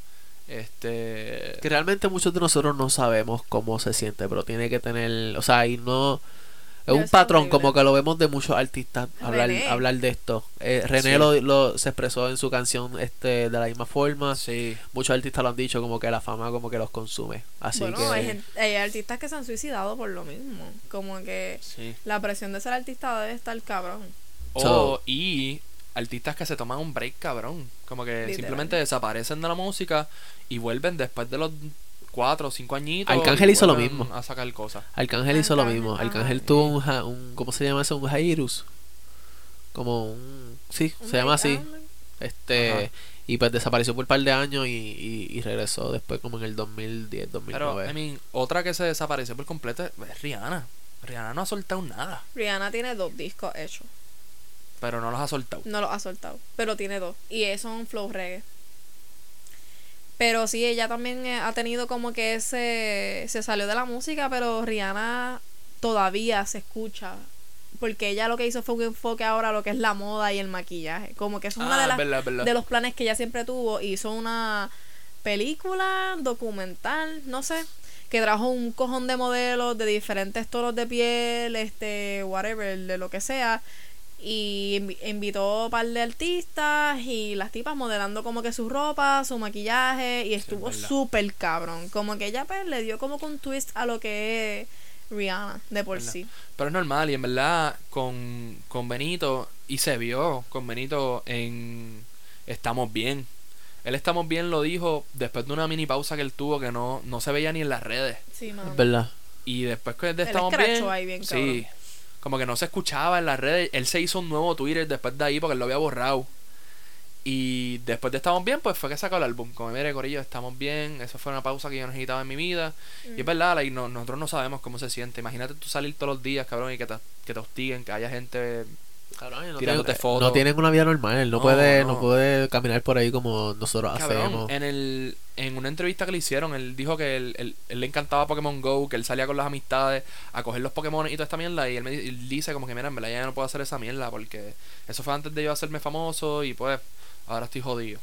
[SPEAKER 3] Este.
[SPEAKER 2] Que realmente muchos de nosotros no sabemos cómo se siente, pero tiene que tener, o sea, y no es
[SPEAKER 1] Pero
[SPEAKER 2] un
[SPEAKER 1] es
[SPEAKER 2] patrón
[SPEAKER 1] horrible.
[SPEAKER 2] como que lo vemos de muchos artistas hablar,
[SPEAKER 1] René.
[SPEAKER 2] hablar de esto. Eh, René
[SPEAKER 3] Sí.
[SPEAKER 2] lo, lo- se expresó en su canción este de la misma forma.
[SPEAKER 3] Sí.
[SPEAKER 2] Muchos artistas lo han dicho como que la fama como que los consume. Así
[SPEAKER 1] bueno,
[SPEAKER 2] que
[SPEAKER 1] hay, gente- hay artistas que se han suicidado por lo mismo. Como que
[SPEAKER 3] Sí.
[SPEAKER 1] la presión de ser artista debe estar cabrón.
[SPEAKER 3] O,
[SPEAKER 2] So-
[SPEAKER 3] y artistas que se toman un break cabrón. Como que
[SPEAKER 1] Literal.
[SPEAKER 3] simplemente desaparecen de la música y vuelven después de los cuatro o cinco añitos.
[SPEAKER 2] Arcángel
[SPEAKER 3] y
[SPEAKER 2] hizo lo
[SPEAKER 3] vuelven
[SPEAKER 2] mismo.
[SPEAKER 3] A sacar cosas.
[SPEAKER 2] Arcángel hizo lo
[SPEAKER 1] Arcángel,
[SPEAKER 2] mismo.
[SPEAKER 1] ajá.
[SPEAKER 2] Arcángel tuvo un, ja- un ¿cómo se llama eso? Un Jairus. Como un sí, se llama así. Este
[SPEAKER 3] Ajá.
[SPEAKER 2] y pues desapareció por un par de años y, y- y regresó después como en el 2010,
[SPEAKER 3] Pero,
[SPEAKER 2] 2009.
[SPEAKER 3] I mean, otra que se desapareció por completo es Rihanna. Rihanna no ha soltado nada,
[SPEAKER 1] Rihanna tiene dos discos hechos.
[SPEAKER 3] pero no los ha soltado.
[SPEAKER 1] No los ha soltado, pero tiene dos. Y eso es un flow reggae. Pero sí, ella también eh, ha tenido como que ese. Se salió de la música, pero Rihanna todavía se escucha. Porque ella lo que hizo fue un enfoque ahora a lo que es la moda y el maquillaje. Como que eso es una de
[SPEAKER 3] Ah,
[SPEAKER 1] las
[SPEAKER 3] verdad, verdad.
[SPEAKER 1] de los planes que ella siempre tuvo. Hizo una película, documental, no sé, que trajo un cojón de modelos de diferentes tonos de piel, este, whatever, de lo que sea. Y invi- invitó un par de artistas y las tipas modelando como que su ropa, su maquillaje. Y estuvo
[SPEAKER 3] verdad.
[SPEAKER 1] súper cabrón. Como que ella pues, le dio como que un twist a lo que es Rihanna de por
[SPEAKER 3] Verdad.
[SPEAKER 1] sí.
[SPEAKER 3] Pero es normal, y en verdad, con, con Benito, y se vio con Benito en Estamos Bien. Él Estamos Bien lo dijo después de una mini pausa que él tuvo que no, no se veía ni en las redes.
[SPEAKER 1] Sí,
[SPEAKER 2] Es verdad.
[SPEAKER 3] Y después que de
[SPEAKER 1] Él
[SPEAKER 3] Estamos
[SPEAKER 1] escrachó
[SPEAKER 3] Bien.
[SPEAKER 1] ahí bien,
[SPEAKER 3] sí. Como que no se escuchaba en las redes. Él se hizo un nuevo Twitter después de ahí porque él lo había borrado. Y después de Estamos Bien, pues fue que sacó el álbum. Como mire, Corillo, estamos bien. Eso fue una pausa que yo necesitaba en mi vida. Y es verdad, like, no- nosotros no sabemos cómo se siente. Imagínate tú salir todos los días, cabrón, y que te, que te hostiguen, que haya gente.
[SPEAKER 2] Cabrón, y no,
[SPEAKER 3] Tirándote
[SPEAKER 2] tienen,
[SPEAKER 3] fotos.
[SPEAKER 2] no tienen una vida normal, él no,
[SPEAKER 3] No,
[SPEAKER 2] puede, no.
[SPEAKER 3] eh, no.
[SPEAKER 2] puede caminar por ahí como nosotros
[SPEAKER 3] Cabrón,
[SPEAKER 2] hacemos.
[SPEAKER 3] en, el, en una entrevista que le hicieron, él dijo que él, él- él le encantaba Pokémon Go, que él salía con las amistades a coger los Pokémon y toda esta mierda. Y él me di- él dice, como que, mira, en verdad ya no puedo hacer esa mierda porque eso fue antes de yo hacerme famoso y pues ahora estoy jodido.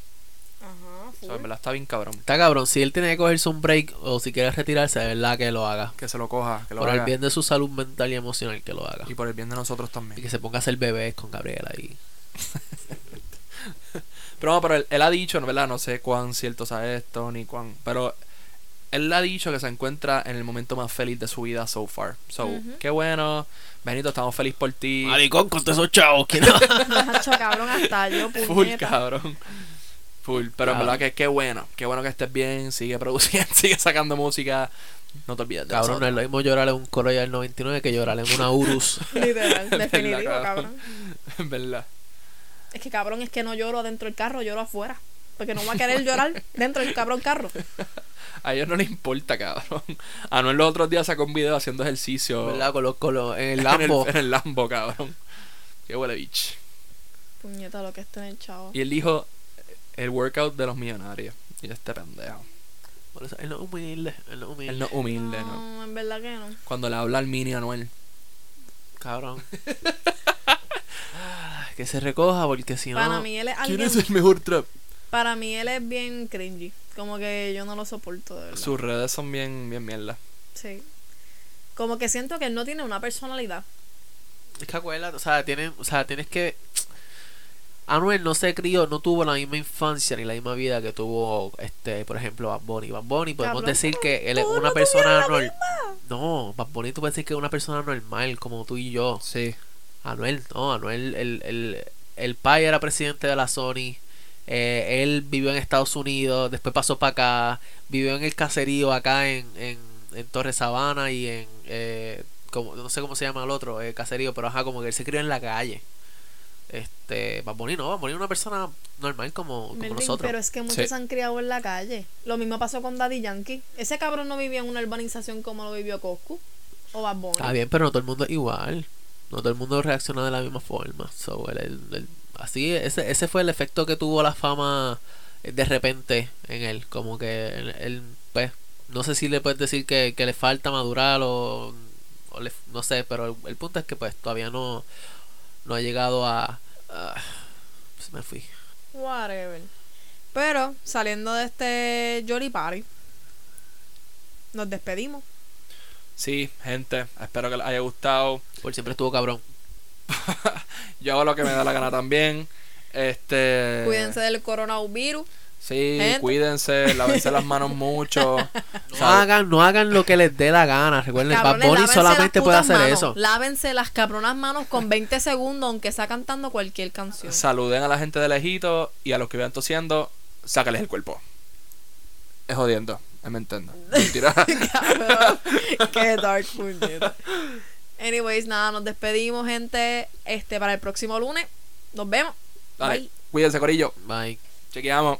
[SPEAKER 5] Ajá,
[SPEAKER 3] O
[SPEAKER 5] full.
[SPEAKER 3] sea, en verdad está bien cabrón.
[SPEAKER 2] Está cabrón, si él tiene que cogerse un break o si quiere retirarse, de verdad que lo haga.
[SPEAKER 3] Que se lo coja, que lo
[SPEAKER 2] por el
[SPEAKER 3] haga.
[SPEAKER 2] bien de su salud mental y emocional, que lo haga.
[SPEAKER 3] Y por el bien de nosotros también.
[SPEAKER 2] Y que se ponga a hacer bebés con Gabriela y
[SPEAKER 3] Pero no, pero él, él ha dicho, ¿no, ¿verdad? No sé cuán cierto sea esto, ni cuán. Pero él ha dicho que se encuentra en el momento más feliz de su vida so far. So,
[SPEAKER 1] Ujú.
[SPEAKER 3] qué bueno. Benito, estamos feliz por ti.
[SPEAKER 2] Maricón con todos esos chavos que no.
[SPEAKER 1] Macho, cabrón, hasta yo,
[SPEAKER 3] Full,
[SPEAKER 1] puñeta.
[SPEAKER 3] cabrón. Full. Pero en
[SPEAKER 2] Cabrón.
[SPEAKER 3] verdad que qué bueno. Qué bueno que estés bien. Sigue produciendo, sigue sacando música. No te olvides de
[SPEAKER 2] Cabrón, no
[SPEAKER 3] nosotros.
[SPEAKER 2] es lo mismo llorar en un Corolla del 99 que llorar en una Urus.
[SPEAKER 1] Literal, definitivo,
[SPEAKER 3] cabrón.
[SPEAKER 1] cabrón.
[SPEAKER 3] En verdad.
[SPEAKER 1] Es que cabrón, es que no lloro adentro del carro, lloro afuera. Porque no va a querer llorar dentro del cabrón carro.
[SPEAKER 3] A ellos no les importa, cabrón. A Noel los otros días sacó un video haciendo ejercicio.
[SPEAKER 2] ¿Verdad? Con los, con los- en el
[SPEAKER 3] En el-
[SPEAKER 2] Lambo.
[SPEAKER 3] En el, Lambo, cabrón. Qué huele bitch.
[SPEAKER 1] Puñeta, lo que es tener chavo.
[SPEAKER 3] Y él dijo el workout de los millonarios. Y este pendejo.
[SPEAKER 2] Por eso, él no es humilde, él no es humilde.
[SPEAKER 3] Él no es humilde, ¿no?
[SPEAKER 1] No, en verdad que no.
[SPEAKER 3] Cuando le habla al mini Anuel.
[SPEAKER 2] Cabrón. Ah, que se recoja porque si no.
[SPEAKER 1] Para mí él es
[SPEAKER 3] ¿Quién
[SPEAKER 1] alguien.
[SPEAKER 3] es el mejor trap?
[SPEAKER 1] Para mí él es bien cringy. Como que yo no lo soporto, de verdad.
[SPEAKER 3] Sus redes son bien, bien mierda.
[SPEAKER 1] Sí. Como que siento que él no tiene una personalidad.
[SPEAKER 2] Es que acuérdate, o sea, tienen, o sea, tienes que. Anuel no se crió, no tuvo la misma infancia ni la misma vida que tuvo, este, por ejemplo, Bad Bunny. Bad Bunny podemos
[SPEAKER 1] Cabrón,
[SPEAKER 2] decir que él es
[SPEAKER 1] todos
[SPEAKER 2] una
[SPEAKER 1] no
[SPEAKER 2] persona
[SPEAKER 1] tuvieron la
[SPEAKER 2] normal. No, Bad Bunny tú puedes decir que es una persona normal, como tú y yo.
[SPEAKER 3] Sí.
[SPEAKER 2] Anuel, no, Anuel, el, el, el pai era presidente de la Sony. eh, él vivió en Estados Unidos, después pasó para acá, vivió en el caserío acá en, en, en Torre Sabana y en, eh, como, no sé cómo se llama el otro, eh, caserío, pero ajá, como que él se crió en la calle. Este, Bad Bunny no, Bad Bunny es una persona normal como, como
[SPEAKER 1] Melvin,
[SPEAKER 2] nosotros.
[SPEAKER 1] Pero es que muchos
[SPEAKER 3] Sí.
[SPEAKER 1] se han criado en la calle. Lo mismo pasó con Daddy Yankee. Ese cabrón no vivía en una urbanización como lo vivió Coscu o Bad Bunny.
[SPEAKER 2] Está bien, pero no todo el mundo es igual. No todo el mundo reacciona de la misma forma. So, el- el- el- así, ese, ese fue el efecto que tuvo la fama eh, de repente en él. Como que él, él, pues, no sé si le puedes decir que, que le falta madurar o, o le- no sé, pero el, el punto es que pues todavía no, no ha llegado a... a- se me fui.
[SPEAKER 1] Whatever. Pero saliendo de este Jolly Party, nos despedimos.
[SPEAKER 3] Sí, gente. Espero que les haya gustado.
[SPEAKER 2] Por siempre estuvo cabrón.
[SPEAKER 3] Yo hago lo que me da la gana también.
[SPEAKER 2] Eh.
[SPEAKER 3] Este.
[SPEAKER 1] Cuídense del coronavirus.
[SPEAKER 3] Sí,
[SPEAKER 1] Gente.
[SPEAKER 3] cuídense. Lávense las manos mucho.
[SPEAKER 2] No
[SPEAKER 3] ¿sabes?
[SPEAKER 2] hagan, no hagan lo que les dé la gana. Recuerden, Bad
[SPEAKER 1] Cabrones,
[SPEAKER 2] Bunny
[SPEAKER 1] lávense
[SPEAKER 2] solamente
[SPEAKER 1] las
[SPEAKER 2] puede
[SPEAKER 1] putas
[SPEAKER 2] hacer
[SPEAKER 1] manos.
[SPEAKER 2] eso.
[SPEAKER 1] Lávense las cabronas manos con 20 segundos, aunque sea cantando cualquier canción.
[SPEAKER 3] Saluden a la gente de lejito y a los que vean tosiendo, sácales el cuerpo. Es jodiendo, eh, me entiendo. Mentira.
[SPEAKER 1] Cabrón. Qué dark puñeta. Anyways, nada, nos despedimos, gente. Este, para el próximo lunes. Nos vemos.
[SPEAKER 3] Dale,
[SPEAKER 1] Bye.
[SPEAKER 3] cuídense, Corillo.
[SPEAKER 2] Bye.
[SPEAKER 3] Chequeamos.